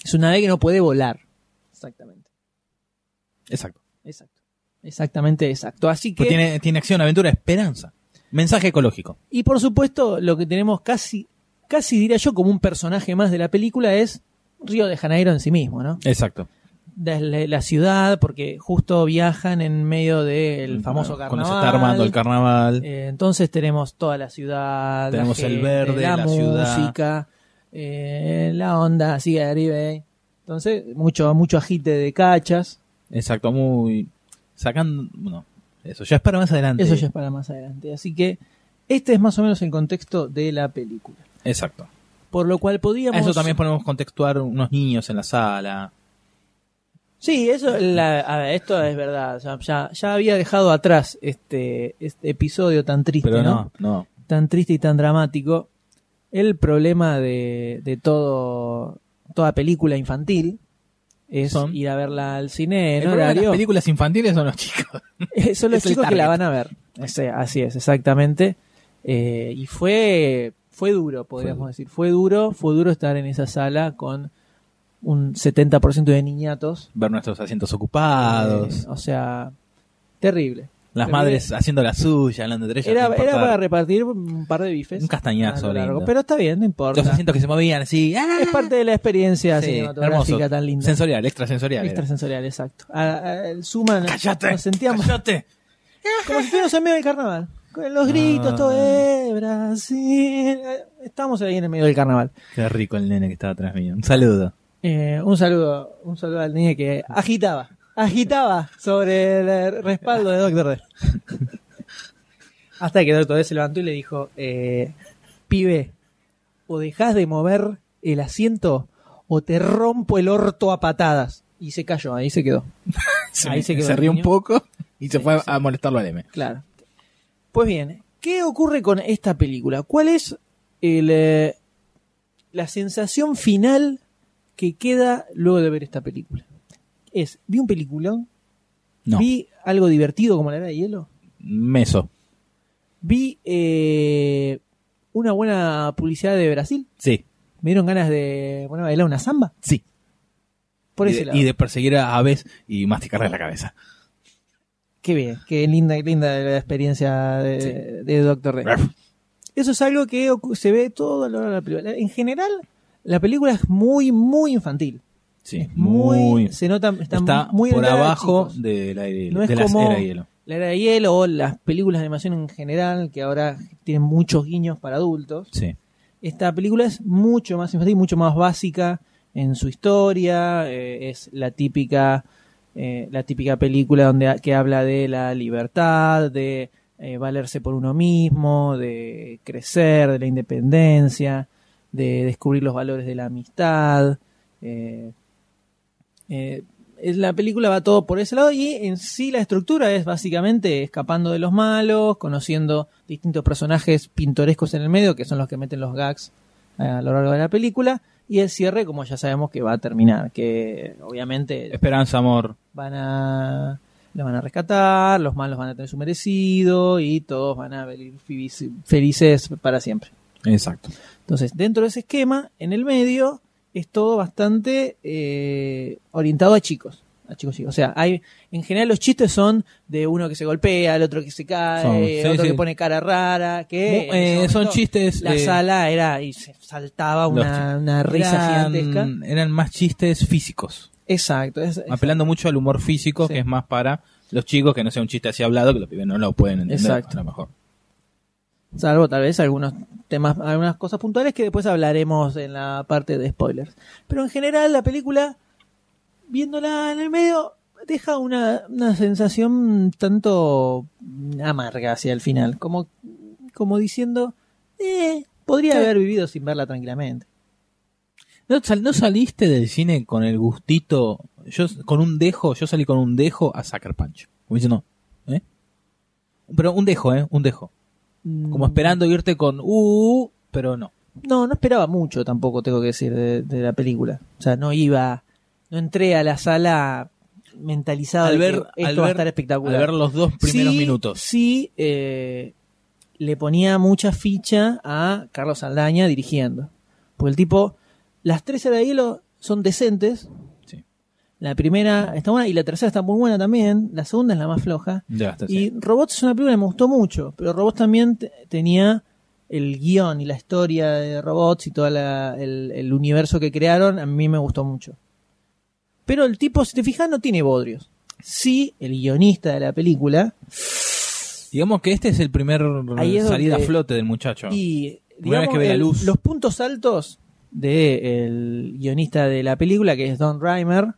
A: Es un ave que no puede volar. Exactamente.
B: Exacto.
A: Exacto. Exactamente exacto. Así que.
B: Pues tiene, tiene acción, aventura, esperanza. Mensaje ecológico.
A: Y por supuesto, lo que tenemos casi, casi diría yo, como un personaje más de la película es Río de Janeiro en sí mismo, ¿no?
B: Exacto.
A: Desde la ciudad, porque justo viajan en medio del famoso carnaval.
B: Mm, ah, Cuando se está armando el carnaval.
A: Eh, entonces tenemos toda la ciudad,
B: Tenemos
A: la
B: el
A: gente,
B: verde,
A: la,
B: la ciudad.
A: música, eh, la onda así de Caribe. Entonces, mucho, mucho agite de cachas.
B: Exacto, muy. Sacando. No, eso ya es para más adelante.
A: Eso ya es para más adelante. Así que este es más o menos el contexto de la película.
B: Exacto.
A: Por lo cual
B: A
A: podíamos.
B: eso también podemos contextuar unos niños en la sala.
A: Sí, eso, la- a ver, esto es verdad. O sea, ya, ya había dejado atrás este, este episodio tan triste,
B: Pero
A: ¿no?
B: no, no.
A: Tan triste y tan dramático. El problema de, de todo, toda película infantil es
B: Son-
A: ir a verla al cine
B: El
A: en
B: problema de las
A: horario.
B: películas infantiles son los chicos.
A: Son los
B: es el
A: chicos que la
B: target.
A: van a ver. O sea, así es, exactamente. Eh, y fue, fue duro, podríamos
B: duro.
A: decir. Fue duro, fue duro estar en esa sala con un 70% de niñatos
B: Ver nuestros asientos ocupados.
A: eh, o sea, terrible.
B: las
A: terrible.
B: madres haciendo la suya, hablando entre ellas.
A: Era,
B: sin
A: era
B: importar.
A: para repartir un par de bifes.
B: Un castañazo
A: a lo
B: lindo.
A: Pero está bien, no importa.
B: Los asientos que se movían así. ¡ah!
A: Es parte de la experiencia
B: Sí,
A: cinematográfica
B: hermoso.
A: tan linda.
B: Sensorial, extrasensorial. era.
A: Extrasensorial, exacto. A- a- suman,
B: ¡Cállate!
A: nos sentíamos
B: ¡Cállate!
A: como si estuviéramos en medio del carnaval. Con los gritos,
B: Ah.
A: todo eh, Brasil. Eh, Estamos ahí en el medio del carnaval.
B: Qué rico el nene que estaba atrás mío. Un saludo.
A: Eh, un saludo, un saludo al niño que agitaba, agitaba sobre el eh, respaldo de Doctor D. Hasta que Doctor D se levantó y le dijo, eh, pibe, o dejás de mover el asiento o te rompo el orto a patadas. Y se cayó, ahí se quedó. Ahí se quedó el
B: rió un
A: niño.
B: poco y se
A: Sí,
B: fue a-
A: sí.
B: a molestarlo a Leme.
A: Claro. Pues bien, ¿qué ocurre con esta película? ¿Cuál es el, eh, la sensación final que queda luego de ver esta película? Es, vi un peliculón,
B: No.
A: vi algo divertido como la era de hielo,
B: Meso.
A: vi eh, una buena publicidad de Brasil,
B: Sí.
A: me dieron ganas de bueno, bailar una samba.
B: Sí.
A: Por
B: y,
A: ese
B: de,
A: lado.
B: y de perseguir a aves y masticarle la cabeza.
A: Qué bien, qué linda, qué linda la experiencia de, Doctor D.
B: Ruff.
A: Eso es algo que ocu- se ve todo a lo largo de la película. En general, la película es muy, muy infantil.
B: Sí,
A: muy,
B: muy-
A: se nota están
B: está
A: muy
B: por
A: delgadas,
B: abajo
A: chicos.
B: de la, era-
A: no es
B: de la
A: como
B: era de hielo.
A: la era de hielo o las películas de animación en general que ahora tienen muchos guiños para adultos
B: Sí.
A: esta película es mucho más infantil, mucho más básica en su historia, eh, es la típica, eh, la típica película donde ha- que habla de la libertad, de eh, valerse por uno mismo, de crecer, de la independencia, de descubrir los valores de la amistad. eh, eh, es- la película va todo por ese lado y en sí la estructura es básicamente escapando de los malos, conociendo distintos personajes pintorescos en el medio, que son los que meten los gags eh, a lo largo de la película, y el cierre, como ya sabemos que va a terminar, que obviamente
B: Esperanza, amor.
A: van a la van a rescatar, los malos van a tener su merecido y todos van a venir felici- felices para siempre.
B: Exacto.
A: Entonces, dentro de ese esquema, en el medio, es todo bastante eh, orientado a chicos. A chicos, chicos. O sea, hay, en general los chistes son de uno que se golpea, el otro que se cae,
B: Son,
A: el
B: sí,
A: otro
B: sí.
A: que pone cara rara, que
B: Mu-
A: en ese
B: eh, son
A: momento
B: chistes,
A: La
B: eh,
A: sala era y se saltaba una,
B: Los-
A: una risa
B: eran-
A: gigantesca.
B: Eran más chistes físicos,
A: Exacto. es-
B: apelando mucho al humor físico, que es más para los chicos que no sea un chiste así hablado, que los pibes no lo pueden entender. pues,
A: Exacto.
B: A lo mejor.
A: Salvo tal vez algunos temas, algunas cosas puntuales que después hablaremos en la parte de spoilers. Pero en general la película, viéndola en el medio, deja una, una sensación tanto amarga hacia el final. Como, como diciendo, eh, podría haber vivido sin verla tranquilamente.
B: ¿No, sal- no saliste del cine con el gustito? Yo s- con un dejo, yo salí con un dejo a Sucker Punch. Como diciendo, ¿eh? Pero un dejo, ¿eh? Un dejo. Como esperando irte con, uh, pero no.
A: No, no esperaba mucho tampoco, tengo que decir, de, de la película. O sea, no iba, no entré a la sala mentalizado
B: Al
A: de
B: ver-
A: que esto
B: al
A: va a
B: ver-
A: estar espectacular.
B: al ver los dos primeros minutos.
A: Sí, eh, le ponía mucha ficha a Carlos Aldaña dirigiendo. Porque el tipo, las tres eras de hielo son decentes.
B: Sí.
A: La primera está buena y la tercera está muy buena también. La segunda es la más floja.
B: Ya está,
A: Y
B: sí.
A: Robots es una película que me gustó mucho, pero Robots también te- tenía el guión y la historia de Robots y todo el, el universo que crearon, a mí me gustó mucho. Pero el tipo, si te fijas, no tiene bodrios. Sí, el guionista de la película.
B: Digamos que este es el primer
A: Ahí es
B: salida
A: donde-
B: a flote del muchacho.
A: Y
B: Una vez
A: digamos,
B: que ve la
A: el-
B: luz.
A: los puntos altos del guionista de la película, que es Don Reimer,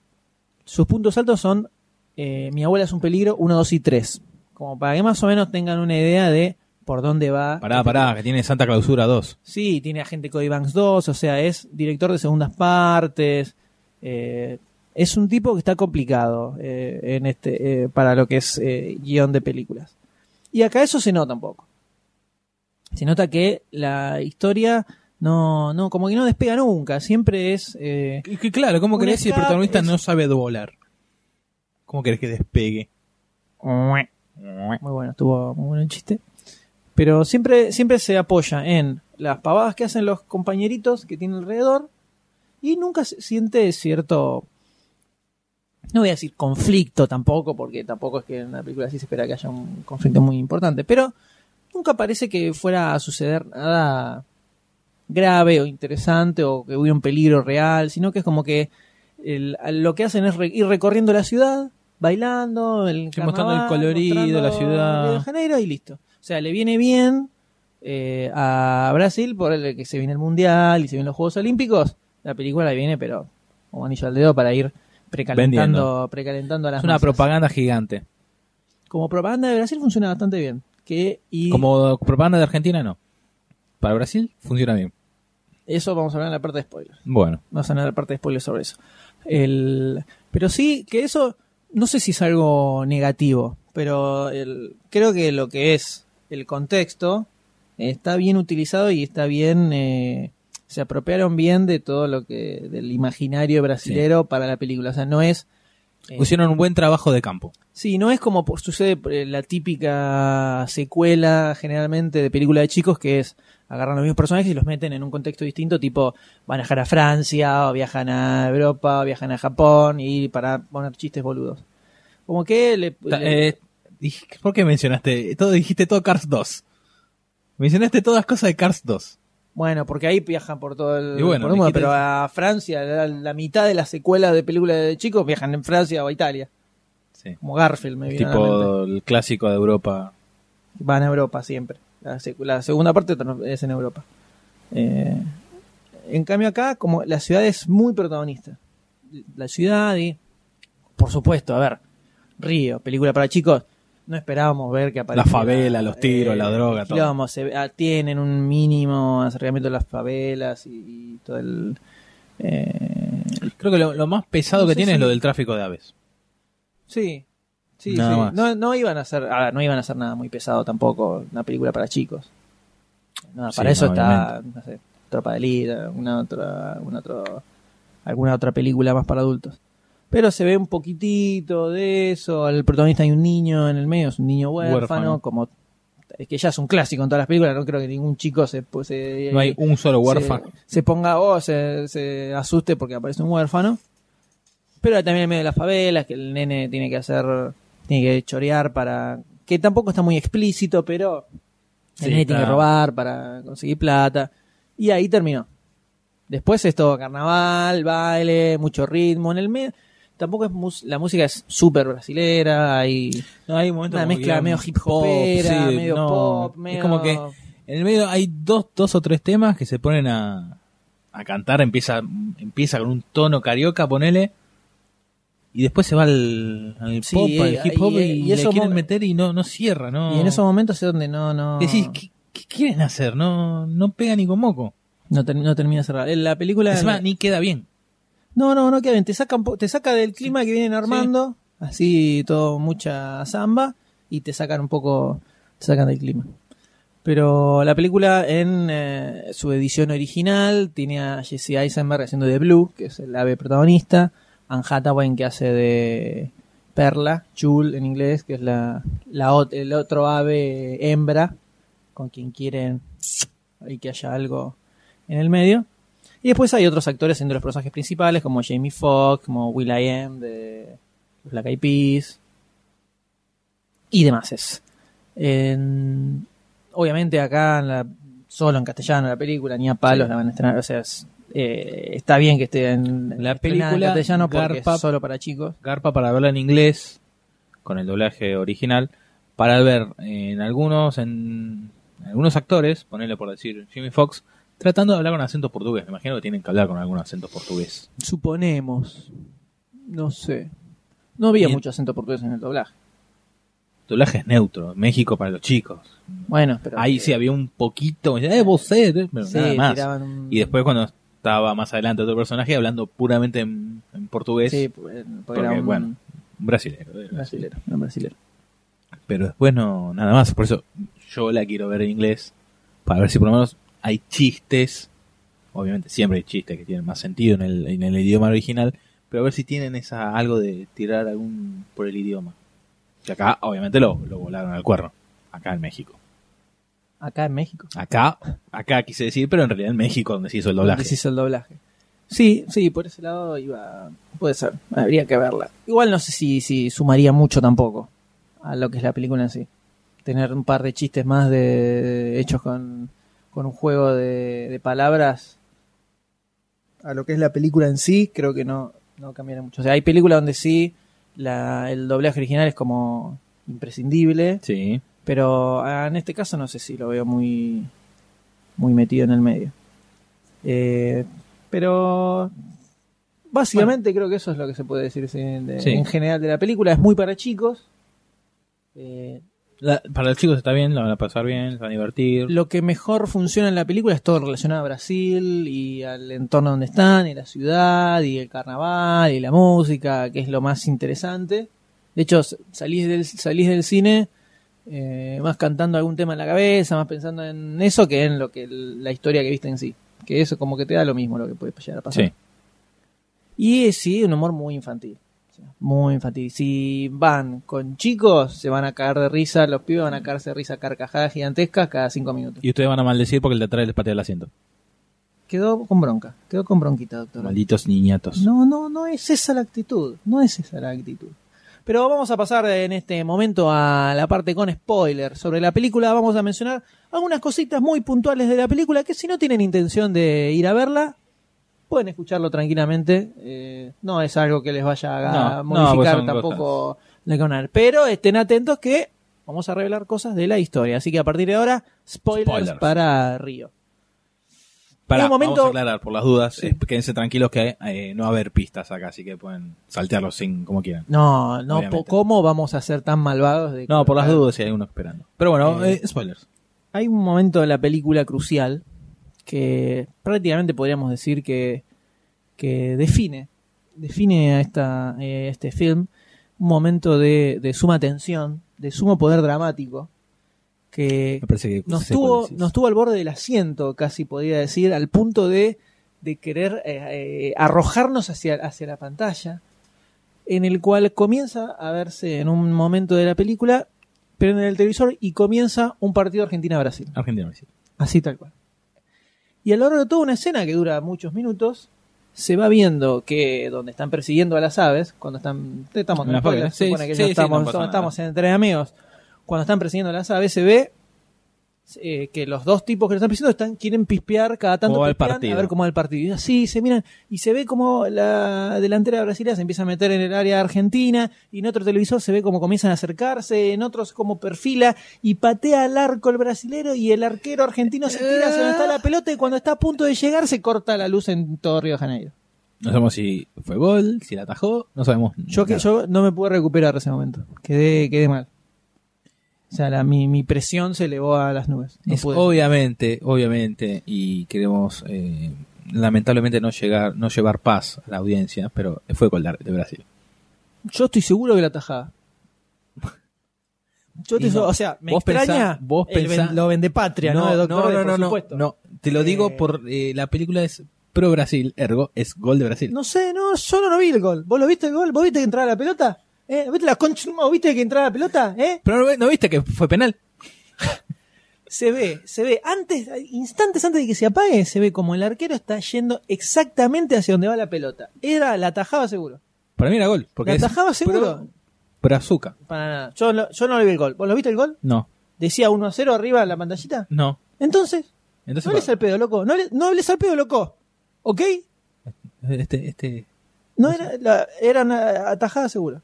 A: sus puntos altos son eh, Mi abuela es un peligro 1, 2 y 3. Como para que más o menos tengan una idea de por dónde va
B: Pará, pará, que tiene Santa Clausura 2.
A: Sí, tiene agente Cody Banks 2, o sea, es director de segundas partes. eh, es un tipo que está complicado eh, en este, eh, para lo que es eh, guión de películas. Y acá eso se nota un poco. Se nota que la historia no, no, como que no despega nunca. Siempre es. eh,
B: Y que claro, ¿cómo
A: Un
B: querés si el
A: escape
B: protagonista
A: es-
B: no sabe volar? ¿Cómo querés que despegue?
A: muy bueno, estuvo muy bueno el chiste. Pero siempre, siempre se apoya en las pavadas que hacen los compañeritos que tiene alrededor y nunca se siente cierto, no voy a decir conflicto tampoco, porque tampoco es que en una película así se espera que haya un conflicto muy importante, pero nunca parece que fuera a suceder nada grave o interesante o que hubiera un peligro real, sino que es como que el- lo que hacen es re- ir recorriendo la ciudad, bailando, el
B: Sí, mostrando el
A: carnaval,
B: colorido,
A: mostrando
B: la ciudad.
A: Río de Janeiro y listo. O sea, le viene bien eh, a Brasil por el que se viene el Mundial y se vienen los Juegos Olímpicos. La película le viene, pero como anillo al dedo para ir precalentando,
B: Vendiendo.
A: precalentando a las
B: Es una
A: masas.
B: propaganda gigante.
A: Como propaganda de Brasil funciona bastante bien. Que, y
B: Como propaganda de Argentina, no. Para Brasil funciona bien.
A: eso vamos a hablar en la parte de spoilers.
B: Bueno,
A: Vamos a hablar en la parte de spoilers sobre eso. El, pero sí, que eso no sé si es algo negativo, pero el- creo que lo que es el contexto está bien utilizado y está bien. eh, se apropiaron bien de todo lo que. del imaginario brasilero para la película. O sea, no es. eh,
B: hicieron un buen trabajo de campo.
A: Sí, no es como po- sucede eh, la típica secuela generalmente de película de chicos que es agarran los mismos personajes y los meten en un contexto distinto, tipo van a viajar a Francia, o viajan a Europa, o viajan a Japón y para poner chistes boludos. Como que le,
B: Ta-
A: le-
B: eh, dij- ¿Por qué mencionaste? Todo, dijiste todo Cars 2. Mencionaste todas las cosas de Cars 2.
A: Bueno, porque ahí viajan por todo el
B: Y bueno,
A: por el mundo,
B: le quitan-
A: pero a Francia, la, la mitad de las secuelas de películas de chicos viajan en Francia o a Italia.
B: Sí.
A: Como Garfield, me viene a la mente.
B: Tipo el clásico de Europa.
A: Van a Europa siempre. La, sec- la segunda parte tra- es en Europa. Eh, en cambio acá, como la ciudad es muy protagonista. La ciudad y, por supuesto, a ver, Río, película para chicos. No esperábamos ver que
B: La
A: aparezca eh,
B: favela, los tiros, la droga, todo.
A: quilombo, se ve- ah, tienen un mínimo acercamiento de las favelas y, y todo el... eh,
B: Creo que lo, lo más pesado
A: No
B: que
A: sé
B: tiene
A: si-
B: es lo del tráfico de aves.
A: sí, sí,
B: Nada
A: sí.
B: más.
A: No, no iban a hacer, a ver, no iban a hacer nada muy pesado tampoco, una película para chicos. Nada,
B: Sí,
A: para eso
B: no,
A: está, no sé, Tropa de Elite, alguna otra, alguna otra, alguna otra película más para adultos. Pero se ve un poquitito de eso. El protagonista hay un niño en el medio, es un niño huérfano,
B: Huérfano.
A: como es que ya es un clásico en todas las películas. No creo que ningún chico se, pues, se-
B: No hay un solo huérfano.
A: se, se ponga o se, se asuste porque aparece un huérfano. Pero hay también en medio de las favelas, que el nene tiene que hacer, tiene que chorear para. que tampoco está muy explícito, pero el
B: Sí,
A: nene tiene que
B: está.
A: robar para conseguir plata. Y ahí terminó. Después es todo carnaval, baile, mucho ritmo en el medio. Tampoco es mus- la música es súper brasilera, hay
B: No, hay un momento
A: una
B: como
A: mezcla
B: que
A: medio
B: un
A: hip hopera,
B: pop, sí,
A: medio
B: no.
A: pop,
B: Es
A: medio
B: como que En el medio hay dos, dos o tres temas que se ponen a, a cantar, empieza, empieza con un tono carioca, ponele, y después se va al, al
A: Sí,
B: pop, al
A: eh,
B: hip hop,
A: y-
B: y,
A: y
B: le
A: eso
B: quieren
A: mo-
B: meter y no, no cierra, ¿no?
A: Y en esos momentos es donde no, no,
B: Decís, ¿qué, qué quieren hacer? No, no pega ni con moco.
A: no, ter- no termina de cerrar. Eh, La película.
B: Encima, ni queda bien.
A: No, no, no queda bien. Te saca, un po- te saca del clima que vienen armando, así todo mucha zamba, y te sacan un poco, te sacan del clima. Pero la película en eh, su edición original tiene a Jesse Eisenberg haciendo de Blue, que es el ave protagonista, Anne Hathaway que hace de Perla, Jule en inglés, que es la, la ot- el otro ave hembra con quien quieren y que haya algo en el medio. Y después hay otros actores siendo los personajes principales, como Jamie Foxx, como Will I Am de los Black Eyed Peas y demás. es. En- obviamente acá en la- solo en castellano la película, ni a palos
B: Sí.
A: la van a estrenar. O sea, es- eh, está bien que esté en estrenada
B: La
A: en
B: película
A: castellano porque
B: garpa-
A: es solo para chicos.
B: Garpa para verla en inglés, con el doblaje original, para ver eh, en algunos, en, algunos actores, ponele por decir Jimmy Fox, tratando de hablar con acento portugués. Me imagino que tienen que hablar con algún acento portugués.
A: Suponemos. No sé. No había
B: Bien.
A: mucho acento portugués en el doblaje.
B: doblaje es neutro, México para los chicos.
A: Bueno, pero.
B: Ahí sí había un poquito, decía, eh, vos sé, eh", pero
A: Sí,
B: nada más.
A: tiraban un-
B: Y después cuando estaba más adelante otro personaje hablando puramente en, en portugués,
A: Sí, porque porque
B: porque
A: era un
B: bueno, un brasilero. eh,
A: brasilero. era un brasilero.
B: Pero después no, nada más, por eso yo la quiero ver en inglés, para ver si por lo menos hay chistes, obviamente siempre hay chistes que tienen más sentido en el, en el idioma original, pero a ver si tienen esa algo de tirar algún por el idioma. Que acá obviamente lo, lo volaron al cuerno, acá en México.
A: Acá en México.
B: Acá, acá quise decir, pero en realidad en México donde se hizo el doblaje.
A: Donde se hizo el doblaje. Sí, sí, por ese lado iba. Puede ser. Habría que verla. Igual no sé si, si sumaría mucho tampoco a lo que es la película en sí. Tener un par de chistes más de hechos con, con un juego de, de palabras a lo que es la película en sí, creo que no, no cambiará mucho. O sea, hay películas donde sí la- el doblaje original es como imprescindible,
B: Sí.
A: pero ah, en este caso no sé si lo veo muy, muy metido en el medio. Eh, pero básicamente creo que eso es lo que se puede decir sí, de-
B: Sí.
A: en general de la película. Es muy para chicos. Eh,
B: La- para los chicos está bien, la van a pasar bien, se van a divertir.
A: lo que mejor funciona en la película es todo relacionado a Brasil y al entorno donde están, y la ciudad, y el carnaval, y la música, que es lo más interesante. De hecho, s- salís del, salís del cine eh, más cantando algún tema en la cabeza, más pensando en eso que en lo que el- la historia que viste en sí. Que eso como que te da lo mismo lo que puede llegar a pasar.
B: Sí.
A: Y eh, sí, un humor muy infantil. O sea, Muy infantil. Si van con chicos, se van a caer de risa, los pibes van a caerse de risa carcajadas gigantescas cada cinco minutos.
B: Y ustedes van a maldecir porque el de atrás les patea el asiento.
A: Quedó con bronca, quedó con bronquita, doctor.
B: Malditos niñatos.
A: No, no, no es esa la actitud, no es esa la actitud. Pero vamos a pasar en este momento a la parte con spoiler sobre la película. Vamos a mencionar algunas cositas muy puntuales de la película que si no tienen intención de ir a verla, pueden escucharlo tranquilamente. Eh, no es algo que les vaya a
B: No,
A: modificar
B: no, pues son
A: tampoco la canal. Pero estén atentos que vamos a revelar cosas de la historia. Así que a partir de ahora, spoilers,
B: Spoilers.
A: para Río.
B: Para,
A: En un momento-
B: vamos a aclarar por las dudas. eh, quédense tranquilos que eh, no va a haber pistas acá, así que pueden saltearlos sin como quieran.
A: No, no,
B: Obviamente.
A: po- ¿cómo vamos a ser tan malvados? De
B: No, por las dudas si hay uno esperando. Pero bueno,
A: Eh,
B: eh, spoilers.
A: Hay un momento de la película crucial que prácticamente podríamos decir que, que define, define a esta, eh, este film un momento de, de suma tensión, de sumo poder dramático, que
B: Me parece que
A: nos
B: sé cuál
A: tuvo,
B: decís.
A: nos tuvo al borde del asiento, casi podría decir, al punto de, de querer eh, eh, arrojarnos hacia, hacia la pantalla, en el cual comienza a verse en un momento de la película, pero en el televisor, y comienza un partido Argentina-Brasil.
B: Argentina Brasil.
A: Así tal cual. Y a lo largo de toda una escena que dura muchos minutos, se va viendo que donde están persiguiendo a las aves, cuando están. Estamos en
B: Una
A: spoiler,
B: foto,
A: se
B: sí,
A: supone que
B: sí,
A: ya
B: sí,
A: estamos,
B: no pasa nada.
A: estamos entre amigos. Cuando están persiguiendo a las aves, se ve eh, que los dos tipos que lo están persiguiendo están, quieren pispear cada tanto
B: Cómo va el
A: pispean,
B: partido.
A: a ver cómo va el partido. Y así se miran, y se ve como la delantera brasileña se empieza a meter en el área argentina, y en otro televisor se ve como comienzan a acercarse, en otros como perfila y patea al arco el brasilero y el arquero argentino se tira hacia donde está la pelota y cuando está a punto de llegar se corta la luz en todo Río de Janeiro.
B: No sabemos si fue gol, si la atajó, no sabemos.
A: Yo que
B: nada.
A: yo no me pude recuperar de ese momento. Quedé, quedé mal. O sea, la- mi, mi presión se elevó a las nubes. No
B: Es
A: pude.
B: obviamente, obviamente, y queremos eh, lamentablemente no llegar, no llevar paz a la audiencia, pero fue gol de de Brasil.
A: Yo estoy seguro que la tajaba. Yo te
B: Y no.
A: o sea, me
B: Vos pensá-
A: extraña
B: vos
A: el ven-
B: pensá-
A: lo vende patria, ¿no? De Doctor
B: no,
A: D,
B: no,
A: por
B: no, no,
A: supuesto.
B: no. Te lo digo por eh, la película es pro Brasil, ergo es gol de Brasil.
A: No sé, no, yo no lo vi el gol. ¿Vos lo viste el gol? ¿Vos viste que entraba la pelota? ¿Eh? ¿Viste la concha? de un- ¿Viste que entraba la pelota? ¿Eh?
B: Pero no, no viste que fue penal.
A: se ve, se ve, antes, instantes antes de que se apague, se ve como el arquero está yendo exactamente hacia donde va la pelota. Era, la atajaba seguro.
B: Para mí era gol, porque
A: la
B: es
A: atajaba seguro.
B: pro- Brazuca.
A: Para nada. Yo, no- yo no le vi el gol. ¿Vos lo viste el gol?
B: No,
A: Decía 1 a 0 arriba en la pantallita.
B: no.
A: Entonces,
B: Entonces
A: no hables al pedo, loco. No, le- no hables al pedo, loco. ¿Ok?
B: este este
A: No era, la, era una atajada segura.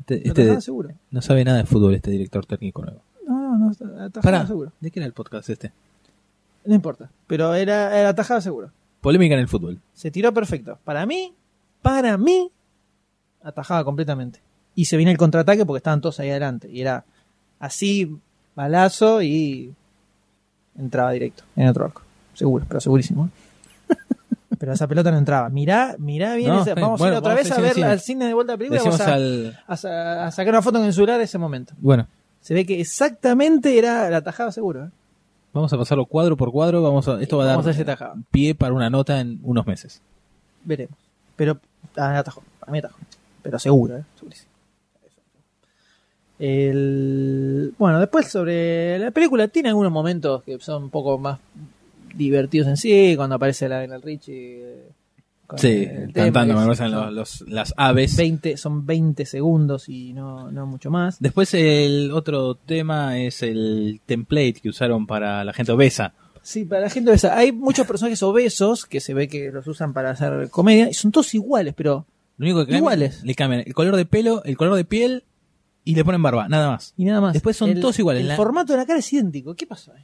B: este, este-
A: Atajada segura.
B: no sabe nada de fútbol este director técnico nuevo.
A: No, no, no, atajada
B: Pará,
A: segura.
B: ¿de qué era el podcast este?
A: No importa. Pero era, era atajada segura.
B: Polémica en el fútbol.
A: Se tiró perfecto. Para mí, para mí, atajaba completamente. Y se viene el contraataque porque estaban todos ahí adelante. Y era así, balazo y entraba directo en otro arco. Seguro, pero segurísimo. ¿eh? pero esa pelota no entraba. Mirá, mirá bien.
B: No,
A: esa-
B: sí,
A: Vamos a
B: bueno,
A: ir otra
B: vamos
A: vez
B: a
A: a
B: ir
A: ver
B: cine.
A: al cine de vuelta a la película.
B: Decimos
A: vamos a,
B: al
A: a sa- a sacar una foto con el celular ese momento.
B: bueno,
A: Se ve que exactamente era la atajada seguro. ¿eh?
B: vamos a pasarlo cuadro por cuadro, vamos a esto va a
A: Vamos a
B: dar
A: ese atajado.
B: pie para una nota en unos meses.
A: Veremos. Pero ah, atajó. A mí atajó. Pero seguro, ¿eh? Segurísimo. El... Bueno, después sobre la película, tiene algunos momentos que son un poco más divertidos en sí, cuando aparece la Lionel Richie. eh, con
B: Sí,
A: el tema,
B: cantando,
A: que
B: me
A: son-
B: parecen los,
A: son
B: los- las aves.
A: 20, son 20 segundos y no, no mucho más.
B: Después el otro tema es el template que usaron para la gente obesa.
A: Sí, para la gente obesa. Hay muchos personajes obesos que se ve que los usan para hacer comedia y son todos iguales, pero.
B: Lo único que cambian-
A: Iguales.
B: le cambian el color de pelo, el color de piel y le ponen barba, nada más.
A: Y nada más.
B: Después son
A: El-
B: todos iguales.
A: El
B: la-
A: formato de la cara es idéntico. ¿Qué pasó ahí?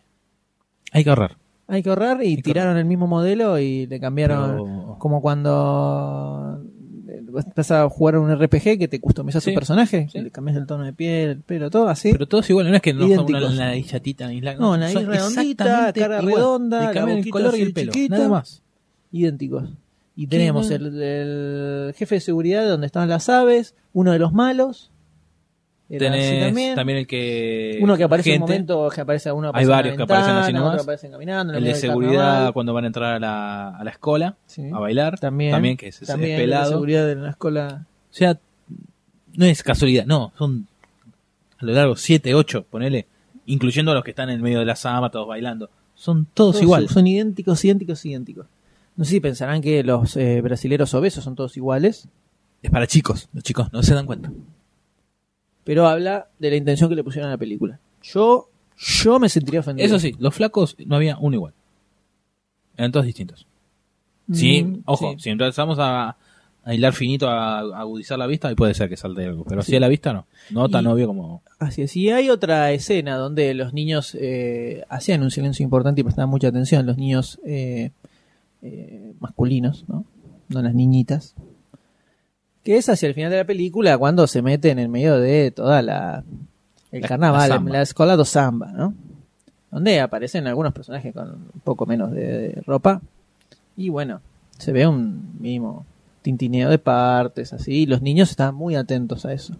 B: Hay que ahorrar.
A: Hay que ahorrar y
B: que
A: tiraron el mismo modelo y le cambiaron.
B: Pero-
A: Como cuando eh, vas a jugar un RPG que te customizas
B: Sí,
A: tu personaje,
B: sí.
A: le cambias el tono de piel, el pelo, todo así.
B: Pero todos iguales, no es que no son una
A: Idénticos.
B: nariz chatita, nariz larga,
A: No, nariz
B: son
A: redondita,
B: exactamente
A: cara
B: igual.
A: redonda,
B: Le
A: la
B: cambian el
A: boquita
B: color y
A: así
B: el pelo,
A: chiquita.
B: nada más.
A: idénticos. Y tenemos
B: no?
A: el, el jefe de seguridad donde están las aves, uno de los malos. era así
B: Tenés
A: también.
B: también. el que.
A: uno que aparece en un
B: gente,
A: momento, que aparece uno aparece
B: Hay
A: en la
B: varios que aparecen así
A: ventana, otro
B: nomás.
A: que aparecen caminando, en
B: El de
A: medio del
B: seguridad
A: carnaval.
B: cuando van a entrar a la, a la escuela
A: Sí.
B: a bailar.
A: También,
B: que es, es
A: también el de
B: pelado. O
A: seguridad de la escuela.
B: sea, no es casualidad, no. Son a lo largo 7, 8, ponele. Incluyendo a los que están en el medio de la sama, todos bailando. Son todos, iguales.
A: Son idénticos, idénticos, idénticos. No sé si pensarán que los eh, brasileros obesos son todos iguales.
B: Es para chicos. Los chicos no se dan cuenta.
A: pero habla de la intención que le pusieron a la película. Yo, yo me sentiría ofendido.
B: Eso sí, los flacos no había uno igual. Eran todos distintos. Sí,
A: Mm,
B: ojo,
A: sí.
B: si empezamos a, a hilar finito, a, agudizar la vista, ahí puede ser que salte algo. Pero así a la vista no. No tan
A: Y-
B: obvio como.
A: Así es. Y hay otra escena donde los niños eh, hacían un silencio importante y prestaban mucha atención. Los niños eh, eh, masculinos, ¿no? No las niñitas. Que es hacia el final de la película cuando se mete en el medio de toda la. El
B: La-
A: carnaval,
B: la
A: la,
B: samba.
A: escuela do samba, ¿no? Donde aparecen algunos personajes con un poco menos de, de ropa. Y bueno, se ve un mínimo tintineo de partes, así. y los niños estaban muy atentos a eso.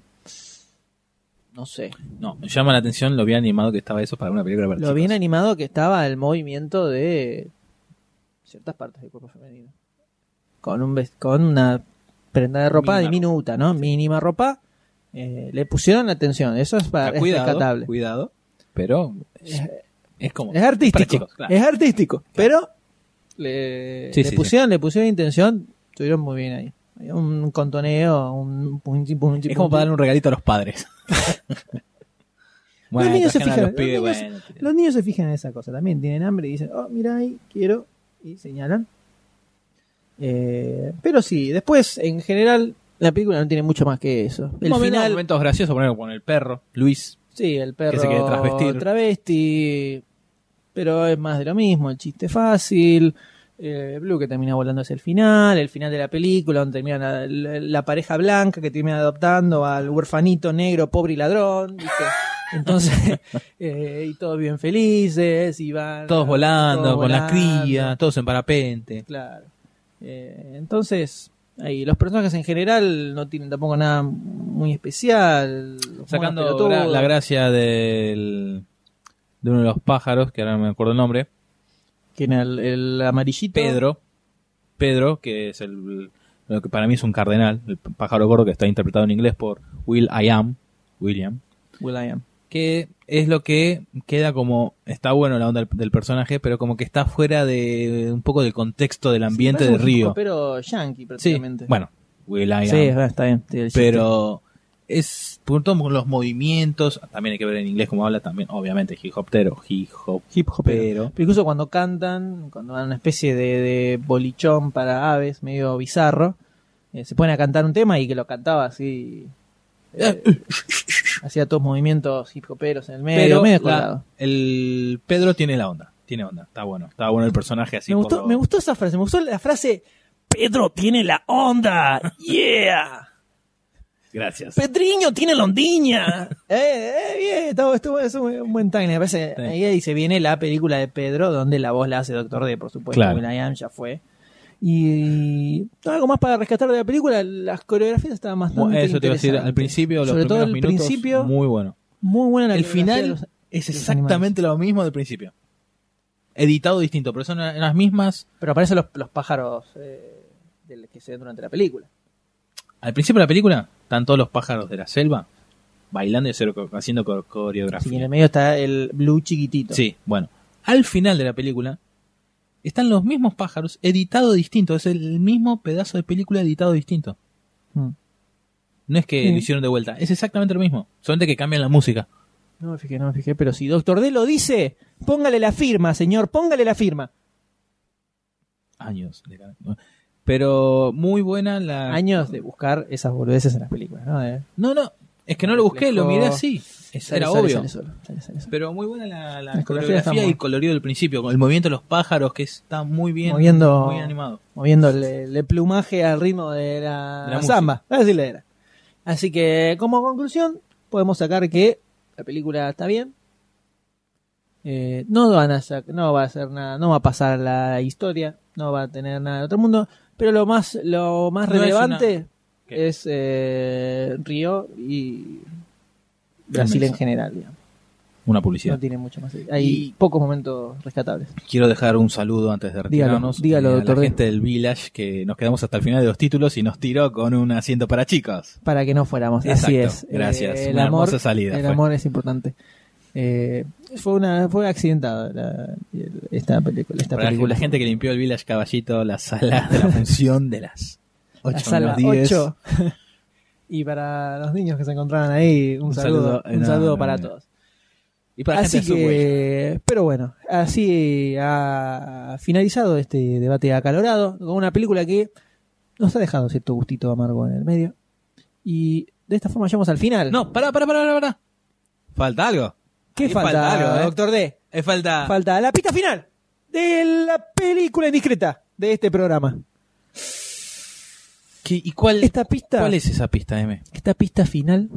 A: No sé.
B: No, me llama la atención lo bien animado que estaba eso para una película para
A: Lo
B: chicos.
A: bien animado que estaba el movimiento de ciertas partes del cuerpo femenino. Con, un ves- con una prenda de ropa
B: Mínima
A: diminuta, ¿no? Mínima ropa. eh, le pusieron atención. Eso es, para,
B: Ah,
A: es rescatable.
B: cuidado, cuidado. Pero es, es como.
A: Es artístico.
B: para chicos, claro.
A: Es artístico. Pero le,
B: Sí,
A: le
B: sí,
A: pusieron, le pusieron intención. Estuvieron muy bien ahí. Había Un contoneo, un punti, punti,
B: Es como
A: punti.
B: para darle un regalito a los padres.
A: los niños se
B: trajeron
A: fijan. los
B: a los pibes,
A: niños-
B: bueno,
A: los niños se fijan en esa cosa también. Tienen hambre y dicen, oh, mira ahí, quiero. Y señalan. Eh, pero sí, después, en general, la película no tiene mucho más que eso. El
B: Más o menos
A: final,
B: momentos graciosos, poner con el perro, Luis.
A: sí, el perro
B: se quede transvestido.
A: travesti, Pero es más de lo mismo, el chiste fácil. eh, Blue que termina volando hacia el final, el final de la película, donde termina la, la- la pareja blanca que termina adoptando al huerfanito negro, pobre y ladrón. ¿viste? Entonces, eh, y todos bien felices, y van.
B: Todos volando,
A: todos
B: con la
A: volando.
B: cría, todos en parapente.
A: Claro. Eh, entonces, ahí, los personajes en general no tienen tampoco nada muy especial. los monos
B: Sacando
A: pelotudos.
B: gra- la gracia del, de uno de los pájaros, que ahora no me acuerdo el nombre,
A: ¿Quién era el, el amarillito?
B: Pedro. Pedro, que es el, lo que para mí es un cardenal, el pájaro gordo que está interpretado en inglés por Will I Am, William.
A: Will I Am.
B: que es lo que queda como está bueno la onda del, del personaje, pero como que está fuera de un poco del contexto del ambiente
A: Parece
B: del
A: un
B: río.
A: Pero yankee,
B: Sí,
A: prácticamente.
B: bueno, Will I
A: Sí,
B: Am,
A: ah, está bien. sí, el chiste.
B: pero es por todos los movimientos, también hay que ver en inglés cómo habla también, obviamente hip hoptero, hip hop,
A: Hip hopero.
B: pero
A: Pero incluso cuando cantan, cuando dan una especie de, de bolichón para aves, medio bizarro, eh, se ponen a cantar un tema y que lo cantaba así. eh, hacía todos movimientos hip hoperos en el medio,
B: pero
A: medio
B: la-
A: descolgado.
B: el Pedro tiene la onda, tiene onda, está bueno, está bueno el personaje así
A: me,
B: por
A: gustó,
B: lo-
A: me gustó esa frase, me gustó la frase Pedro tiene la onda, yeah.
B: Gracias.
A: Pedriño tiene la ondiña. eh, eh, bien, estuvo- estuvo- es un, un buen timing. Me parece,
B: Sí.
A: Ahí dice, viene la película de Pedro, donde la voz la hace Doctor D, por supuesto,
B: Claro.
A: Will I Am ya fue. Y algo más para rescatar de la película, las coreografías estaban
B: Bueno,
A: bastante
B: eso te iba a decir, al
A: interesantes.
B: principio, los
A: Sobre todo
B: primeros
A: el
B: minutos,
A: principio,
B: muy bueno.
A: muy buena la
B: el
A: coreografía
B: final
A: de los-
B: es
A: de los
B: exactamente lo mismo del principio. Editado distinto, pero son la- las mismas.
A: Pero aparecen los, los pájaros eh, del que se ven durante la película.
B: Al principio de la película están todos los pájaros de la selva bailando y hacer- haciendo co-
A: Así que en
B: coreografía.
A: el medio está el blue chiquitito.
B: Sí, bueno. Al final de la película están los mismos pájaros editado distinto. Es el mismo pedazo de película editado distinto.
A: Mm.
B: No es que
A: Sí.
B: lo hicieron de vuelta, es exactamente lo mismo. Solamente que cambian la música.
A: No me fijé, no me fijé, pero si Doctor D lo dice, póngale la firma, señor, póngale la firma.
B: Años. de cada- Pero muy buena la.
A: Años de buscar esas boludeces en las películas, ¿no? Eh,
B: No, no. Es que no lo busqué, lo miré así. Es-
A: sale,
B: Era
A: sale,
B: obvio.
A: sale solo, sale, sale solo.
B: Pero muy buena la, la
A: La coreografía está
B: coreografía y
A: muy-
B: el colorido del principio, con el movimiento de los pájaros que está muy bien,
A: Moviendo-
B: muy animado.
A: Moviendo el, el plumaje al ritmo de la,
B: De la música.
A: samba. Así le era. Así que, como conclusión, podemos sacar que la película está bien. Eh, no van a sac- no va a hacer nada, no va a pasar la historia, no va a tener nada de otro mundo. Pero lo más, lo más
B: No es
A: relevante
B: ¿Qué?
A: es eh, Río y Brasil en
B: Inmenso.
A: general, digamos.
B: Una
A: No
B: publicidad.
A: tiene mucho más. Hay
B: Y-
A: pocos momentos rescatables.
B: Quiero dejar un saludo antes de
A: Dígalo,
B: retirarnos
A: dígalo,
B: eh, a
A: doctor
B: la
A: D.
B: gente del Village que nos quedamos hasta el final de los títulos y nos tiró con un asiento para chicos.
A: para que no fuéramos. Así
B: Exacto,
A: es.
B: gracias.
A: Eh, el
B: Una
A: amor,
B: hermosa salida
A: El
B: fue.
A: amor es importante. Eh, fue una fue accidentada la- el- esta película. Esta
B: Para
A: película.
B: la gente que limpió el Village Caballito, la sala de la función de las 8
A: La sala
B: 10.
A: 8. Y para los niños que se encontraron ahí, un,
B: Un
A: saludo,
B: saludo
A: un saludo
B: enorme.
A: para todos.
B: Y para la
A: así
B: gente de
A: que, pero bueno, así ha finalizado este debate acalorado con una película que nos ha dejado cierto gustito amargo en el medio. Y de esta forma llegamos al final.
B: No, pará, pará, pará, pará, pará. Falta algo.
A: ¿Qué
B: Ahí
A: falta,
B: algo, eh.
A: doctor D?
B: Eh, falta.
A: Falta la pista final de la película indiscreta de este programa.
B: ¿Qué- ¿Y cuál,
A: Esta pista,
B: cuál es esa pista, M?
A: esta pista final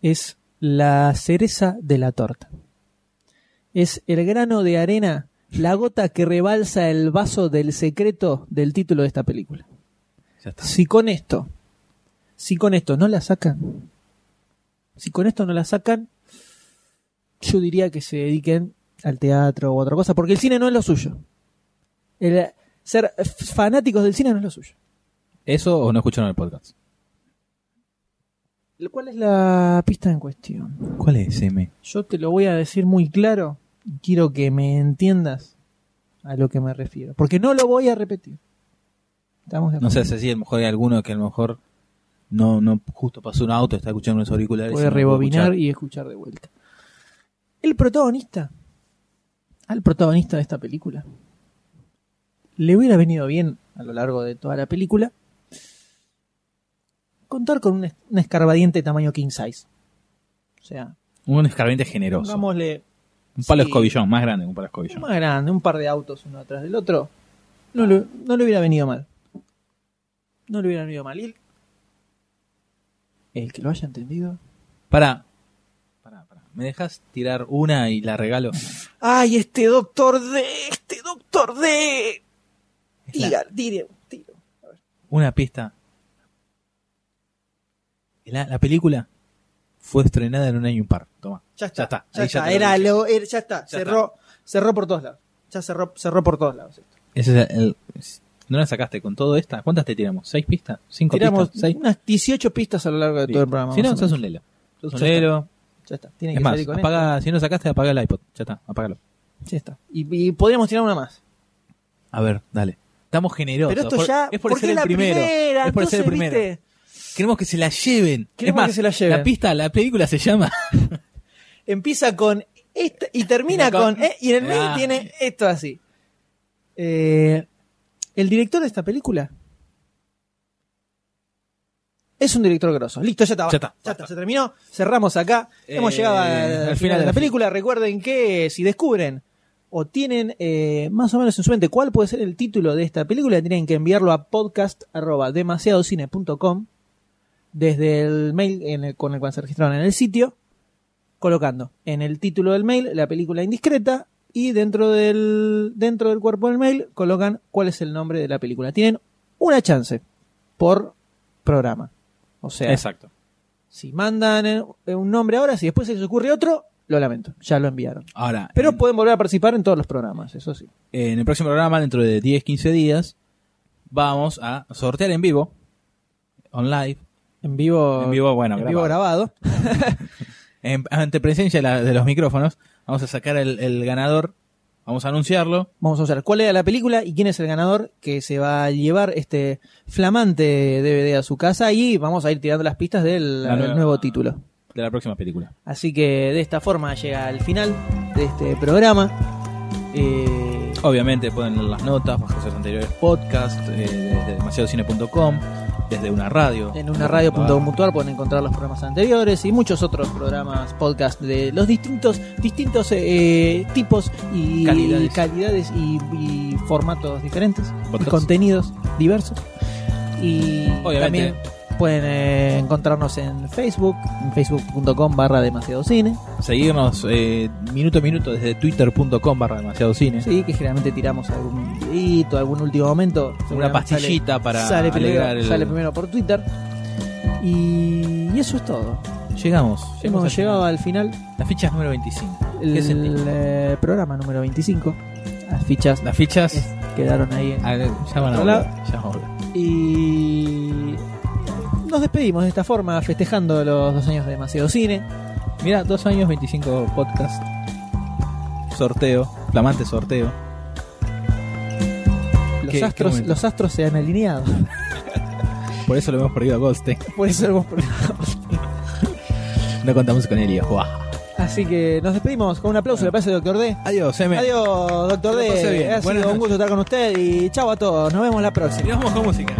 A: es la cereza de la torta. Es el grano de arena, la gota que rebalsa el vaso del secreto del título de esta película.
B: Ya está.
A: Si con esto, si con esto no la sacan, si con esto no la sacan, yo diría que se dediquen al teatro o a otra cosa, porque el cine no es lo suyo. El- ser f- fanáticos del cine no es lo suyo.
B: ¿Eso o no escucharon el podcast?
A: ¿Cuál es la pista en cuestión?
B: ¿Cuál es, M?
A: Yo te lo voy a decir muy claro. y Quiero que me entiendas a lo que me refiero. Porque no lo voy a repetir. Estamos de
B: No
A: acuerdo.
B: sé si así, a lo mejor hay alguno que a lo mejor no, no justo pasó un auto, está escuchando unos auriculares. y
A: Puede
B: no puede
A: rebobinar
B: escuchar.
A: y escuchar de vuelta. El protagonista, al protagonista de esta película, le hubiera venido bien a lo largo de toda la película contar con un, es- un escarbadiente tamaño king size. O sea,
B: Un escarbiente generoso.
A: pongámosle
B: un palo
A: sí.
B: escobillón, más grande que un palo
A: uno
B: escobillón.
A: más grande, un par de autos uno atrás del otro. No le, no le hubiera venido mal. No le hubiera venido mal. Y el- el que lo haya entendido
B: Pará. Pará, pará. ¿Me dejas tirar una y la regalo?
A: ¡Ay, este doctor D! ¡Este doctor D!
B: Es la-
A: Diga, tire, tiro.
B: una pista. La, la película fue estrenada en un año y un par. Toma.
A: Ya
B: está,
A: está, ya
B: ahí ya
A: está.
B: te lo
A: era
B: dije.
A: lo- era- ya está, cerró, cerró por todos lados. Ya cerró, cerró por todos lados. esto.
B: Ese es el, el- ¿No la sacaste con todo esta? ¿Cuántas te tiramos? ¿Seis pistas? ¿Cinco
A: Tiramos
B: pistas? ¿Seis?
A: unas 18 pistas a lo largo de todo el programa.
B: si no,
A: más o
B: sos
A: menos.
B: un lelo. Sos un
A: Ya está.
B: lelo.
A: Ya está, tiene
B: Es
A: que
B: más,
A: salir con
B: apaga, si no sacaste, apaga el iPod. Ya está, apágalo.
A: esto. Ya está. Y, y podríamos tirar una más.
B: A ver, dale. Estamos generosos.
A: Pero esto
B: Por-
A: ya.
B: es por,
A: porque
B: ser el
A: la
B: primero.
A: primera,
B: es por ser
A: entonces,
B: el primero.
A: ¿viste?
B: Queremos que se la lleven. es
A: Queremos
B: más,
A: que se la lleven.
B: pista, la película se llama.
A: empieza con esta y termina
B: Con-
A: con, eh, y en el medio
B: Ah.
A: tiene esto así. Eh, el director de esta película es un director grosso. Listo, ya está.
B: Ya está.
A: se terminó. Cerramos acá. Hemos
B: Eh,
A: llegado al, al final, de la
B: fi-
A: película. Recuerden que si descubren o tienen eh, más o menos en su mente cuál puede ser el título de esta película, tienen que enviarlo a podcast.demasiadocine.com desde el mail en el- con el cual se registraron en el sitio colocando en el título del mail la película indiscreta y dentro del, dentro del cuerpo del mail colocan cuál es el nombre de la película. Tienen una chance por programa. O sea,
B: Exacto.
A: si mandan eh, un nombre ahora, si después se les ocurre otro, lo lamento, ya lo enviaron.
B: Ahora,
A: Pero
B: en-
A: pueden volver a participar en todos los programas, eso sí.
B: en el próximo programa, dentro de 10, 15 días, vamos a sortear en vivo, on live,
A: En vivo,
B: En vivo, bueno,
A: en vivo grabado.
B: en- ante presencia de, la- de los micrófonos, vamos a sacar el, el ganador, vamos a anunciarlo.
A: Vamos a usar cuál era la película y quién es el ganador que se va a llevar este flamante DVD a su casa y vamos a ir tirando las pistas del
B: La nueva-
A: del nuevo título.
B: De la próxima película.
A: Así que de esta forma llega al final de este programa. Eh,
B: Obviamente pueden leer las notas, bajar los anteriores podcasts, eh, desde demasiadocine.com, desde una radio.
A: en unaradio.com.ar pueden encontrar los programas anteriores y muchos otros programas, podcast de los distintos, distintos eh, tipos y
B: Calidades.
A: calidades y, y formatos diferentes, y
B: Podcasts.
A: contenidos diversos. Y
B: Obviamente.
A: también pueden eh, encontrarnos en Facebook, en facebook.com barra demasiado cine,
B: Seguirnos eh, minuto a minuto desde twitter.com barra demasiado cine.
A: sí, que generalmente tiramos algún videito, algún último momento.
B: Una
A: seguramente sale-
B: pastillita para
A: sale, primero,
B: alegrar el-
A: sale primero por Twitter. Y, y eso es todo.
B: Llegamos.
A: Hemos
B: pues, al
A: llegado
B: final.
A: al final
B: La ficha es número 25.
A: el
B: ¿Qué sentís?
A: eh, programa número 25. Las fichas
B: Las fichas
A: es- quedaron ahí. en-
B: Ah, ya van a
A: Hola.
B: volver, ya van a volver.
A: Y nos despedimos de esta forma, festejando los dos años de demasiado cine.
B: Mira, dos años, 25 podcast. Sorteo, flamante sorteo.
A: Los
B: ¿Qué- qué
A: astros
B: momento?
A: los astros se han alineado.
B: Por eso lo hemos perdido a Goldstein.
A: Por eso lo hemos perdido.
B: No contamos con él y
A: Así que nos despedimos con un aplauso, le parece, doctor D.
B: Adiós, M.
A: Adiós, doctor
B: Que la pase
A: D.
B: bien.
A: Ha
B: Buenas
A: sido un
B: noches.
A: gusto estar con
B: 啊
A: usted y chao a todos. Nos vemos la próxima.
B: Nos vamos con música.